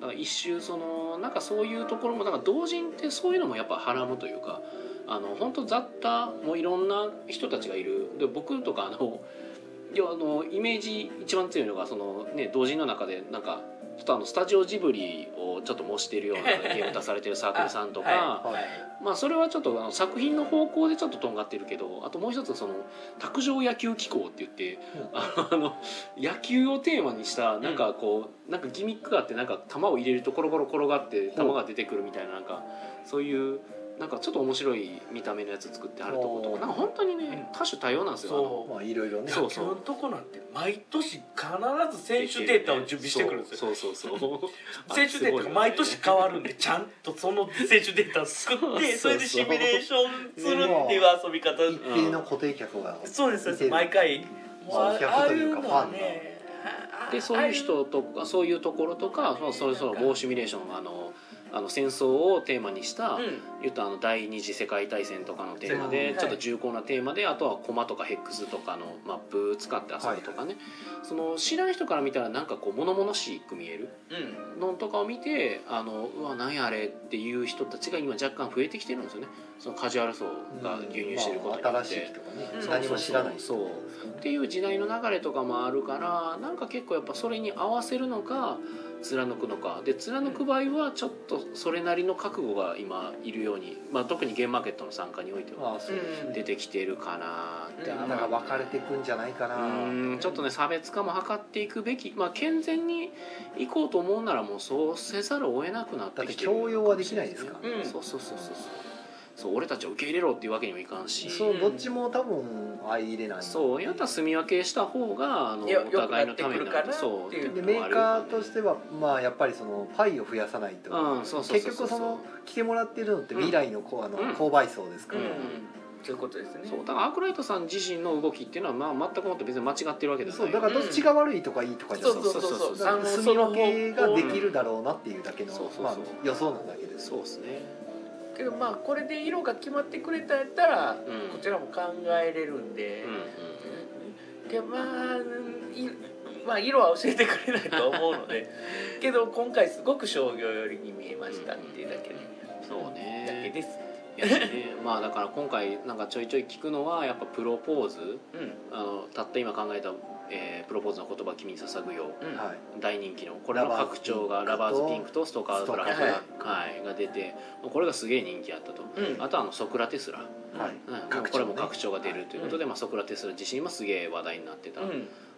S1: だから一周そのなんかそういうところもなんか同人ってそういうのもやっぱはらむというかあの本当雑多もういろんな人たちがいるで僕とかあの いやあのイメージ一番強いのがその、ね、同人の中でなんかちょっとあのスタジオジブリをちょっと模してるようなゲーム出されてるサークルさんとか。
S3: あはい
S2: はい
S1: まあそれはちょっとあの作品の方向でちょっととんがってるけどあともう一つその卓上野球機構って言って、あの野球をテーマにしたなんかこう、なんかギミックがあってなんか球を入れるとコロコロ転がって球が出てくるみたいななんかそういうなんかちょっと面白い見た目のやつ作ってあるとこと
S2: お
S1: かな
S2: ー
S1: んか本当にね多種多様なんですよあの
S3: そう
S2: まあいろいろね
S1: そう
S3: 野球のとこなんて毎年必ず選手データを準備してくるんですよ
S1: そうそうそうそう
S3: 選手データが毎年変わるんでちゃんとその選手データを作って
S1: そうそ
S3: そ
S1: う
S3: れでシミュレーションするっていう遊び方
S2: 一定の固定客が
S3: そうですそ
S2: 見
S3: うで
S2: て
S3: す
S2: る
S3: 毎回もうあ
S2: 観客
S3: ああ
S2: と
S3: い
S2: いう
S3: う
S2: か
S3: のは
S2: ファンが
S3: ねあ
S1: でそういう人とかそういうところとかそのそれそのウォーシミュレーションあのあの戦争をテーマにした、
S3: うん
S1: 言うとあの第二次世界大戦とかのテーマで、
S2: はい
S1: ちょっと重厚なテーマであとはコマとかヘックスとかのマップ使って遊ぶとかね、その知らん人から見たらなんかこう物々しく見える
S3: うん
S1: のとかを見てあのうわ何やあれっていう人たちが今若干増えてきてるんですよねそのカジュアル層が輸入してることに
S2: ま
S1: よ
S2: あ
S1: っ
S2: 新しい
S1: て
S2: 人。がね
S3: うん
S2: 何も知らない
S1: そうそうっていう時代の流れとかもあるからなんか結構やっぱそれに合わせるのか貫くのかで貫く場合はちょっとそれなりの覚悟が今いるように、まあ、特にゲームマーケットの参加においては
S2: まあそうですね
S1: 出てきてるかなって
S3: うん
S2: だから分かれていくんじゃないかな
S1: うんちょっとね差別化も図っていくべき、まあ、健全にいこうと思うならもうそうせざるを得なくなってきてる
S2: だって強要はできないですから
S3: ねうん
S1: そうそうそうそうそうそう俺たちを受け入れろっていうわけにもいかんし
S2: そうどっちも多分相入れない
S1: そうやったら住み分けした方があの
S3: いや
S1: お互いのためにな
S3: 良くなってくるかな
S1: そう
S3: っていう
S2: でメーカーとしてはまあやっぱりそのパイを増やさないと
S1: うんそうそう
S2: 結
S1: そう
S2: 局
S1: そ
S2: そうの来てもらってるのって未来のこうあの
S1: うん
S2: 購買層ですか
S3: うん
S2: ら、
S3: そういうことですね
S1: そうだからアークライトさん自身の動きっていうのはまあ全くもって別に間違ってるわけじゃない
S2: そうだからどっちが悪いとかいいとかじゃな
S3: そ
S2: いう
S3: そうそうそ
S1: そ
S3: う
S1: うそうそう
S2: だから
S3: その
S2: 住み分けができるだろうなっていうだけの
S1: そうそうそう
S2: まあ予想なだけです
S1: そうですね
S3: けどまあこれで色が決まってくれたやったら、
S1: うん
S3: こちらも考えれるんで
S1: うん、
S3: でまあいまあ色は教えてくれないと思うの でけど今回すごく商業寄りに見えましたっていうだけで、
S1: うんそう
S3: だけ
S1: ね
S3: です
S1: やしね まあだから今回なんかちょいちょい聞くのはやっぱプロポーズ
S3: うん
S1: あのたった今考えた、えープロポーズの言葉君に捧ぐよ
S3: うん
S2: はい
S1: 大人気のこれの拡張がラ
S2: ラ
S1: バー
S2: バー
S1: ズ
S2: ズ
S1: ピン
S2: ピン
S1: ク
S2: ク
S1: とストーカーズブラック
S3: ストー
S1: はいが出てこれがすげえ人気あったと、
S3: うん
S1: あとあのソクラテスラ、
S2: はい
S1: うん
S2: 拡張ね
S1: これも拡張が出るということで、まあ、ソクラテスラ自身はすげえ話題になってた、も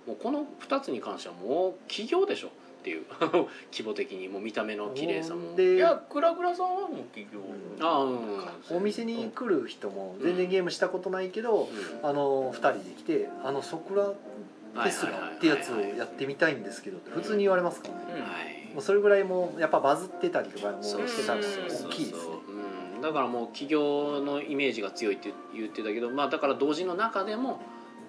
S1: うこの2つに関してはもう企業でしょっていう 規模的にもう見た目の綺麗さも
S3: うんい
S2: で
S3: やクラクラさんはもう結局
S2: うん
S1: ああうん、うん
S2: お店に来る人も全然ゲームしたことないけど、あの2人で来て「あのソクラテスラってやつをやってみたいんですけど」って普通に言われますからね、
S3: うん
S1: はい
S2: もうそれぐらいもうやっぱバズってたりとかも
S1: そう
S2: してた
S1: そ
S2: の
S1: う
S2: が
S1: そうそう
S2: 大きいですね
S1: うん、だからもう企業のイメージが強いって言ってたけど、まあ、だから同人の中でも、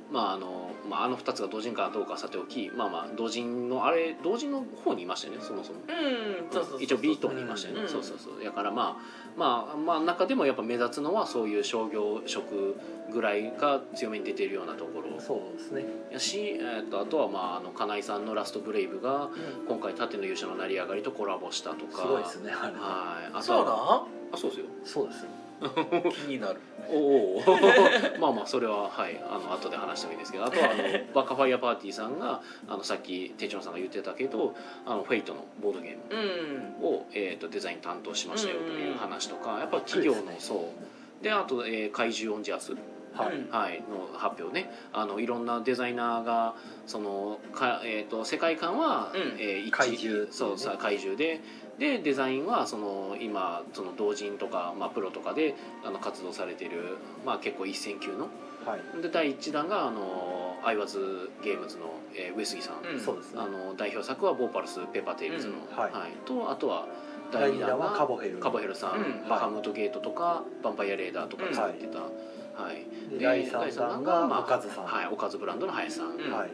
S1: まああのまあ、あの2つが同人かどうかはさておき、まあ、まあ同人のあれ同人の方にいましたよねそもそも。
S3: うんそうそうそう
S1: 一応ビートにいましたよね、
S3: うん
S1: そうそうそうだからまあまあまあ中でもやっぱ目立つのはそういう商業職ぐらいが強めに出てるようなところ
S2: そうですね
S1: やし、えー、とあとはまああの金井さんの「ラストブレイブ」が
S3: うん
S1: 今回縦の勇者の成り上がりとコラボしたとか
S2: すごいですねあれ
S1: はいあと
S3: そう
S1: は
S3: な
S1: あそうですよ
S2: そうですよ
S3: ん気になる
S1: おうおう まあまあそれははいあの後で話してもいいですけどあとはあのバカファイアパーティーさんがあのさっき手帳さんが言ってたけどあのフェイトのボードゲーム
S3: うん
S1: を、えー、とデザイン担当しましたよという話とかやっぱ企業の
S2: そうですね
S1: そうであと、えー怪獣オンジャズ、
S2: はい、
S3: うん
S1: はい、の発表ねあのいろんなデザイナーがそのか、えー、と世界観は、
S3: うん
S1: えー一
S2: 怪獣
S1: そうさ怪獣ででデザインはその今その同人とか、まあ、プロとかであの活動されてる、まあ、結構一線級の
S2: はい
S1: で第一弾があのアイワズゲームズの、えー上杉さん
S3: うん
S2: そうですね
S1: あの代表作はボーパルスペーパーテイルズの、
S3: う
S2: はい
S1: とあとは
S2: 第
S1: 第
S2: 2
S1: 2弾
S2: 弾
S1: が
S2: はカボヘル
S1: カボヘルさん、
S3: うん
S1: バハムートゲートとかヴァンパイアレーダーとか作ってた、はい
S2: で
S1: で
S2: 第3弾が
S1: まあ
S2: おかずさん、
S1: はい、おかずブランドの林さん、
S3: うん
S2: はい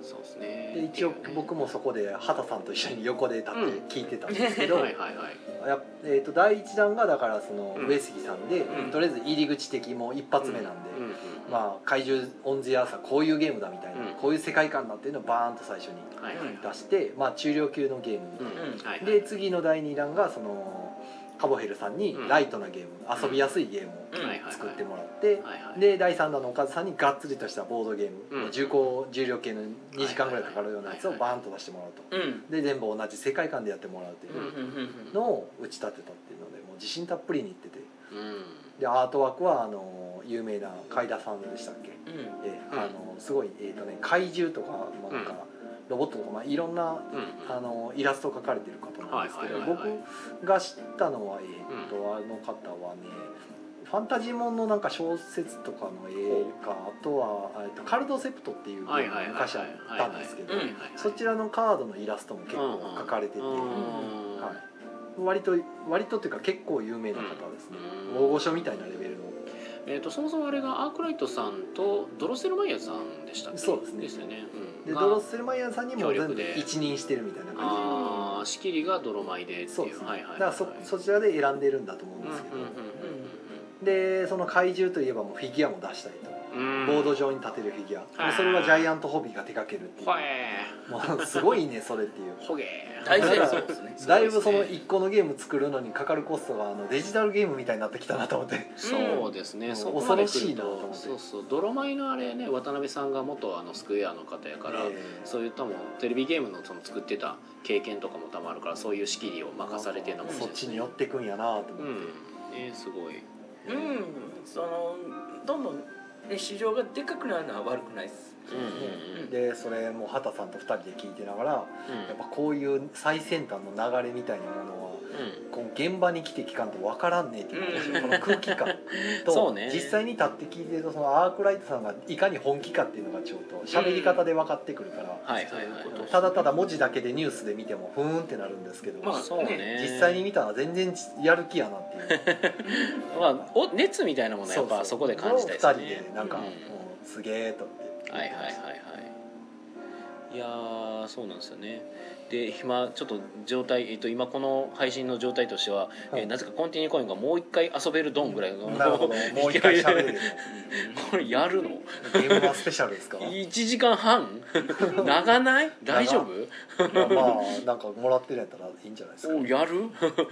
S1: そうですね
S2: で一応
S1: っていうね
S2: 僕もそこで畑さんと一緒に横で立って聞いてたんですけど、
S1: はいはいはい
S2: やっえー、と第1弾がだからその
S1: うん
S2: 上杉さんで、
S1: うん
S2: とりあえず入り口的もう一発目なんで、
S1: うんうん
S2: まあ、怪獣オン・ジ・アーサーこういうゲームだみたいな、
S1: うん
S2: こういう世界観だっていうのをバーンと最初に
S1: はいはいはい
S2: 出して、まあ、中量級のゲームみた
S1: う
S2: い
S1: ん
S2: な、
S3: うん
S1: はいはい
S2: で次の第2弾がそのカボヘルさんに
S1: うん
S2: ライトなゲーム、遊びやすいゲーム
S3: う
S2: を
S3: ん
S1: はいはい
S2: 作ってもらって、
S1: はいはい
S2: で第3弾のおかずさんにがっつりとしたボードゲーム、
S1: うん
S2: 重厚重量系の2時間ぐらいかかるようなやつを
S1: はいはい
S2: バーンと出してもらうと
S3: うん
S2: で全部同じ世界観でやってもらうといううん
S3: うんうん
S2: のを打ち立てたっていうのでもう自信たっぷりにいってて
S1: うん
S2: でアートワークはあの有名な海田さんでしたっけ
S3: うん
S2: え
S1: うん
S2: あのすごい、えーとね、怪獣とかまあなんか、ロボットとか、まあ、いろんな
S1: うん
S2: あのイラストを描かれてる方なんですけど、
S1: はいはいはいはい
S2: 僕が知ったのは、えーとあの方はねファンタジーもんのなんか小説とかの映画あとは、えーとカルドセプトっていう
S1: はいはいはいはい
S2: 昔あったんですけど
S1: はいはいはい
S2: そちらのカードのイラストも結構描かれてて、
S1: うんうん
S2: はい、割と割とっていうか結構有名な方ですね、
S1: うん
S2: 大御所みたいなレベルの
S1: えー、とそもそもあれがアークライトさんとドロッセルマイヤーさんでしたっけ
S2: そうですね
S1: よね、うん、
S2: で
S1: が
S2: ドロッセルマイヤーさんにも
S1: 協
S2: 全
S1: 力
S2: 部
S1: で
S2: 一任してるみたいな感
S1: ああ仕切りが泥舞でっていう
S2: じそうですね、
S1: はいはいはい、
S2: だからそそちらで選んでるんだと思うん
S1: うんう
S2: で
S1: ん
S2: すけど、
S1: う
S2: でその怪獣といえばもうフィギュアも出したりと、
S1: んうんうん
S2: ボード上に立てるフィギュア、
S1: あー
S2: それはジャイアントホビーが手掛けるっていう、
S1: ほえ
S2: もうすごいねそれっていう
S1: ーほげー
S3: 大成功ですね
S2: だいぶその1個のゲーム作るのにかかるコストがあのデジタルゲームみたいになってきたなと思って
S1: そうですね、
S2: うん
S1: そこまで来る
S2: 恐ろしいなと思って
S1: そうそう泥舞のあれね渡辺さんが元あのスクエアの方やから、
S2: えー
S1: そういったもんテレビゲームのその作ってた経験とかもたまるからそういう仕切りを任されてるのかもしれな
S2: そ
S1: い
S2: っ
S1: です
S2: ち
S1: ね
S2: に寄ってくんやなと思って、
S1: うんねすごい
S3: うんそのどんどんね市場がでかくなるのは悪くないです
S1: うんうんうん
S2: でそれも畑さんと2人で聞いてながらやっぱこういう最先端の流れみたいなものは
S1: うん
S2: こう現場に来て聞かんと分からんねえっていう、
S3: うん
S2: この空気感
S1: そ
S2: と、
S1: うね
S2: 実際に立って聞いてるとそのアークライトさんがいかに本気かっていうのがちょっと喋り方で分かってくるから、
S1: はいはいはい
S3: そういうこと
S2: ただただ文字だけでニュースで見てもふーんってなるんですけど、
S3: まあ
S1: そうね
S2: 実際に見たら全然やる気やなっていう
S1: まあ、お熱みたいなものはやっ
S2: う
S1: ぱ
S2: う
S1: そこで感じたいです
S2: 2人
S1: ね
S2: でなんか、
S1: うん
S2: もうすげえと思って
S1: はいはいはいはいいやーそうなんですよねで今ちょっと状態、えっと、今この配信の状態としては、
S2: はい
S1: えーなぜかコンティニューコインがもう一回遊べるドンぐらいの、
S2: なるほどもう一回喋れる
S1: これやるの
S2: ゲームはスペシャルですか
S1: 1時間半長ない大丈
S2: まあまあなんかもらってるんやったらいいんじゃないです
S1: 夫
S2: か
S1: おやる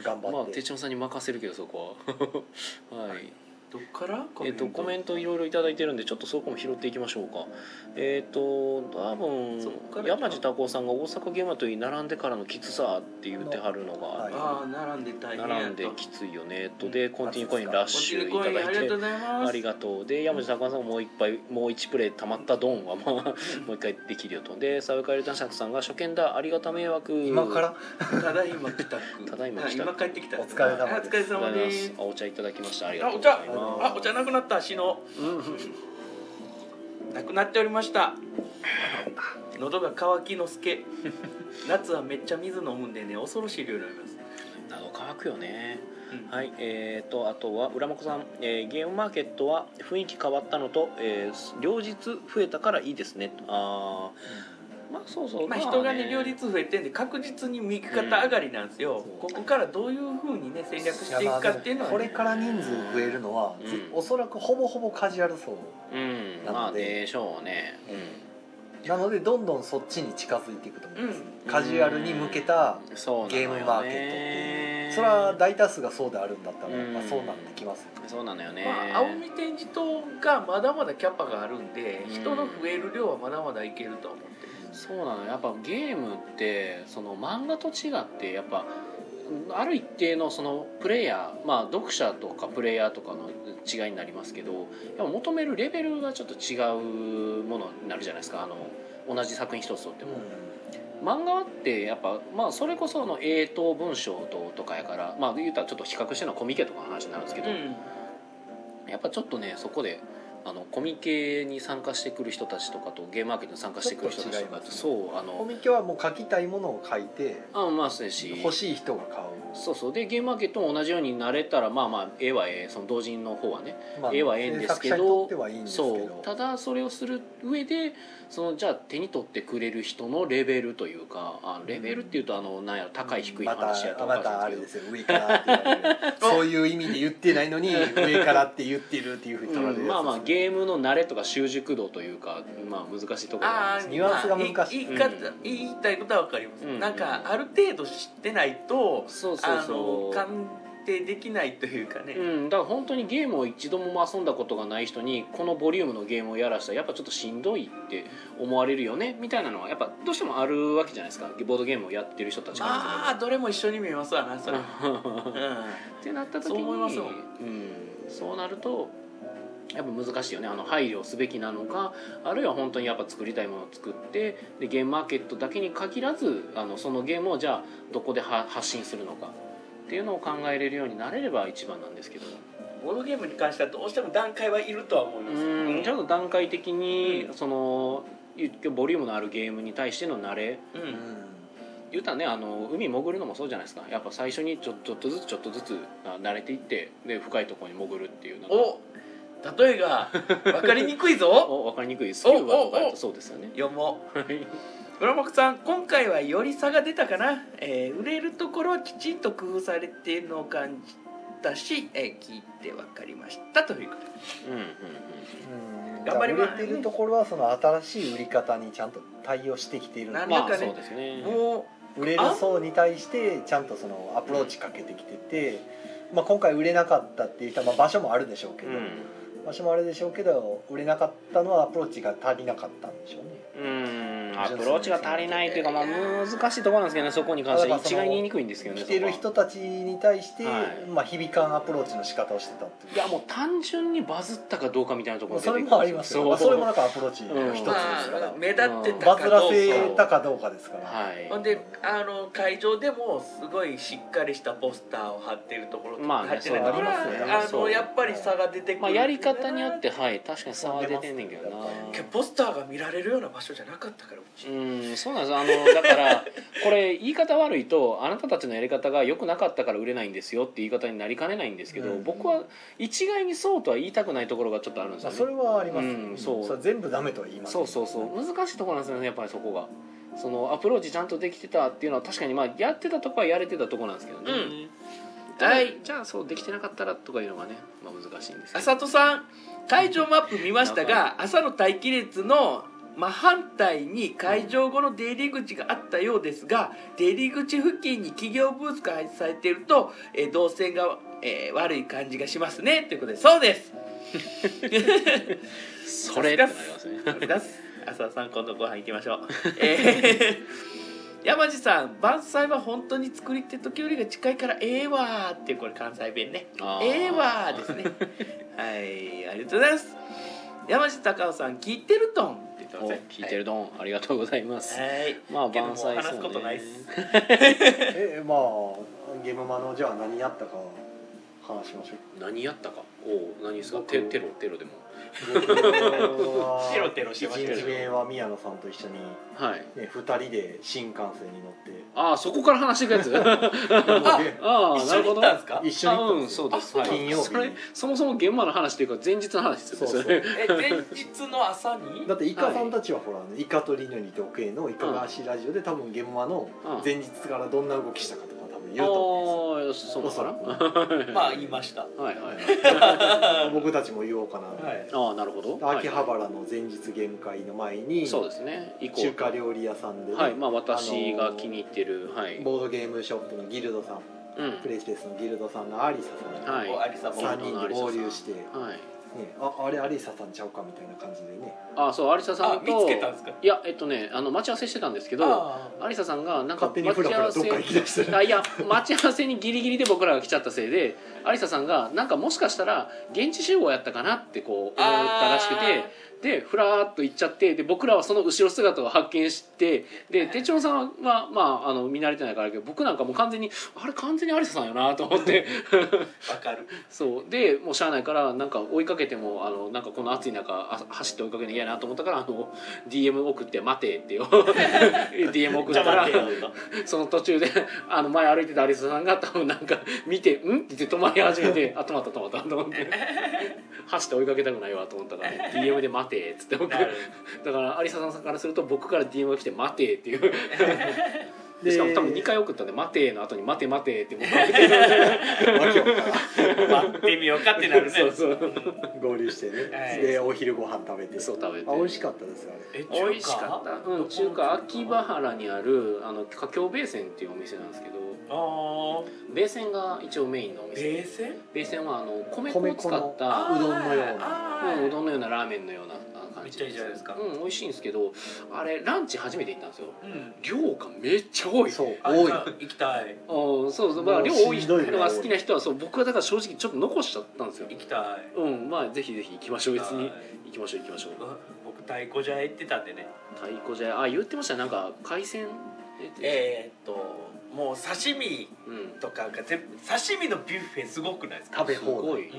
S2: 頑
S1: ま
S2: 張
S1: あ
S2: って
S1: 手帳さんに任せるけどそこは はい
S3: どっからコ
S1: えっと、コメントいろいろいただいてるんでちょっとそこも拾っていきましょうかえっ、と多
S3: そっ
S1: 分
S3: から
S1: 山地太郎さんが「大阪ゲーマといい並んでからのきつさ」って言ってはるのが、
S2: はい
S3: ああ並んで大変やと
S1: 並んできついよねとで
S2: うん
S1: コンティニューコインラッ
S3: ご
S1: シ
S3: 注
S1: ュ
S3: 意
S1: いた
S3: ご意見
S1: だ
S3: あ
S1: い
S3: りが
S1: て
S3: とうござい
S1: ありがと
S3: ます
S1: うで山地孝さんがもう一杯もう一プレイ溜まったドンはま あもう一回できるよとでサウカイル男爵さんが初見だありがた迷惑
S2: 今から
S3: ただいま帰宅
S1: ただいま帰宅
S3: 今帰ってきた
S2: お疲れ様です
S3: お疲れ
S1: ありがとうござい
S3: 様
S1: ま
S3: ですす
S1: あお茶いただきましたありが
S3: あ
S1: とう
S3: お
S1: ござ
S3: 茶
S1: い
S3: あ
S1: ま
S3: お茶なくなったしの
S1: すうん
S3: なくなっておりました喉が渇きのすけ夏はめっちゃ水飲むんでね恐ろしい量になります、
S1: 喉乾くよね
S3: うん
S1: はい、えー、とあとは浦真子さん、えーゲームマーケットは雰囲気変わったのと、えー両日増えたからいいですね」あーまあそうそう
S3: まあ、人がね両日増えてんで確実に右肩上がりなんですよ、
S1: うん
S3: ここからどういうふうにね戦略し
S2: い
S3: てい
S2: やま
S3: く
S2: あ
S3: かってい
S2: で
S3: う
S2: も
S3: のは、
S2: これ
S3: ね、
S2: から人数増えるのは、
S1: うん
S2: ぜおそらくほぼほぼカジュアル層
S1: うん
S2: なので
S1: まあでしょうね、
S2: なのでどんどんそっちに近づいていくと思います、
S3: う
S2: カジュアルに向けた
S1: うんそうなのよね
S2: ゲームマーケットっていうそれは大多数がそうであるんだったら、
S1: うん
S2: まあ、そうなってきますよ
S1: そうなのよね、
S3: まあ、青海展示塔がまだまだキャパがあるんで、
S1: うん
S3: 人の増える量はまだまだいけると思ってる
S1: そうなのよやっぱゲームってその漫画と違ってやっぱある一定のそのプレイヤーまあ読者とかプレイヤーとかの違いになりますけどやっぱ求めるレベルがちょっと違うものになるじゃないですかあの同じ作品一つとっても、漫画ってやっぱ、まあ、それこそあの英と文章ととかやからまあ言うたらちょっと比較してのはコミケとかの話になるんですけど、やっぱちょっとねそこであのコミケに参加してくる人たちとかとゲームマーケットに参加してくる人たちとか
S2: ちょっと違いますね
S1: そうあの
S2: コミケはもう書きたいものを書いて
S1: あまあそうですし
S2: 欲しい人が買
S1: そうそうでゲームマーケットも同じようになれたらまあまあ絵は絵その同人の方はね
S2: う、まあ
S1: 絵はええんですけど
S2: 制作者にとってはいいんですけど
S1: そうただそれをする上でそのじゃあ手に取ってくれる人のレベルというかあレベルっていうとあのなんやろ高い低いの
S2: ま
S1: 話やと
S2: た
S1: 思
S2: ま
S1: うんですけど、
S2: たあれですよ上からって言われる そういう意味で言ってないのに上からって言ってるっていうふうに取られる
S1: うん
S2: や
S1: まあ
S2: つ
S1: まあゲームの慣れとか習熟度というかまあ難しいところなん
S3: あ
S1: ですけ
S3: あ
S1: ど
S2: ニュアンスが難しい
S3: まあ言
S1: う
S3: い
S1: ん
S3: 言い言いたいことは分かります、
S1: うん
S3: なんかある程度知ってないと
S1: そうそう
S3: あ
S1: そ
S3: の
S1: う
S3: 鑑定できないというかね、
S1: うん、だから本当にゲームを一度も遊んだことがない人にこのボリュームのゲームをやらしたらやっぱちょっとしんどいって思われるよねみたいなのはやっぱどうしてもあるわけじゃないですかボードゲームをやってる人たちからすれば
S3: まあどれも一緒に見えますわなそれ、うん、
S1: ってなった時に
S3: そう思いますよ
S1: うん、そうなるとやっぱ難しいよねあの配慮すべきなのかあるいは本当にやっぱ作りたいものを作ってでゲームマーケットだけに限らずあのそのゲームをじゃあどこでは発信するのかっていうのを考えれるようになれれば一番なんですけど
S3: ボードゲームに関してはどうしても段階はいるとは思います
S1: うんちょっと段階的に
S3: うん
S1: そのボリュームのあるゲームに対しての慣れ
S3: うん
S2: うん
S1: 言うたらねあの海潜るのもそうじゃないですかやっぱ最初にちょちょっとずつちょっとずつあ慣れていってで深いところに潜るっていうなんか
S3: お例えが分かりに くいぞ
S1: お分かりにくいスキューバとかや
S3: おお
S1: と
S3: お
S1: そうですよ ね
S3: 読もう
S1: はい
S3: 村本さん今回はより差が出たかな、えー売れるところはきちんと工夫されているのを感じたし、えー聞いて分かりましたということ
S1: うんうん
S2: うん
S3: 頑張ります
S2: だから売れてるところはその新しい売り方にちゃんと対応してきている
S3: な
S1: うんん
S3: だ
S1: ま
S3: かね
S1: あそうですね
S3: も
S2: 売れる層に対してちゃんとそのアプローチかけてきてて、まあ、今回売れなかったっていう人は、まあ、場所もあるでしょうけ
S1: う
S2: ど、
S1: ん
S2: 場所もあるでしょうけど売れなかったのはアプローチが足りなかったんでしょうね
S1: うんアプローチが足りないというか、まあ、難しいところなんですけどねそこに関しては一概に言いにくいんですけどね
S2: 来てる
S1: そこは
S2: 人たちに対して、
S1: はい
S2: まあ、響かんアプローチの仕方をしてたっていう
S1: いやもう単純にバズったかどうかみたいなとこ
S2: ま
S1: ろ
S2: あ
S1: が
S2: それ
S1: 出てくる
S2: もありますよ
S1: そ
S2: ま
S1: う
S2: あそれもなんかアプローチの一つです
S3: う、
S2: か
S3: ま
S2: ら
S3: あ、、目立ってた
S2: バ
S3: か
S2: ズら
S3: どう
S2: せ
S3: か
S2: たかどうかですから、
S1: はい
S3: ほんであの会場でもすごいしっかりしたポスターを貼ってるところと
S1: まあね
S3: 貼ってないところは
S2: そうありますね
S3: あ
S1: そ
S3: の
S1: う
S3: やっぱり差が出てくる、
S1: まあ、やり方によってはい確かに差は出てんねんけどな
S2: 出ますね
S3: けどポスターが見られるような場所じゃなかったから
S1: うんそうなんですあのだからこれ言い方悪いとあなたたちのやり方が良くなかったから売れないんですよって言い方になりかねないんですけど、
S2: うん
S1: 僕は一概にそうとは言いたくないところがちょっとあるんです
S2: ま
S1: よ
S2: あ、
S1: ね、
S2: それはあります、
S1: うんそう
S2: れは全部ダメとは言います
S1: そうそうそう難しいところなんですよねやっぱりそこがそのアプローチちゃんとできてたっていうのは確かにまあやってたとこはやれてたとこなんですけどね、
S3: うん
S1: ただ
S3: はい
S1: じゃあそうできてなかったらとかいうのがね、まあ、難しいんですけど
S3: 浅戸さん会場マップ見ました
S1: は
S3: が朝の待機列の真反対に会場後の出入り口があったようですが出入り口付近に企業ブースが配置されていると、えー動線が、えー悪い感じがしますねということでそうです
S1: それってなりますね
S3: 浅田さん今度ご飯行きましょう、えー山地さん「万歳は本当に作り手時よりが近いからええわ」っていうこれ関西弁ね
S1: あー
S3: ええわーです ねはいありがとうございます山地隆夫さん聞いてるとんって言ってま
S1: お
S3: すね
S1: 聞いてるどん、ありがとうございます、
S3: はい
S1: まあ
S3: けども
S1: 万歳
S3: 話すことないっす
S1: そうね
S2: えまあゲームマのじゃあ何やったか話しましょう
S1: 何やったかおう何ですかテテロテロでも
S2: 僕は
S3: テロテロしてましたよ
S2: 1日目は宮野さんと一緒に、
S1: はい
S2: ね、2人で新幹線に乗って
S1: ああそこから話していくやつあ あ
S3: 一
S1: なる
S3: 緒に行
S1: ほ
S3: っ
S1: ど
S3: たんですか
S2: 一緒に行っ
S1: あ
S2: たん
S1: う
S2: で
S1: ん
S2: す
S1: そ
S2: よ
S1: うです
S2: あそうなんです
S1: それそもそも現場の話というか前日の話ですよね
S2: そう
S1: そ
S2: そう
S1: れ
S3: え前日の朝に
S2: だってイカさんたちはほら、イカとリヌに時計のイカが足ラジオで多分現場の
S1: うん
S2: 前日からどんな動きしたかとか多分言うと思
S1: ああそううん
S2: で
S1: なのか
S2: すよ
S1: な
S2: おそら
S3: まあ言いました
S1: はいはいはい
S2: く僕たちも言おうかな、
S3: はい
S1: ああなるほど
S2: 秋葉原の前日ゲーム会の前に、
S1: そうですね以降
S2: 中華料理屋さんで、
S1: はいまあ私が気に入ってるはい
S2: ボードゲームショップのギルドさん
S1: うん
S2: プレイスペースのギルドさんのアリサさん、
S1: はい
S3: おありさぼ
S1: さ
S2: 3人で合流して、ね、
S1: はい
S2: ああれアリサさんちゃうかみたいな感じでね
S1: ああそう有沙さ
S3: あ
S1: ん
S3: 見
S1: と
S3: つけたんですか
S1: いやえっとねあの待ち合わせしてたんですけど
S3: あ
S1: 有沙さんがなんか
S2: 勝手にフラフラどっか行き出して る
S1: あいや待ち合わせにギリギリで僕らが来ちゃったせいで有沙さんがなんかもしかしたら現地集合やったかなってこう思ったらしく
S3: あ
S1: てでふらーっと行っちゃってで僕らはその後ろ姿を発見してで手帳さんは、まあ、あの見慣れてないからあれだけど僕なんかもう完全にあれ完全に有沙さんよなと思って
S3: ーわかる
S1: そうでもうしゃあないからなんか追いかけてもあのなんかこの暑い中あ走って追いかけるの嫌やなと思ったからあの DM 送って「待て」ってよ DM 送っ
S3: じゃ
S1: た
S3: あ待
S1: ら
S3: ってよと
S1: その途中であの前歩いてたアリスさんが多分なんか見て「ん?」って言って止まり始めて「あ止まった止まった」と思って走って追いかけたくないわと思ったから、DM で「待て」っつって僕だ
S3: な
S1: か
S3: る
S1: らアリサさんからすると僕から DM が来て「待て」っていう
S2: で
S1: しかも多分2回送ったんで「待て」の後に「待て待て」って僕が
S2: わけわからん
S3: 待ってみようかってなる ね
S1: そうそう
S2: 合流してね、
S3: はい
S2: でお昼ご飯食べて
S1: そう食べて
S2: あ美味しかったですよあれ
S3: え
S1: 美味しかったうん中華秋葉原にあるあの華僑米線っていうお店なんですけど
S3: あ
S1: 米線が一応メインのお
S3: ー
S1: 店
S3: 冷
S1: で
S3: 静
S1: 米線はあの米粉を使っ
S2: あ
S1: た
S2: うどんのよう
S3: な
S1: うんうどんのようなラーメンのようなあ感じ
S3: めっちゃいいじゃないですか
S1: うん美味しいんですけどあれランチ初めて行ったんですよ
S3: うん
S1: 量がめっちゃ多い
S2: そう
S3: あ
S2: 多い
S3: じゃあ行きたい
S1: うんそうそうま
S2: も
S1: あ
S2: う
S1: 量
S2: しんど
S1: 多
S2: い
S1: い
S2: ぐらい
S1: のが好きな人はそう僕はだから正直ちょっと残しちゃったんですよ
S3: 行きたい
S1: うんまあぜひぜひ行きましょう別に
S3: はい
S1: 行きましょう行きましょう
S3: うわ僕太鼓じゃ行ってたんでね
S1: 太鼓じゃあ言ってましたねなんか海鮮え
S3: えー、っともう刺身
S1: うん
S3: とかが全部刺身のビュッフェすごくないですか、
S2: 食べ
S1: す
S2: 放
S1: ご
S2: 題
S1: い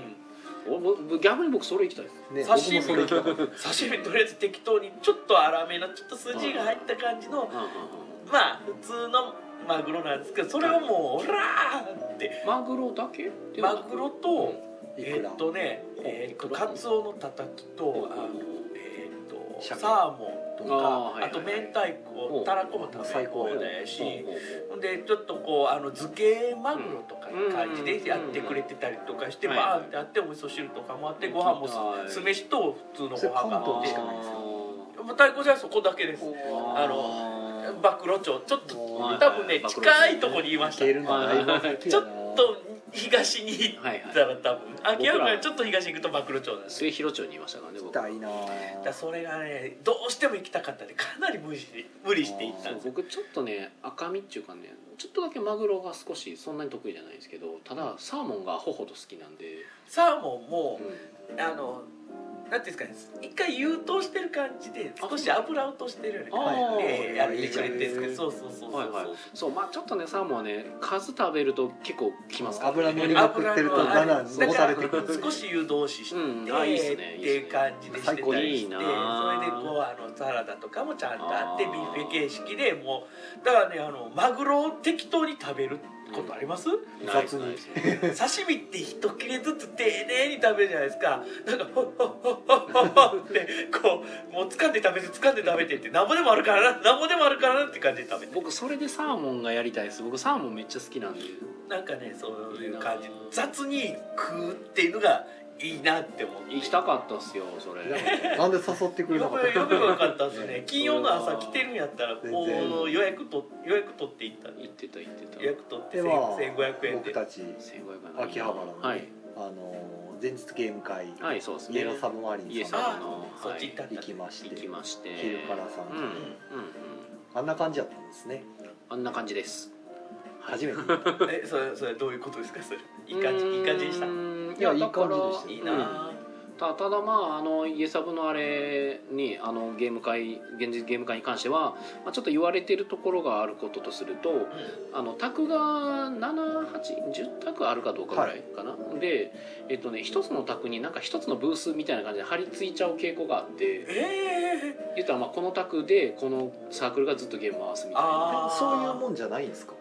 S3: うん、
S1: おぼ逆に僕それ行きたいです
S2: ね僕も
S3: 刺身
S2: それ行きたかった
S3: 刺身とりあえず適当にちょっと粗めのちょっと筋が入った感じのまあ普通のマグロなんですけどそれをもうほらーって
S1: マグロだけではな
S3: マ
S1: く
S3: グロと
S2: い
S3: え
S2: くら
S3: ー、っとねえー、っとカツオのたたきとあのえー、っとサ
S2: 鮭
S3: ーモンとか
S1: あー
S3: あ,、
S1: はいはいはい
S3: と明太子たらこも食べ放題やし、
S1: ほうほう
S3: ほんでちょっとこうあの漬けマグロとかいう感じでやってくれてたりとかして
S1: うん
S3: バーンってあってお味噌汁とかもあって
S1: うん
S3: ご飯も
S1: はい
S3: 酢飯と普通のご飯があ
S2: そ
S3: っ
S2: れ関東で
S3: て
S2: しかないですよ
S3: もう太鼓じゃそこだけです
S1: ほう
S3: あ
S1: の
S3: 暴露町ちょっと
S2: はい
S3: 多分ね
S1: 暴露町ね
S3: 近いとこにいま
S2: 行
S3: した
S2: け
S3: ち
S2: るのだいぶ先
S3: ょ
S2: やな
S3: っと東に行
S1: はい
S3: っ
S1: は
S3: た
S1: い
S3: ら多分秋葉原よりちょっと東に行くと暴露町なんです
S1: 末
S3: よ
S1: 広町にいましたからね
S2: 行き
S1: 僕
S2: たいな
S3: だからそれがねどうしても行きたかったんでかなり無理して無理して行ったんです
S1: そう
S3: よ
S1: 僕ちょっとね赤身っていうかねちょっとだけマグロが少しそんなに得意じゃないんですけどただサーモンがほほど好きなんで、
S3: サーモンも
S1: う
S3: あのなんていうんですかね一回優等してる感じで少し油落としてるような
S1: あ
S3: 感
S1: ー
S3: じでやってくれてるんですけ
S2: いい
S3: ど
S2: じ
S3: そうそうそうそう、
S1: はいはいそうまあちょっとねサーモンはね数食べると結構きますから、ね、
S2: 油乗りまくってるとバナナ
S3: だ
S2: 残
S3: か
S2: さ
S3: ら
S2: れてくる
S3: 少し湯通しして、
S1: うんあいいっすね
S3: っていう感じでしてた
S2: 最
S3: りして
S2: 高
S1: にいいな
S3: それでこうあのサラダとかもちゃんとあって
S1: あー
S3: ビュッフェ形式でもうだからねあのマグロを適当に食べることあります、
S1: ない
S2: 雑に
S1: ないですね
S3: 刺身って一切れずつ丁寧に食べるじゃないですかなんかホッホッホッホッホッホッってこうもう掴んで食べて掴んで食べてってなんぼでもあるからななんぼでもあるからなって感じで食べて
S1: 僕それでサーモンがやりたいです僕サーモンめっちゃ好きなんで
S3: なんかねそういう感じ
S1: いいな
S3: 雑に食うっていうのがいいなって思って
S1: 行きたかったっすよそれ
S2: なんで誘ってくれな
S3: よ
S2: か
S3: く
S2: っ
S3: よく
S2: た
S3: 分かったです ね金曜の朝来てるんやったら
S2: 全然
S3: こう予約と予約取っていったんで
S1: 行ってた行ってた
S3: 予約取って
S2: では
S3: 1500円
S2: 僕
S3: で
S2: たち
S1: 1500円
S2: 秋葉原の、ね
S1: はい
S2: あのー前日ゲーム会、
S1: はいそうです
S2: イエ
S1: ね
S2: ローサブマリ
S1: イエ
S2: ン
S1: ローサ
S2: さん
S1: ブマ
S3: あ
S1: あの
S3: そっち行ったん
S2: 行
S3: だ
S2: きまして
S1: 行きまして
S2: 昼からさん
S1: うんうんうん
S2: あんな感じだったんですね
S1: あんな感じですはい
S2: 初めて
S3: えそれそれどういうことですかそれいい感じいい感じでした
S1: う
S3: い
S1: ーん
S2: いや
S1: いやだから
S2: いい感じでした
S3: いな
S1: たただまああのイエサブのあれにあのゲーム会現実ゲーム会に関しては、まあ、ちょっと言われてるところがあることとするとあの卓が7810卓あるかどうかぐらいかな、でえっとね一つの卓になんか一つのブースみたいな感じで張り付いちゃう傾向があって
S3: ええ
S1: 言ったらまあこの卓でこのサークルがずっとゲームを回すみたいな
S3: ああ
S2: そういうもんじゃないんですか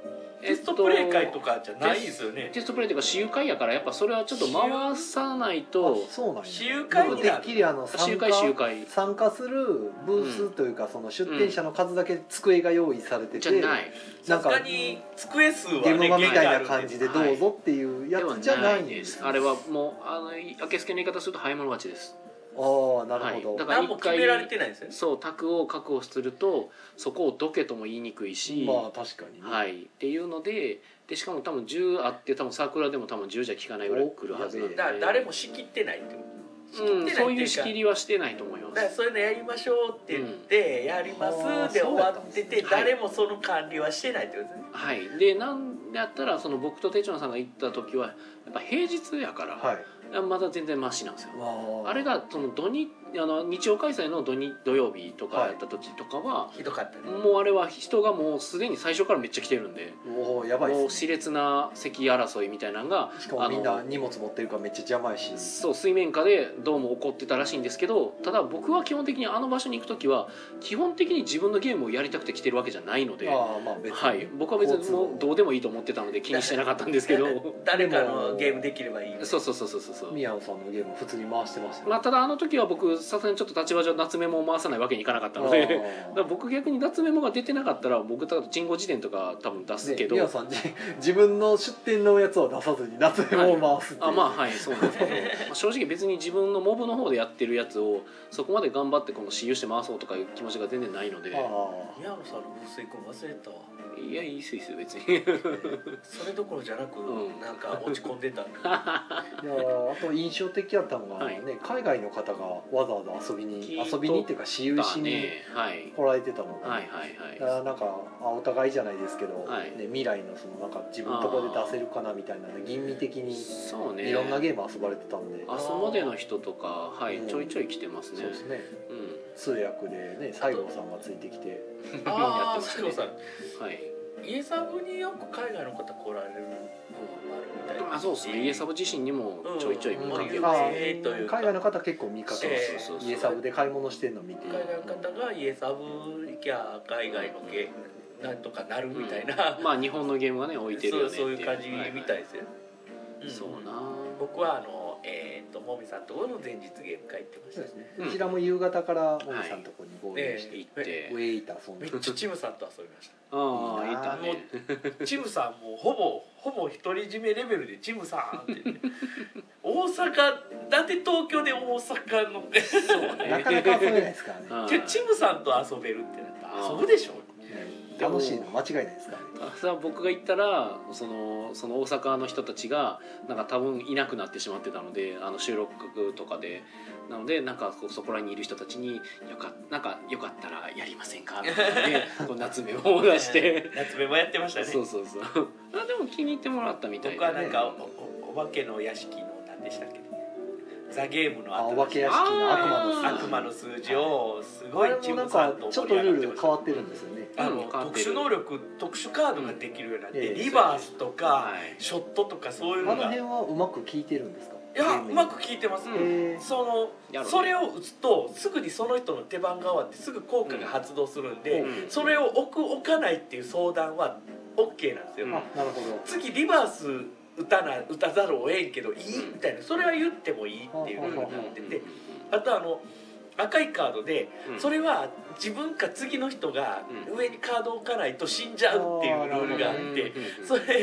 S3: テストプレイ会とかじゃないですよ
S1: えっ
S3: ね
S1: とテストプレイというか私有会やからやっぱそれはちょっと回さないと
S2: あそうなんや
S3: 私有会に
S2: 僕
S3: な
S2: て
S3: る
S2: っきりあの
S1: 私有
S2: 参加
S1: 会私有会
S2: 参加するブースというか、その出店者の数だけ机が用意されて
S1: じ
S2: て、
S1: ゃない
S2: な
S3: さ
S2: ん
S3: す
S2: か
S3: が
S2: ゲ
S3: に机数は
S2: ームマみたいな
S3: 限があるん
S2: 感
S3: で
S2: じでどうぞっていうや
S1: では
S2: つじゃないん
S1: で
S2: です
S1: すあれはもうあの明けすけの言い方すると早い者勝ちです
S2: ああなるほ
S1: はいだ
S2: ど、
S1: から
S3: 何も決められてないんですよね
S1: そう卓を確保するとそこをどけとも言いにくいし、
S2: まあ確かにね、
S1: はいっていうのででしかも多分10あって多分サークルでも多分10じゃ効かないぐらい来るはずなんで
S3: だから誰も仕切ってないってこと仕切って
S1: うん、そういう仕
S3: か
S1: 切りはしてないと思いま
S3: だから
S1: す
S3: そういうのやりましょうって言って、やりま
S2: あー
S3: すで
S2: そう
S3: 終
S2: だ
S3: わ
S2: ったん
S3: っ
S2: です
S3: て
S2: ね
S3: て、
S1: はい
S3: 誰もその管理はしてないってことですね
S1: はいでなんだったらその僕とテチョンさんが行った時はやっぱ平日やから、
S2: はい
S1: まだ全然マシなんですよ
S2: あ
S1: あれがその土日あの日曜開催の土日土曜日とかやった時とかは、
S3: ひどかったね
S1: もうあれは人がもうすでに最初からめっちゃ来てるんで
S2: おおやばい
S1: もう
S2: っす、
S1: 熾
S2: ね、
S1: 烈な席争いみたいなのが
S2: しかもみん
S1: あの
S2: な荷物持ってるからめっちゃ邪魔やし
S1: そう水面下でどうも怒ってたらしいんですけどただ僕は基本的にあの場所に行く時は基本的に自分のゲームをやりたくて来てるわけじゃないので、は
S2: ああまあ別に、
S1: い、僕は別にも
S2: 交
S1: う
S2: 通
S1: どうでもいいと思ってたので気にしてなかったんですけど
S3: 誰か
S2: で
S3: の
S2: も
S3: ゲームできればいい
S1: そうそうそうそうそうそう。
S2: 宮野さんのゲーム普通に回してましたよ
S1: まあ、ただあの時は僕さすがにちょっと立場上夏メモを回さないわけにいかなかったのでだから僕逆に夏メモが出てなかったら僕多分チンゴ辞典とか多分出すけど、
S2: 宮野さんじ 自分の出店のやつを出さずに夏メモを回すっていう、
S1: あまあはいそうなんですけどまあ正直別に自分のモブの方でやってるやつをそこまで頑張ってこの私有して回そうとかいう気持ちが全然ないので
S2: ああ
S3: 宮野さんのブース行くの忘れたわ
S1: いやいいっすいいっす別に
S3: それどころじゃなく、
S1: うん
S3: なんか落ち込んで た
S2: いやーあと印象的だったのが、
S1: はい
S2: ね海外の方がわざわざ遊びに
S1: 聞いとった
S2: 遊びにっていうか私有
S1: だ
S2: しに
S1: ねはい
S2: 来られてたのが、
S1: はいはいは
S2: あーなんかあお互いじゃないですけど、
S1: はい
S2: ね、未来のそのなんか自分のところで出せるかなみたいなね吟味的
S1: い
S2: に
S1: そうね
S2: いろんなゲーム遊ばれてたんで、
S1: 明日までの人とかは
S2: う
S1: い
S2: ん
S1: ちょいちょい来てますね
S2: そうですね
S1: う
S2: 通訳でね西郷さんがついてきて
S1: あー
S3: ああ西郷さん
S1: んはい
S3: 家サブによく海外の方来られる部分もあるみたいな
S1: あそうですね家サブ自身にもちょいちょい見かけ
S3: う
S1: る
S3: ん
S2: あ
S3: えーとい
S2: ー
S3: うか
S2: 海外の方結構見かけます、
S3: えー
S1: そうそうそう
S2: 家サブで買い物してんの見て
S3: 海外の方が家サブ行きゃ海外のゲームなんとかなるみたいな、
S1: まあ日本のゲームがね置いてるよ
S3: そ
S1: ね
S3: う
S1: って
S3: そういう感じみたい
S1: は
S3: ですよ、
S1: はそうな
S3: 僕はあのえっ、ともみさんとこの前日ゲーム会行ってまし
S2: そうで
S3: た
S2: すね
S1: うん
S2: こちらも夕方からおじさんのとこに合流して、
S1: 行っ
S2: ウ
S1: て
S2: ェイタソン
S3: めっちゃチムさんと遊びまし
S1: ああいいた
S3: いい
S1: ね
S3: たチムさんもうほぼほぼ独り占めレベルでチムさんっ て言って大阪なんで東京で大阪の
S1: そうね
S2: なかなか遊べないですから
S1: う
S2: ね
S1: ん
S3: チムさんと遊べるってなった
S1: う
S3: ら
S1: ん
S3: 遊ぶでしょ
S2: ね楽しいの間違いないですからね
S1: さあ僕が行ったらそのその大阪の人たちがなんか多分いなくなってしまってたのであの収録とかでなのでなんかこうそこらにいる人たちによかなんかよかったらやりませんかみたいな ねこう夏目を出して
S3: 夏目もやってましたね
S1: そうそうそうあでも気に入ってもらったみたい
S3: 僕は
S1: で
S3: なんかおおお化けの屋敷の何でしたっけザ・ゲームの
S2: あ
S3: 後
S2: お化け屋敷の悪魔の
S3: 悪
S2: 数字
S3: 魔の数字をすご
S2: あ
S3: い
S2: れ
S3: チ
S2: も
S3: ー
S2: なん
S3: ムさ
S2: か
S3: んと
S2: ちょっ
S3: 盛
S2: と
S3: り上
S2: ル
S3: がって
S2: ール変
S3: ました
S2: わってるんですよね
S3: あの
S1: うん変わっ
S3: 特
S1: てる
S3: 殊能力特殊カードができるようになって、
S2: うん
S3: リバースとか、
S1: はい
S3: ショットとかそういう
S2: あの
S3: のがい
S2: 辺はうまく効いてるんですか
S3: やうまく効いてます、
S1: う
S2: へー
S3: その
S1: やろうね
S3: それを打つとすぐにその人の手番が終わってすぐ効果が発動するんで、
S1: うん
S3: それを置く置かないっていう相談は OK なんですよ、
S1: うん
S2: あなるほど
S3: 次リバース打たな打たざるをえんけどいいみたいなそれは言ってもいいっていうふうになっててあとあの赤いカードでそ
S1: れ
S3: れは自分か次の人が
S1: う
S3: 上にカードを置かないと死んじゃうっていうルールがあってそ
S1: れ
S2: は
S3: れ
S2: いは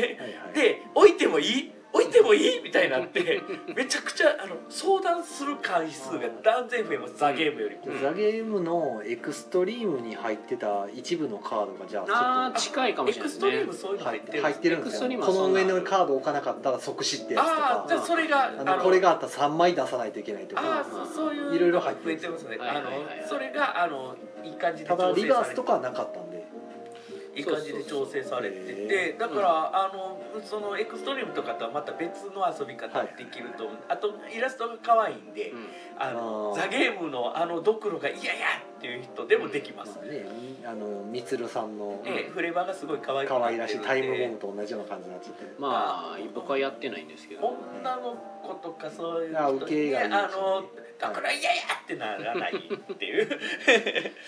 S2: い
S3: で置いてもいい置いてもいいみたいになってめちゃくちゃあの相談する回数が断然増えますザ・ゲームよりも
S2: じゃあザ・ゲームのエクストリームに入ってた一部のカードがじゃ
S1: あー
S2: あちょっ
S1: 近いかも
S3: エ
S1: しれな
S3: ク
S1: いです
S3: ストリー
S1: ね
S3: ムそういう
S2: と
S3: の
S2: 入
S3: 入
S2: っ
S3: ってて
S2: 入
S3: る
S2: ってるん
S1: エ
S2: で
S1: ク
S2: す
S1: ス
S2: よ
S1: トリームは
S2: この上
S1: そ
S2: の
S1: んな
S2: カード置かなかったら即死ってやつと
S3: ああじゃ
S2: か
S3: あそれが
S2: あのこれがあったら3枚出さないといけないと
S3: あ
S2: か
S3: あそそういう
S2: いろいろ入
S3: 入
S2: っ
S3: ってて
S2: る
S3: ますね
S1: はいは
S3: あ
S1: いはいはい
S3: のそれがあのいい感じで
S2: ただ
S3: 調
S2: リ
S3: 整
S2: バー
S3: され
S2: ス
S3: て
S2: とかはなかったんで
S3: いい感じで調整されて
S2: そうそうそう
S3: てだから、あのそのエクストリームとかとはまた別の遊び方ができると思う、あとイラストが可愛いんで、あの
S2: あー
S3: ザ・ゲームのあのドクロが嫌やっていう人でもできます
S2: ま、あねあのみつるさんの
S3: ええフレーバーがすごい可愛くなっ
S2: 可
S3: てるん
S2: 愛
S3: で
S2: らしいタイムボムと同じような感じになっちゃって
S1: まあ僕はやってないんですけど
S3: 女の子とかそういう
S2: あ
S3: 人
S2: 受けがいいですね
S3: あのだから嫌やってならないっていう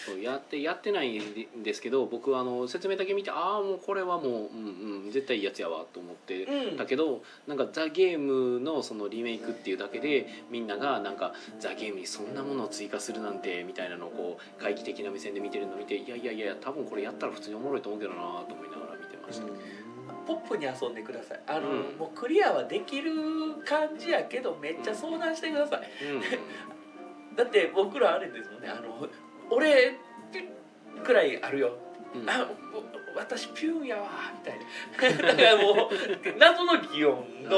S1: そうやってやってないんですけど僕はあの説明だけ見てああもうこれはもう、うんうん、絶対いいやつやわと思って
S3: うん
S1: だけどなんか「ザ・ゲームのそのリメイクっていうだけでみんながなんか「ザ・ゲームにそんなものを追加するなんてみたいなのをこう怪奇的な目線で見てるのを見ていやいやいや多分これやったら普通におもろいと思うけどなと思いながら見てました、
S3: ポップに遊んでくださいあの、
S1: うん
S3: もうクリアはできる感じやけどめっちゃ相談してくださいだって僕らあれですもんねあの俺ピュッくらいあるよ
S1: うん、うん
S3: あお私ピュンやわみたいなだからもう謎の擬 音の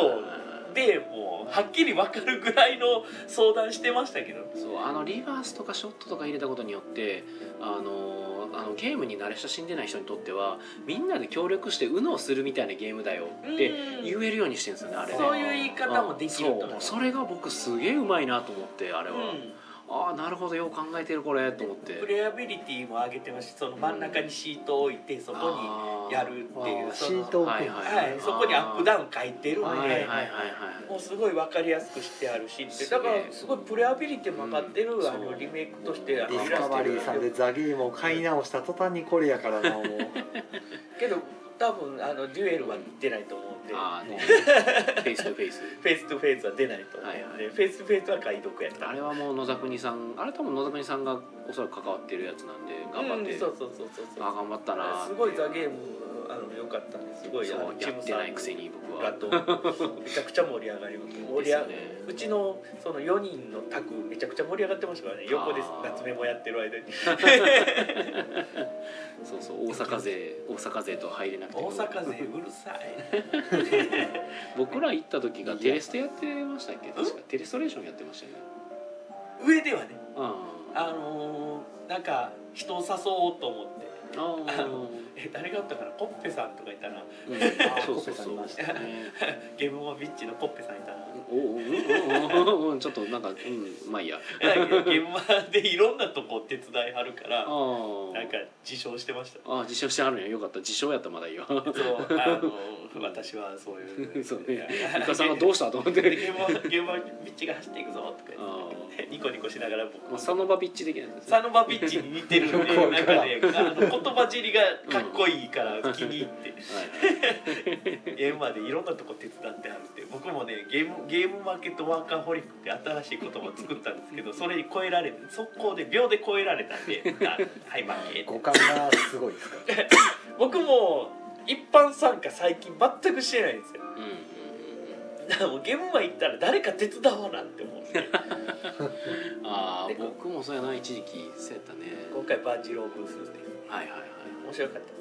S3: でもうはっきり分かるぐらいの相談してましたけど
S1: そうあのリバースとかショットとか入れたことによってあのあのゲームに慣れ親しんでない人にとってはみんなで協力して「UNO をするみたいなゲームだよって
S3: うん
S1: 言えるようにしてるんですよねあれね
S3: そういう言い方もできると思う
S1: そうそれが僕すげえうまいなと思ってあれ
S3: う
S1: は、
S3: ん
S1: ああなるほどよう考えてるこれと思っ
S3: プ
S1: て
S3: レイアビリティも上げてますしその真ん中にシートを置いてそこにやるってい
S2: あ
S3: う
S2: ー
S3: そ
S2: シ
S3: の
S2: ートオープン
S1: はい
S3: はい、そこにアップダウン書いてるんで、
S1: はいはいはいはい
S3: もうすごい分かりやすくしてあるしって
S1: す
S3: だ
S1: げ
S3: か
S1: え
S3: らすごいプレアビリティも上がってる、
S1: うん
S3: あ
S1: そう
S3: のリメイクとしてあの
S2: ディスカバリーさんでザ・ゲームを買い直した途端にこれやからなもう
S3: けど多分あのデュエルは出ないと思うんで
S1: ああねフェイスとフェイス
S3: フェイスとフェイスは出ないと思うんで、
S1: はいはい
S3: フェイスとフェイスは解読やった
S1: あれはもう野田国さんあれ多分野田国さんがおそらく関わってるやつなんで頑張って、
S3: うんそうそうそうそうそう
S1: ああ頑張ったなーって
S3: すごいザ・ゲームあの良かったんですごい
S1: そ
S3: あ
S1: う
S3: の
S1: やってないくせ
S3: に
S1: に僕
S3: が
S1: は
S3: とめちゃくちゃ盛り上がります盛り上が
S1: ですよね
S3: うちのその4人のタクめちゃくちゃ盛り上がってましたからね横です
S1: あー
S3: 夏目もやってる間 に
S1: そうそう大阪勢大阪勢と入れなくて
S3: 大阪勢うるさい
S1: 僕ら行った時がテレステやってましたっけ確かテレストレーションやってましたよね
S3: 上ではね
S1: あ
S3: あのーなんか人を誘おうと思って
S1: あー
S3: あのえ誰がおったかなコッペさんとかいたな
S1: うんそうそうそう
S2: あーコッペさんいました
S1: ね
S3: ゲームマンビッチのコッペさんいたな
S1: おおうんうんうんうんちょっとなんかうんまあいいや
S3: ゲームマンでいろんなとこ手伝いはるか
S1: あ
S3: らなんか
S1: ー
S3: 自称してました
S1: あー自称してあるんやよかった自称やったらまだいいよ
S3: そうあの私はそうい う
S1: そうねゆかさんがどうしたと思って
S3: ゲームマンゲームマンビッチが走っていくぞとか
S1: あ
S3: 言ってニコニコしながら僕
S1: もうサノバビッチ的なやつですね
S3: サノバビッチに似てるんで
S2: よくわ
S3: なん
S2: から
S3: か
S2: ん
S3: ねあの言葉尻がかっこいいから気に入って
S1: はいはい
S3: ゲームまでいろんなとこ手伝ってあるって僕もねゲームゲームマーケットワーカーホリックって新しい言葉を作ったんですけどそれに超えられて速攻で秒で超えられた んで「あはい負け」
S2: 五感がすごいですから
S3: 僕も一般参加最近全くしてないんですよ
S1: うんうん
S3: だからもうゲームマン行ったら誰か手伝おうなって思って
S1: うんうんああ僕もそうやな一時期そうやったね
S3: 今回バンジローブースで
S1: はいはいはい
S3: 面白かったです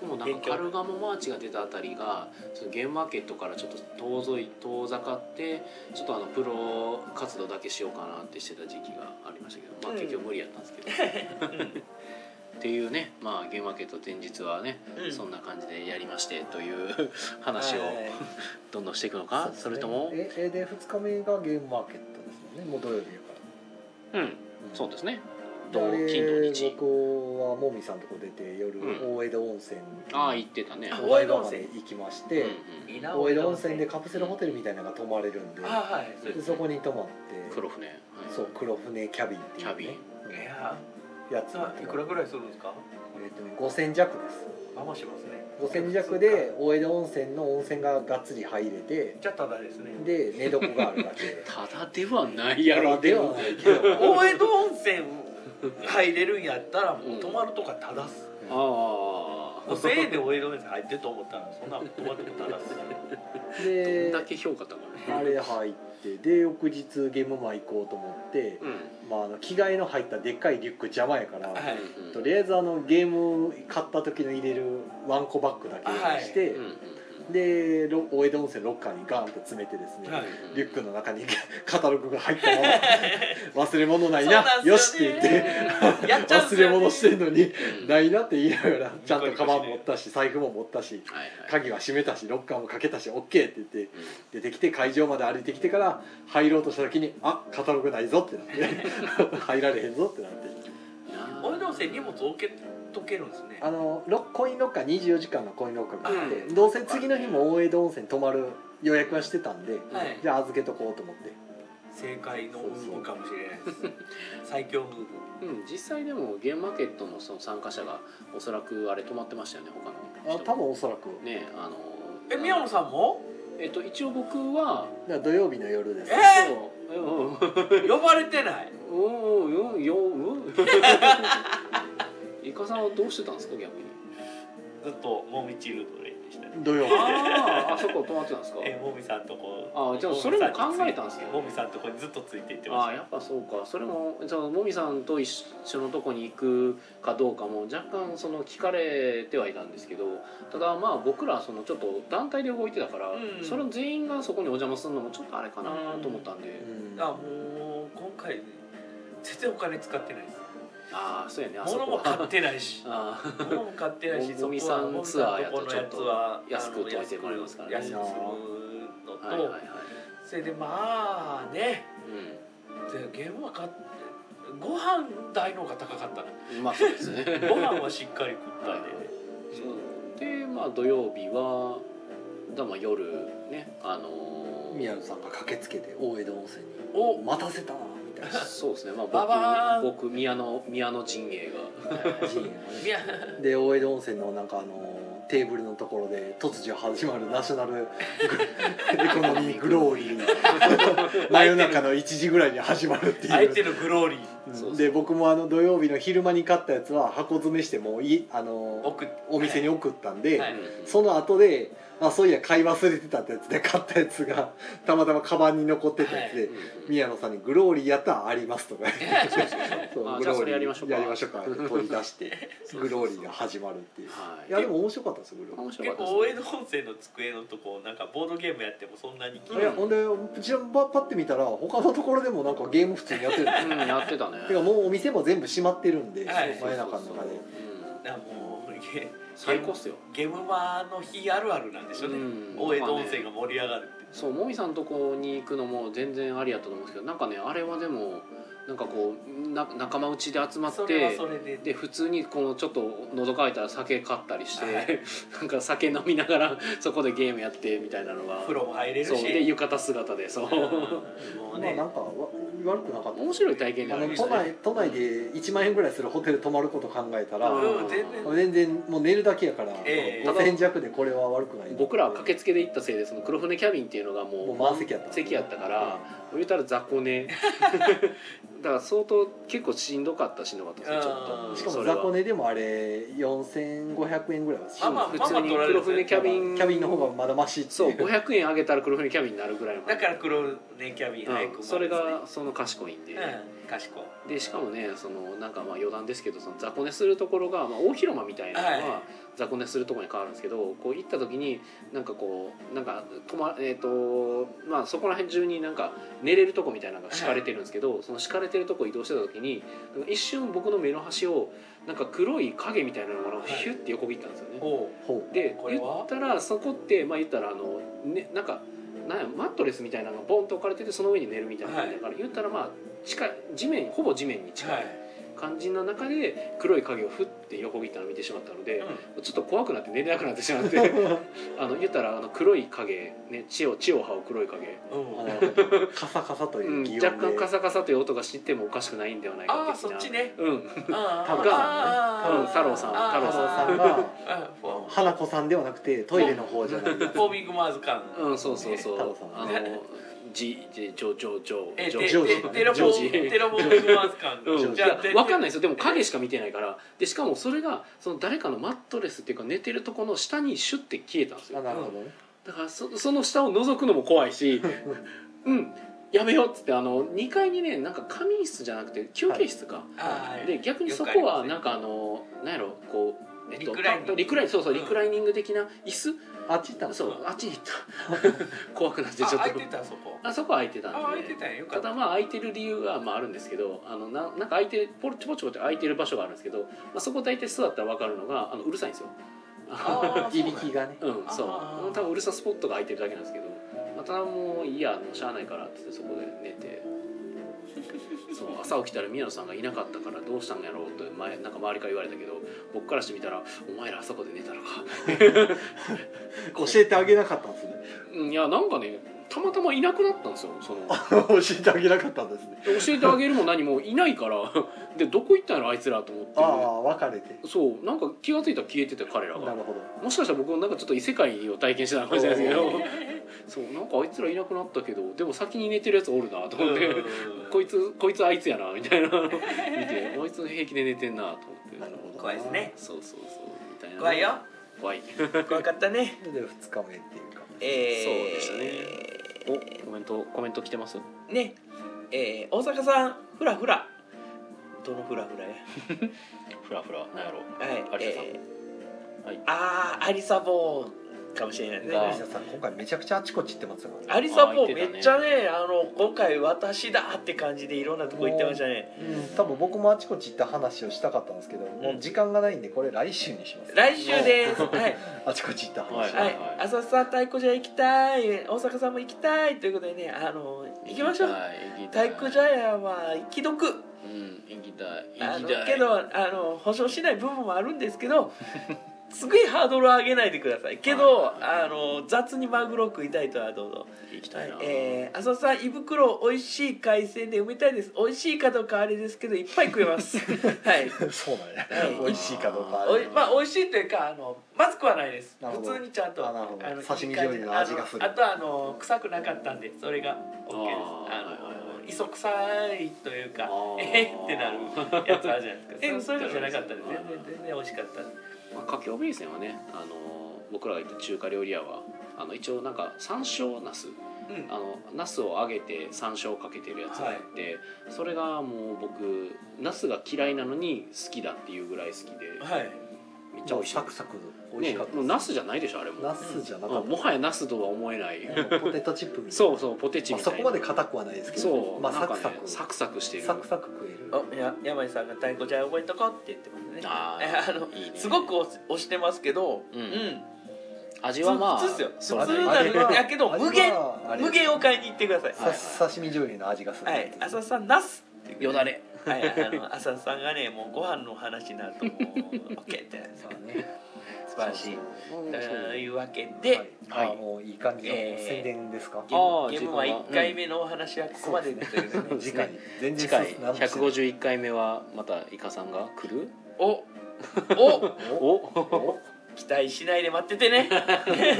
S1: 僕もなんかカルガモマーチが出たあたりがそのゲームマーケットからちょっと遠ざい遠ざかってちょっとあのプロ活動だけしようかなってしてた時期がありましたけど、まあ、
S3: うん
S1: 結局無理やったんですけ ど、っていうね、まあ、ゲームマーケット前日はね、
S3: うん
S1: そんな感じでやりましてという 話を
S3: はい
S1: どんどんしていくのか、それとも
S2: ええで二日目がゲームマーケットですねねもう土曜日やから
S4: うん
S2: うん
S4: そうですね
S2: で
S4: 土金土日
S2: 僕はもみさんとこ出て夜、
S4: うん
S2: 大江戸温泉
S4: ああ言ってたね
S3: あ
S2: お台場まで行きまして、
S1: うん
S3: いいな
S2: 大江戸温泉でカプセルホテルみたいなのが泊まれるんで,、
S3: あはいそうで
S2: ですそ
S3: ね
S2: こに泊まっ
S1: うん
S2: て
S1: 黒船、はい
S2: そう黒船キャビンっていう、ね、
S1: キャビン
S2: うん
S3: いや
S2: や
S3: ー
S2: つ
S3: さあいくらぐらいするんですか
S2: えっとね、5000弱です
S3: あまあしますね
S2: 5000弱で大江戸温泉の温泉ががっつり入れて
S3: じゃあただですね
S2: で寝床があるだけ
S1: ただではない やろ
S2: ただではないけど
S3: 大江戸温泉入れるんやったらもう泊まるとかただす
S1: ああ
S3: 5000円で大江戸温泉入ってると思ったらそんな泊まるとかただす
S1: どん
S2: で
S1: だけ評価高い
S2: あれ入ってで翌日ゲームマ行こうと思って、
S1: うん
S2: まあ、あの着替えの入ったでっかいリュック邪魔やから、
S3: はい
S1: うん
S2: とりあえずあのゲーム買った時の入れるワンコバッグだけ用意して、
S1: うんうん
S2: でろ大江戸温泉ロッカーにガーンと詰めてですね、
S3: はい
S1: うん
S2: リュックの中にカタログが入った まま忘れ物ないな
S3: そうなんすよね
S2: よしって言って
S3: やっちゃうんす
S2: 忘れ
S3: よね
S2: 物してんのに
S1: うん
S2: ないなって言いながらちゃんとカバ
S3: ニコ
S2: ン持
S3: ニコして
S2: ったし財布も持ったし
S1: はいはい
S2: 鍵は閉めたしロッカーもかけたし OK って言って出てきて会場まで歩いてきてから入ろうとした時にあカタログないぞってなって 入られへんぞってなって
S1: な
S3: 大江戸温泉荷物置けとけるんですね
S2: あのロッコインロッカー24時間のコインロッカーがあって、
S1: うん
S2: どうせ次の日も大江戸温泉泊まる予約はしてたんで
S3: はい
S2: じゃあ預けとこうと思って
S3: 正解のムーブかもしれないです最強ムーブ
S1: うん、実際でもゲームマーケットのその参加者がおそらくあれ止まってましたよね他の
S2: あ
S1: 人
S2: 多分おそらく
S1: ねあの
S3: え宮野さんも
S1: えっと一応僕は
S2: だから土曜日の夜です
S3: え
S1: そううんうん
S3: 呼ばれてない
S1: うんうんようんイカさんはどうしてたんですか逆に
S3: ずっとモミチルドレンでしたね
S2: 土曜日
S1: あああそこ止まってたんです か
S3: えモミさんとこ
S1: あじゃあそれも考えたんですけど
S3: モミさんとこにずっとついていって
S1: あ
S3: ま
S1: あ
S3: し
S1: やっぱそうかそれもそのもみさんと一緒のとこに行くかどうかも若干その聞かれてはいたんですけどただまあ僕らそのちょっと団体で動いてたから、
S3: うん
S1: それ全員がそこにお邪魔するのもちょっとあれかなと思ったんで、
S2: うん
S3: たあもう今回全然お金使ってないです
S1: ああそうやね あそ
S3: 物
S1: こ
S3: も買っ
S1: は
S3: てないし
S1: あー
S3: 物も買ってないし
S1: もみさんツアーやとちょっと
S3: そこは
S1: 安く取ってもらえますからね
S3: 安くするの
S1: は
S3: と、
S1: いはいはい、
S3: それでまあねでゲームは買ってご飯代の方が高かったな
S1: うん、まあそうですね
S3: ご飯はしっかり食ったんで、ね、
S1: そうでまあ土曜日はだからまあ夜ねあのー
S2: 宮野さんが駆けつけて大江戸温泉に
S3: お
S2: 待たせたなみたいな
S1: そうですね、ま
S3: バ
S1: あ、
S3: バーン
S1: 僕、僕、宮野、宮野陣営が。
S2: シーンを
S3: いや
S2: ねで大江戸温泉のなんかあのテーブルのところで突如始まるナショナルグ エコノミーグローリ ー真夜中の1時ぐらいに始まるってい
S3: 相
S2: う
S3: 手のグローリー
S1: そうそう
S2: で僕もあの土曜日の昼間に買ったやつは箱詰めしてもういあの
S3: 奥
S2: お店に送ったんで、
S3: はい
S2: その後であそういや買い忘れてたってやつで買ったやつがたまたまカバンに残ってたやつで、
S1: うんうん
S2: 宮野さんに「グローリーやったらあります」とかそう
S1: あ
S2: グ
S1: じゃ
S2: ロ
S1: あ
S2: ー
S1: それ
S2: リー
S1: やりましょうか
S2: やりましょうかって 取り出して
S1: そう
S2: グローリーが始まるっていう
S1: はい。
S2: いやでも面白かったですよグロー
S1: 面白か
S3: 結
S1: った
S3: 構大江
S1: で
S3: 戸温泉の机のとこなんかボードゲームやってもそんなに気
S2: リー
S3: に
S2: いやほんでうちのパッて見たら他のところでもなんかゲーム普通にやってるんですす
S1: ね。うん、やってたね。
S2: てかもうお店も全部閉まってるんで
S3: はい
S2: 真夜中の中で
S1: うん
S3: なもうゲ
S1: 最高っすよ。
S3: ゲームマの日あるあるなんでしょうね、
S1: うん
S3: 大江戸温泉が盛り上がるって、
S1: そう、もみさんとこに行くのも、全然ありやったと思うんですけど、なんかね、あれはでも。なんかこう、な、仲間内で集まっ
S3: それは
S1: て
S3: そ。れで
S1: で普通にこのちょっと喉乾いたら酒買ったりして、
S3: は
S1: なんか酒飲みながらそこでゲームやってみたいなのが
S3: 風呂も入れるし
S1: そうで浴衣姿でそう
S3: うんもう
S2: まあ
S3: ね、
S2: なんかわ悪くなかった
S1: 面白い体験じ
S2: あ
S1: ゃない
S2: の
S1: で
S2: 都
S1: すか、ね
S2: 内、都内で1万円ぐらいするホテル泊まること考えたら、
S1: うん
S3: うん、全
S2: 全
S3: 然
S2: 然もう寝るだけやから、
S3: ええ
S2: 5000弱でこれは悪くないな
S1: 僕らは駆けつけで行ったせいでその黒船キャビンっていうのがもう
S2: もう満席やった
S1: 席やったから言うたら雑魚 寝だから相当結構しんどかったしんどかったですねちょ
S3: う
S1: っ
S3: ん
S1: と
S2: しか
S1: そ
S2: も
S1: れは
S2: 雑魚寝でもあれ4500円ぐらいはし
S3: あまあ
S1: 普通に黒船キャビン
S2: キャビンの方がまだマシって
S1: そう
S2: いう
S1: 500円あげたら黒船キャビンになるぐらいの
S3: だ
S1: 感じ
S3: から黒ネキャビン早く
S1: う
S3: も
S1: ん、それがその賢いんで、
S3: うん賢い
S1: でしかもねそのなんかまあ余談ですけどその雑魚寝するところが、まあ、大広間みたいなの
S3: は
S1: は雑魚寝するところに変わるんですけどこう行った時になんかこうなんか泊まえっ、とまあそこら辺中になんか寝れるとこみたいなのが敷かれてるんですけど、その敷かれてるとこ移動してた時になんか一瞬僕の目の端をなんか黒い影みたいなのが
S3: い
S1: ヒュッて横切ったんですよね。
S3: おう
S2: ほう
S1: で
S3: これ
S1: 言
S3: は
S1: ったらそこってまあ言ったらあの、ね、なんかなんやマットレスみたいなのがボンと置かれててその上に寝るみたいな感じだから、言ったらまあ近い地面ほぼ地面に近
S3: はい
S1: い感じの中で黒い影をふって横切ったのを見てしまったので、ちょっと怖くなって寝れなくなってしまって あの言ったらあの黒い影、ね、血を血を這う黒い影、
S3: うんうん
S2: カサカサと
S1: う
S2: いうん擬音で、
S1: 若干カサカサという音がしてもおかしくないんではないか
S3: ああ
S1: 的
S3: そ
S1: な
S3: っ ちね
S1: うん
S3: あー
S2: 多分
S3: あー
S1: 多分太郎さん
S3: あー
S1: 太郎
S2: 太郎さ
S3: あ
S2: ん
S3: ー
S2: が
S3: あーフォ
S2: 花子さんではなくてトイレの方じゃない
S3: ーフォービングマーズ感
S1: うん、そうそうそう。
S2: ね太郎さん
S1: あの、じ、じ、ジョジョジ
S3: え
S1: ョ。
S3: ジ
S1: ジ
S3: ョ
S1: ョ
S3: ー
S2: ジョージ
S3: ジテレフォ
S1: ジョー
S3: ー
S1: ジ
S3: テレフォービングマーズ感
S1: うん、い
S3: じゃ
S1: や
S3: あで
S1: わかんないですよでも影しか見てないからでしかもそれがその誰かのマットレスっていうか寝てるとこの下にシュッて消えたんです
S2: あ
S1: よ
S2: なるほどね
S1: だからそその下を覗くのも怖いしうんやめようっつってあの2階にねなんか仮眠室じゃなくて休憩室か、
S3: あー
S1: で逆にそこ
S3: よくあ
S1: は
S3: りますね
S1: なんかあのなんやろこう、
S3: リクライニング
S1: リクライそうそう、
S3: うん
S1: リクライニング的な椅子
S2: あっち行ったの
S1: そうあっちに行った 怖くなってちょっ
S3: あ
S1: と
S3: 空いてたそこ
S1: あそこは空いてたんで
S3: あ空いてたんやよか
S1: た
S3: った
S1: だまあ空いてる理由がまああるんですけどあのななんか空いてるポロちょこちょこって空いてる場所があるんですけど、まあ、そこ大体座ったら分かるのがあのうるさいんですよ
S3: あー
S2: いびきがね
S1: うんそう
S3: あー
S1: 多分うるさスポットが空いてるだけなんですけどまあただもういいやもうしゃあないからって言ってそこで寝てそう朝起きたら宮野さんがいなかったからどうしたんやろうと前なんか周りから言われたけど僕からしてみたら「お前らあそこで寝たのか」
S2: 教えてあげなかったんですね
S1: うんいやなんかねたまたまいなくなったんですよ その。
S2: 教えてあげなかったんですね
S1: 教えてあげるも何もいないからでどこ行ったんやろあいつらと思
S2: あ
S1: っ
S2: あ別れて
S1: てそうなんか気が付いたら消えてて彼ら
S2: な
S1: が
S2: るほど
S1: もしかしたら僕もなんかちょっと異世界を体験してたのかもしれないですけど そうなんかあいつらいなくなったけどでも先に寝てるやつおるなと思って
S3: うん
S1: こいつこいつあいつやなみたいなのを見てあいつ平気で寝てんなと思って
S2: なるほど
S3: 怖いですね
S1: そうそうそうみたいな
S3: 怖いよ
S1: 怖い
S3: 怖かったね
S2: それで2日目っていうか
S3: えー
S1: そうでしたおコメントコメント来てます
S3: ねえー大阪さんフラフラどのフラフラや
S1: フラフラなんやろ
S3: はい
S1: 有沙さん
S3: えー
S1: はい
S3: あーアリサボーンかもしれない
S1: が
S3: ね
S2: 皆さん今回めちゃくちゃあちこち行ってますからね
S3: アリサボ
S1: あー
S3: ー
S1: 言
S3: ン
S1: ってたね
S3: めっちゃねあの今回私だって感じでいろんなとこ行ってましたね
S2: うん多分僕もあちこち行った話をしたかったんですけどもう時間がないんでこれ来週にします
S3: 来週ですはい
S2: あちこち行った
S1: はい
S2: 話
S3: は
S1: はい
S3: い、浅草太鼓じゃ行きたい大阪さんも行きたいということでねあの行きましょう
S1: 行きたい
S3: 太鼓茶屋は行き得
S1: うん行きた
S3: あ
S1: い行
S3: の
S1: きたい
S3: けどあの保証しない部分もあるんですけど すごいハードルを上げないでくださいけどあの雑にマグロ食いたいとはどうぞ、
S1: 行きたいな、
S3: えー、浅草胃袋を美味しい海鮮で埋めたいです美味しいかどうかあれですけどいっぱい食えます はい
S2: そうなんや
S3: はい
S2: 美味しいかどうかあ
S3: お
S2: れ
S3: いまあ美味しいというかあのまずくはないです
S2: なるほど
S3: 普通にちゃんと
S2: あなるほど刺
S3: いい
S2: 身
S3: 感じ
S2: 醤油の味がする
S3: あのあとはあの臭くなかったんでそれが OK です
S1: あー
S3: あ
S1: はいはいは
S3: の磯臭いというか
S1: あー
S3: えーってなるやつあるじゃないですかえそういうのじゃなかったんで
S1: はいはい
S3: 全然全然美味しかった
S1: まあ、かきおべいせんはね、あのー僕らが行った中華料理屋はあの一応なんか山椒ナス
S3: うん
S1: あのナスを揚げて山椒をかけてるやつがあって、それがもう僕ナスが嫌いなのに好きだっていうぐらい好きで
S3: はい
S1: めっちゃ美
S2: もう
S1: 味しい
S2: サクサク美味し
S1: ね
S2: かった
S1: もうナスじゃないでしょあれも
S2: ナスじゃなか
S1: う
S2: っ
S1: ん
S2: た
S1: もはやナスとは思えない
S2: うんポテトチップみたいな
S1: そうそうポテチ
S2: まあ
S1: みた
S2: そ
S1: いな
S2: こまで硬くはないですけど
S1: そう、
S2: まあ、
S1: な
S2: サ
S1: んか
S2: ク
S1: ね
S2: サ
S1: サ
S2: ク
S1: クサクしてる
S2: サクサク食える
S3: おや山井さんが太鼓じゃ覚えとこうって言ってますね
S1: あー
S3: あの
S1: いいね
S3: すごく押し押してますけど
S1: うん
S3: うん
S1: 味はまあ
S3: 普通です
S1: そ
S3: よ
S1: う
S3: 普
S1: ね
S3: 通
S2: あれは
S3: なんやけど無限
S2: あれはあれ
S3: 無限を買いに行ってください
S2: さ
S1: はい
S2: 刺身醤油の味がする、
S3: はい、浅田さん、ナス。
S1: よだれ。
S3: はい、あの、浅田さんがね、もうご飯の話になると、もう、オッケーってなるんですよ
S2: ね
S3: 素晴らしい。
S2: そう
S3: と
S2: そう
S3: いうわけ
S2: は
S3: で
S2: い。、
S1: はい
S2: あもういい感じの
S3: えー
S2: 宣伝ですか、
S3: ゲ
S1: あ
S3: ー
S1: ー
S3: ムゲー
S1: 時
S3: ム
S1: 間が
S3: は一回目のお話はここまでですね。
S2: 次回全然
S1: 次回
S2: 何もしてない
S1: 151回目はまたイカさんが来る
S3: お、お、
S1: お
S3: 期待しないで待っててね。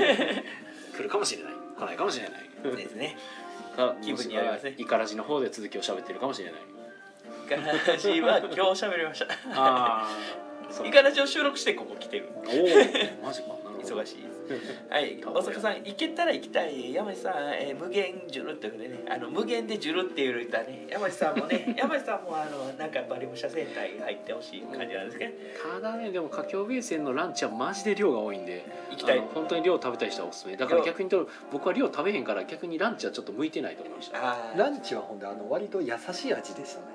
S1: 来るかもしれない来ないかもしれない
S3: ですね。
S1: か
S3: 気分によりますね
S1: イカラジの方で続きを喋ってるかもしれない
S3: イカラジは今日喋りました。
S1: ああ
S3: イカラジを収録してここ来てる。
S1: おおマジかなるほど
S3: 忙しいです。はい、大阪さん、行けたら行きたい。山地さん、えー無限ジュルってことでね、あの無限でジュルっていう歌ね、山地さんもね、 山地さんもあのなんかバリ武者戦隊入ってほしい感じなんですけど、
S1: ただねでも華僑ベーセンのランチはマジで量が多いんで
S3: 行きたい
S1: あの。本当に量食べたい人はおすすめだから逆に言うと僕は量食べへんから逆にランチはちょっと向いてないと思いました
S3: あー
S2: ランチはほんであの割と優しい味でしたね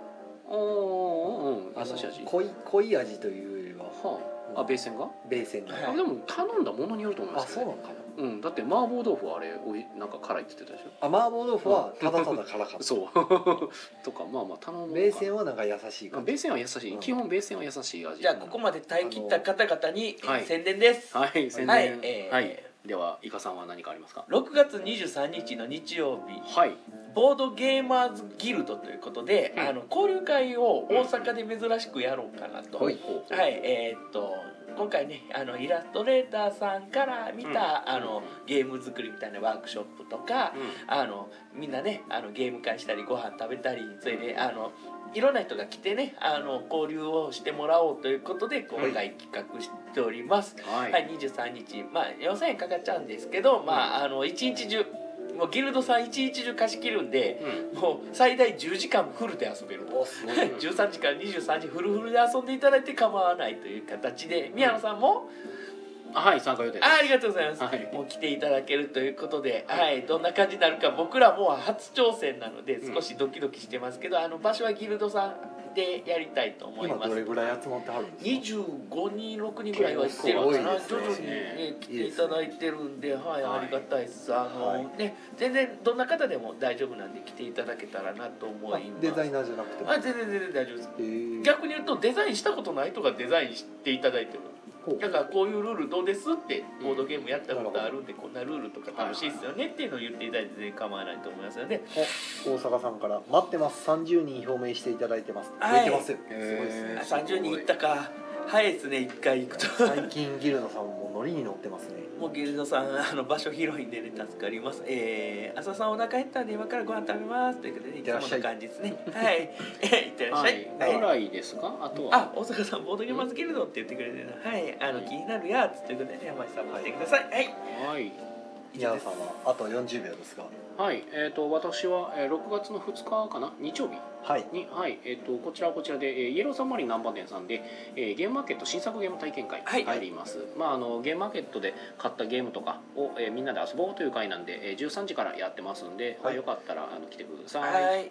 S1: おーおーおー
S2: あ
S1: 優
S2: の
S1: しい味は
S2: 濃い濃い味というよりは
S1: ああ米線が、
S2: 米線が、
S3: はい
S1: あでも頼んだものによると思いま
S2: あ
S1: す
S2: そう
S1: よ、
S2: なの
S1: ね、
S2: かな
S1: うんだって麻婆豆腐はあれおいなんか辛いって言ってたでしょ
S2: あ麻婆豆腐はただただ辛かった
S1: そう とかまあまあ頼むもんか
S2: 米線はなんか優しい
S1: あ
S2: 感じ
S1: 米線は優しい、
S2: うん
S1: 基本米線は優しい味
S3: じゃあここまで耐え切った方々に
S1: あのはい
S3: 宣伝です。は
S1: はい宣伝、
S3: い、えー
S1: はいではイカさんは何かありますか
S3: 6月23日の日曜日
S1: はい
S3: ボードゲーマーズギルドということで、
S1: うん
S3: あの交流会を大阪で珍しくやろうかなと、
S2: はい
S3: はいえーっと今回ねあのイラストレーターさんから見た、あのゲーム作りみたいなワークショップとか、
S1: う
S3: あのみんなねあのゲーム会したりご飯食べたりそれであのいろんな人が来てねあの交流をしてもらおうということで今回企画しております、
S1: んはい、
S3: はい、23日、まあ、4000円かかっちゃうんですけど、まあ、あの一日中もうギルドさん一日中貸し切るんで
S1: うん
S3: もう最大10時間フルで遊べると
S2: おすごい
S3: 13時から23時フルフルで遊んでいただいて構わないという形で宮野さんも、
S1: あはい参加予定で
S3: あありがとうございます、
S1: はい
S3: もう来ていただけるということで、
S1: は
S3: はいいどんな感じになるか僕らもう初挑戦なので少しドキドキしてますけど、あの場所はギルドさんでやりたいと思い
S2: 今
S3: ます
S2: どれぐらい集まってはるんですか
S3: 25人6人ぐらいは行ってるのかな、
S2: 結
S3: 徐
S2: 構多いで
S3: 々に、
S2: す
S1: ね
S3: ね、来ていただいてるんで、はい、
S1: はい
S3: ありがたいですあの、
S2: はい
S3: ね全然どんな方でも大丈夫なんで来ていただけたらなと思います
S2: デザイナーじゃなくても
S3: あ全然全然大丈夫です
S2: えー
S3: 逆に言うとデザインしたことない人がデザインしていただいてる
S2: ほう
S3: だからこういうルールどうですってボードゲームやったことあるんでこんなルールとか楽しいですよねっていうのを言っていただいて全然構わないと思いますの で
S2: お大阪さんから「待ってます30人表明していただいてます」
S3: は
S2: 増
S3: い
S2: えてますよ
S1: へー
S2: すごいですね
S3: あ30人いったか早いですね1回行くと
S2: 最近ギルドさんもノリに乗ってますね
S3: もうギルドさんあの場所広いんでね助かります。えー、朝さんお腹減ったんで今からご飯食べますということでいつもの感じですね。はい。 いってらっしゃ
S1: はい
S3: い。
S1: ぐらいですかあとは
S3: あ、大阪さんボードゲーマーズギルドって言ってくれてるな。はい。あの気になるやつということでね山井さんもしてください。はい。
S1: はい
S3: 以上
S2: 宮
S3: で
S2: 野
S3: す
S2: さんはあと40秒ですが
S1: はいえー、と私は、えー6月の2日かな日曜日
S2: はい
S1: に、はいえー、とこちらはこちらで、えーイエローサンマリン南波店さんで、えーゲームマーケット新作ゲーム体験会
S3: はい
S1: やります、まあ、あのゲームマーケットで買ったゲームとかを、えーみんなで遊ぼうという会なんで、えー13時からやってますんで、
S2: はい
S1: よかったらあの来てください
S3: はい。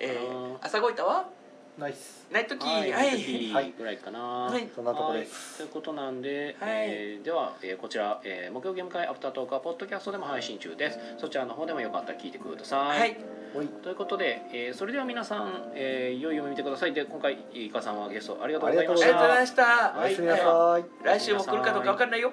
S3: えー、朝ごいたは
S2: ナイス
S3: ナイトキー。
S1: は
S3: はいい。
S1: はいぐらいかな
S3: はい。
S2: そんなとこです
S1: はい、ということなんで、
S3: はい
S1: えーでは、えーこちら、えー木曜ゲーム会アフタートークはポッドキャストでも配信中ですそちらの方でもよかったら聞いてください、
S3: はい。
S2: おい
S1: ということで、えーそれでは皆さん、えー、良い夢見てくださいで今回イカさんはゲストありがとうございまし
S3: あ
S1: た
S3: りがとうございました。
S2: おやすみな
S3: はい
S2: さい
S3: 来週も来るかどうかわかんないよ。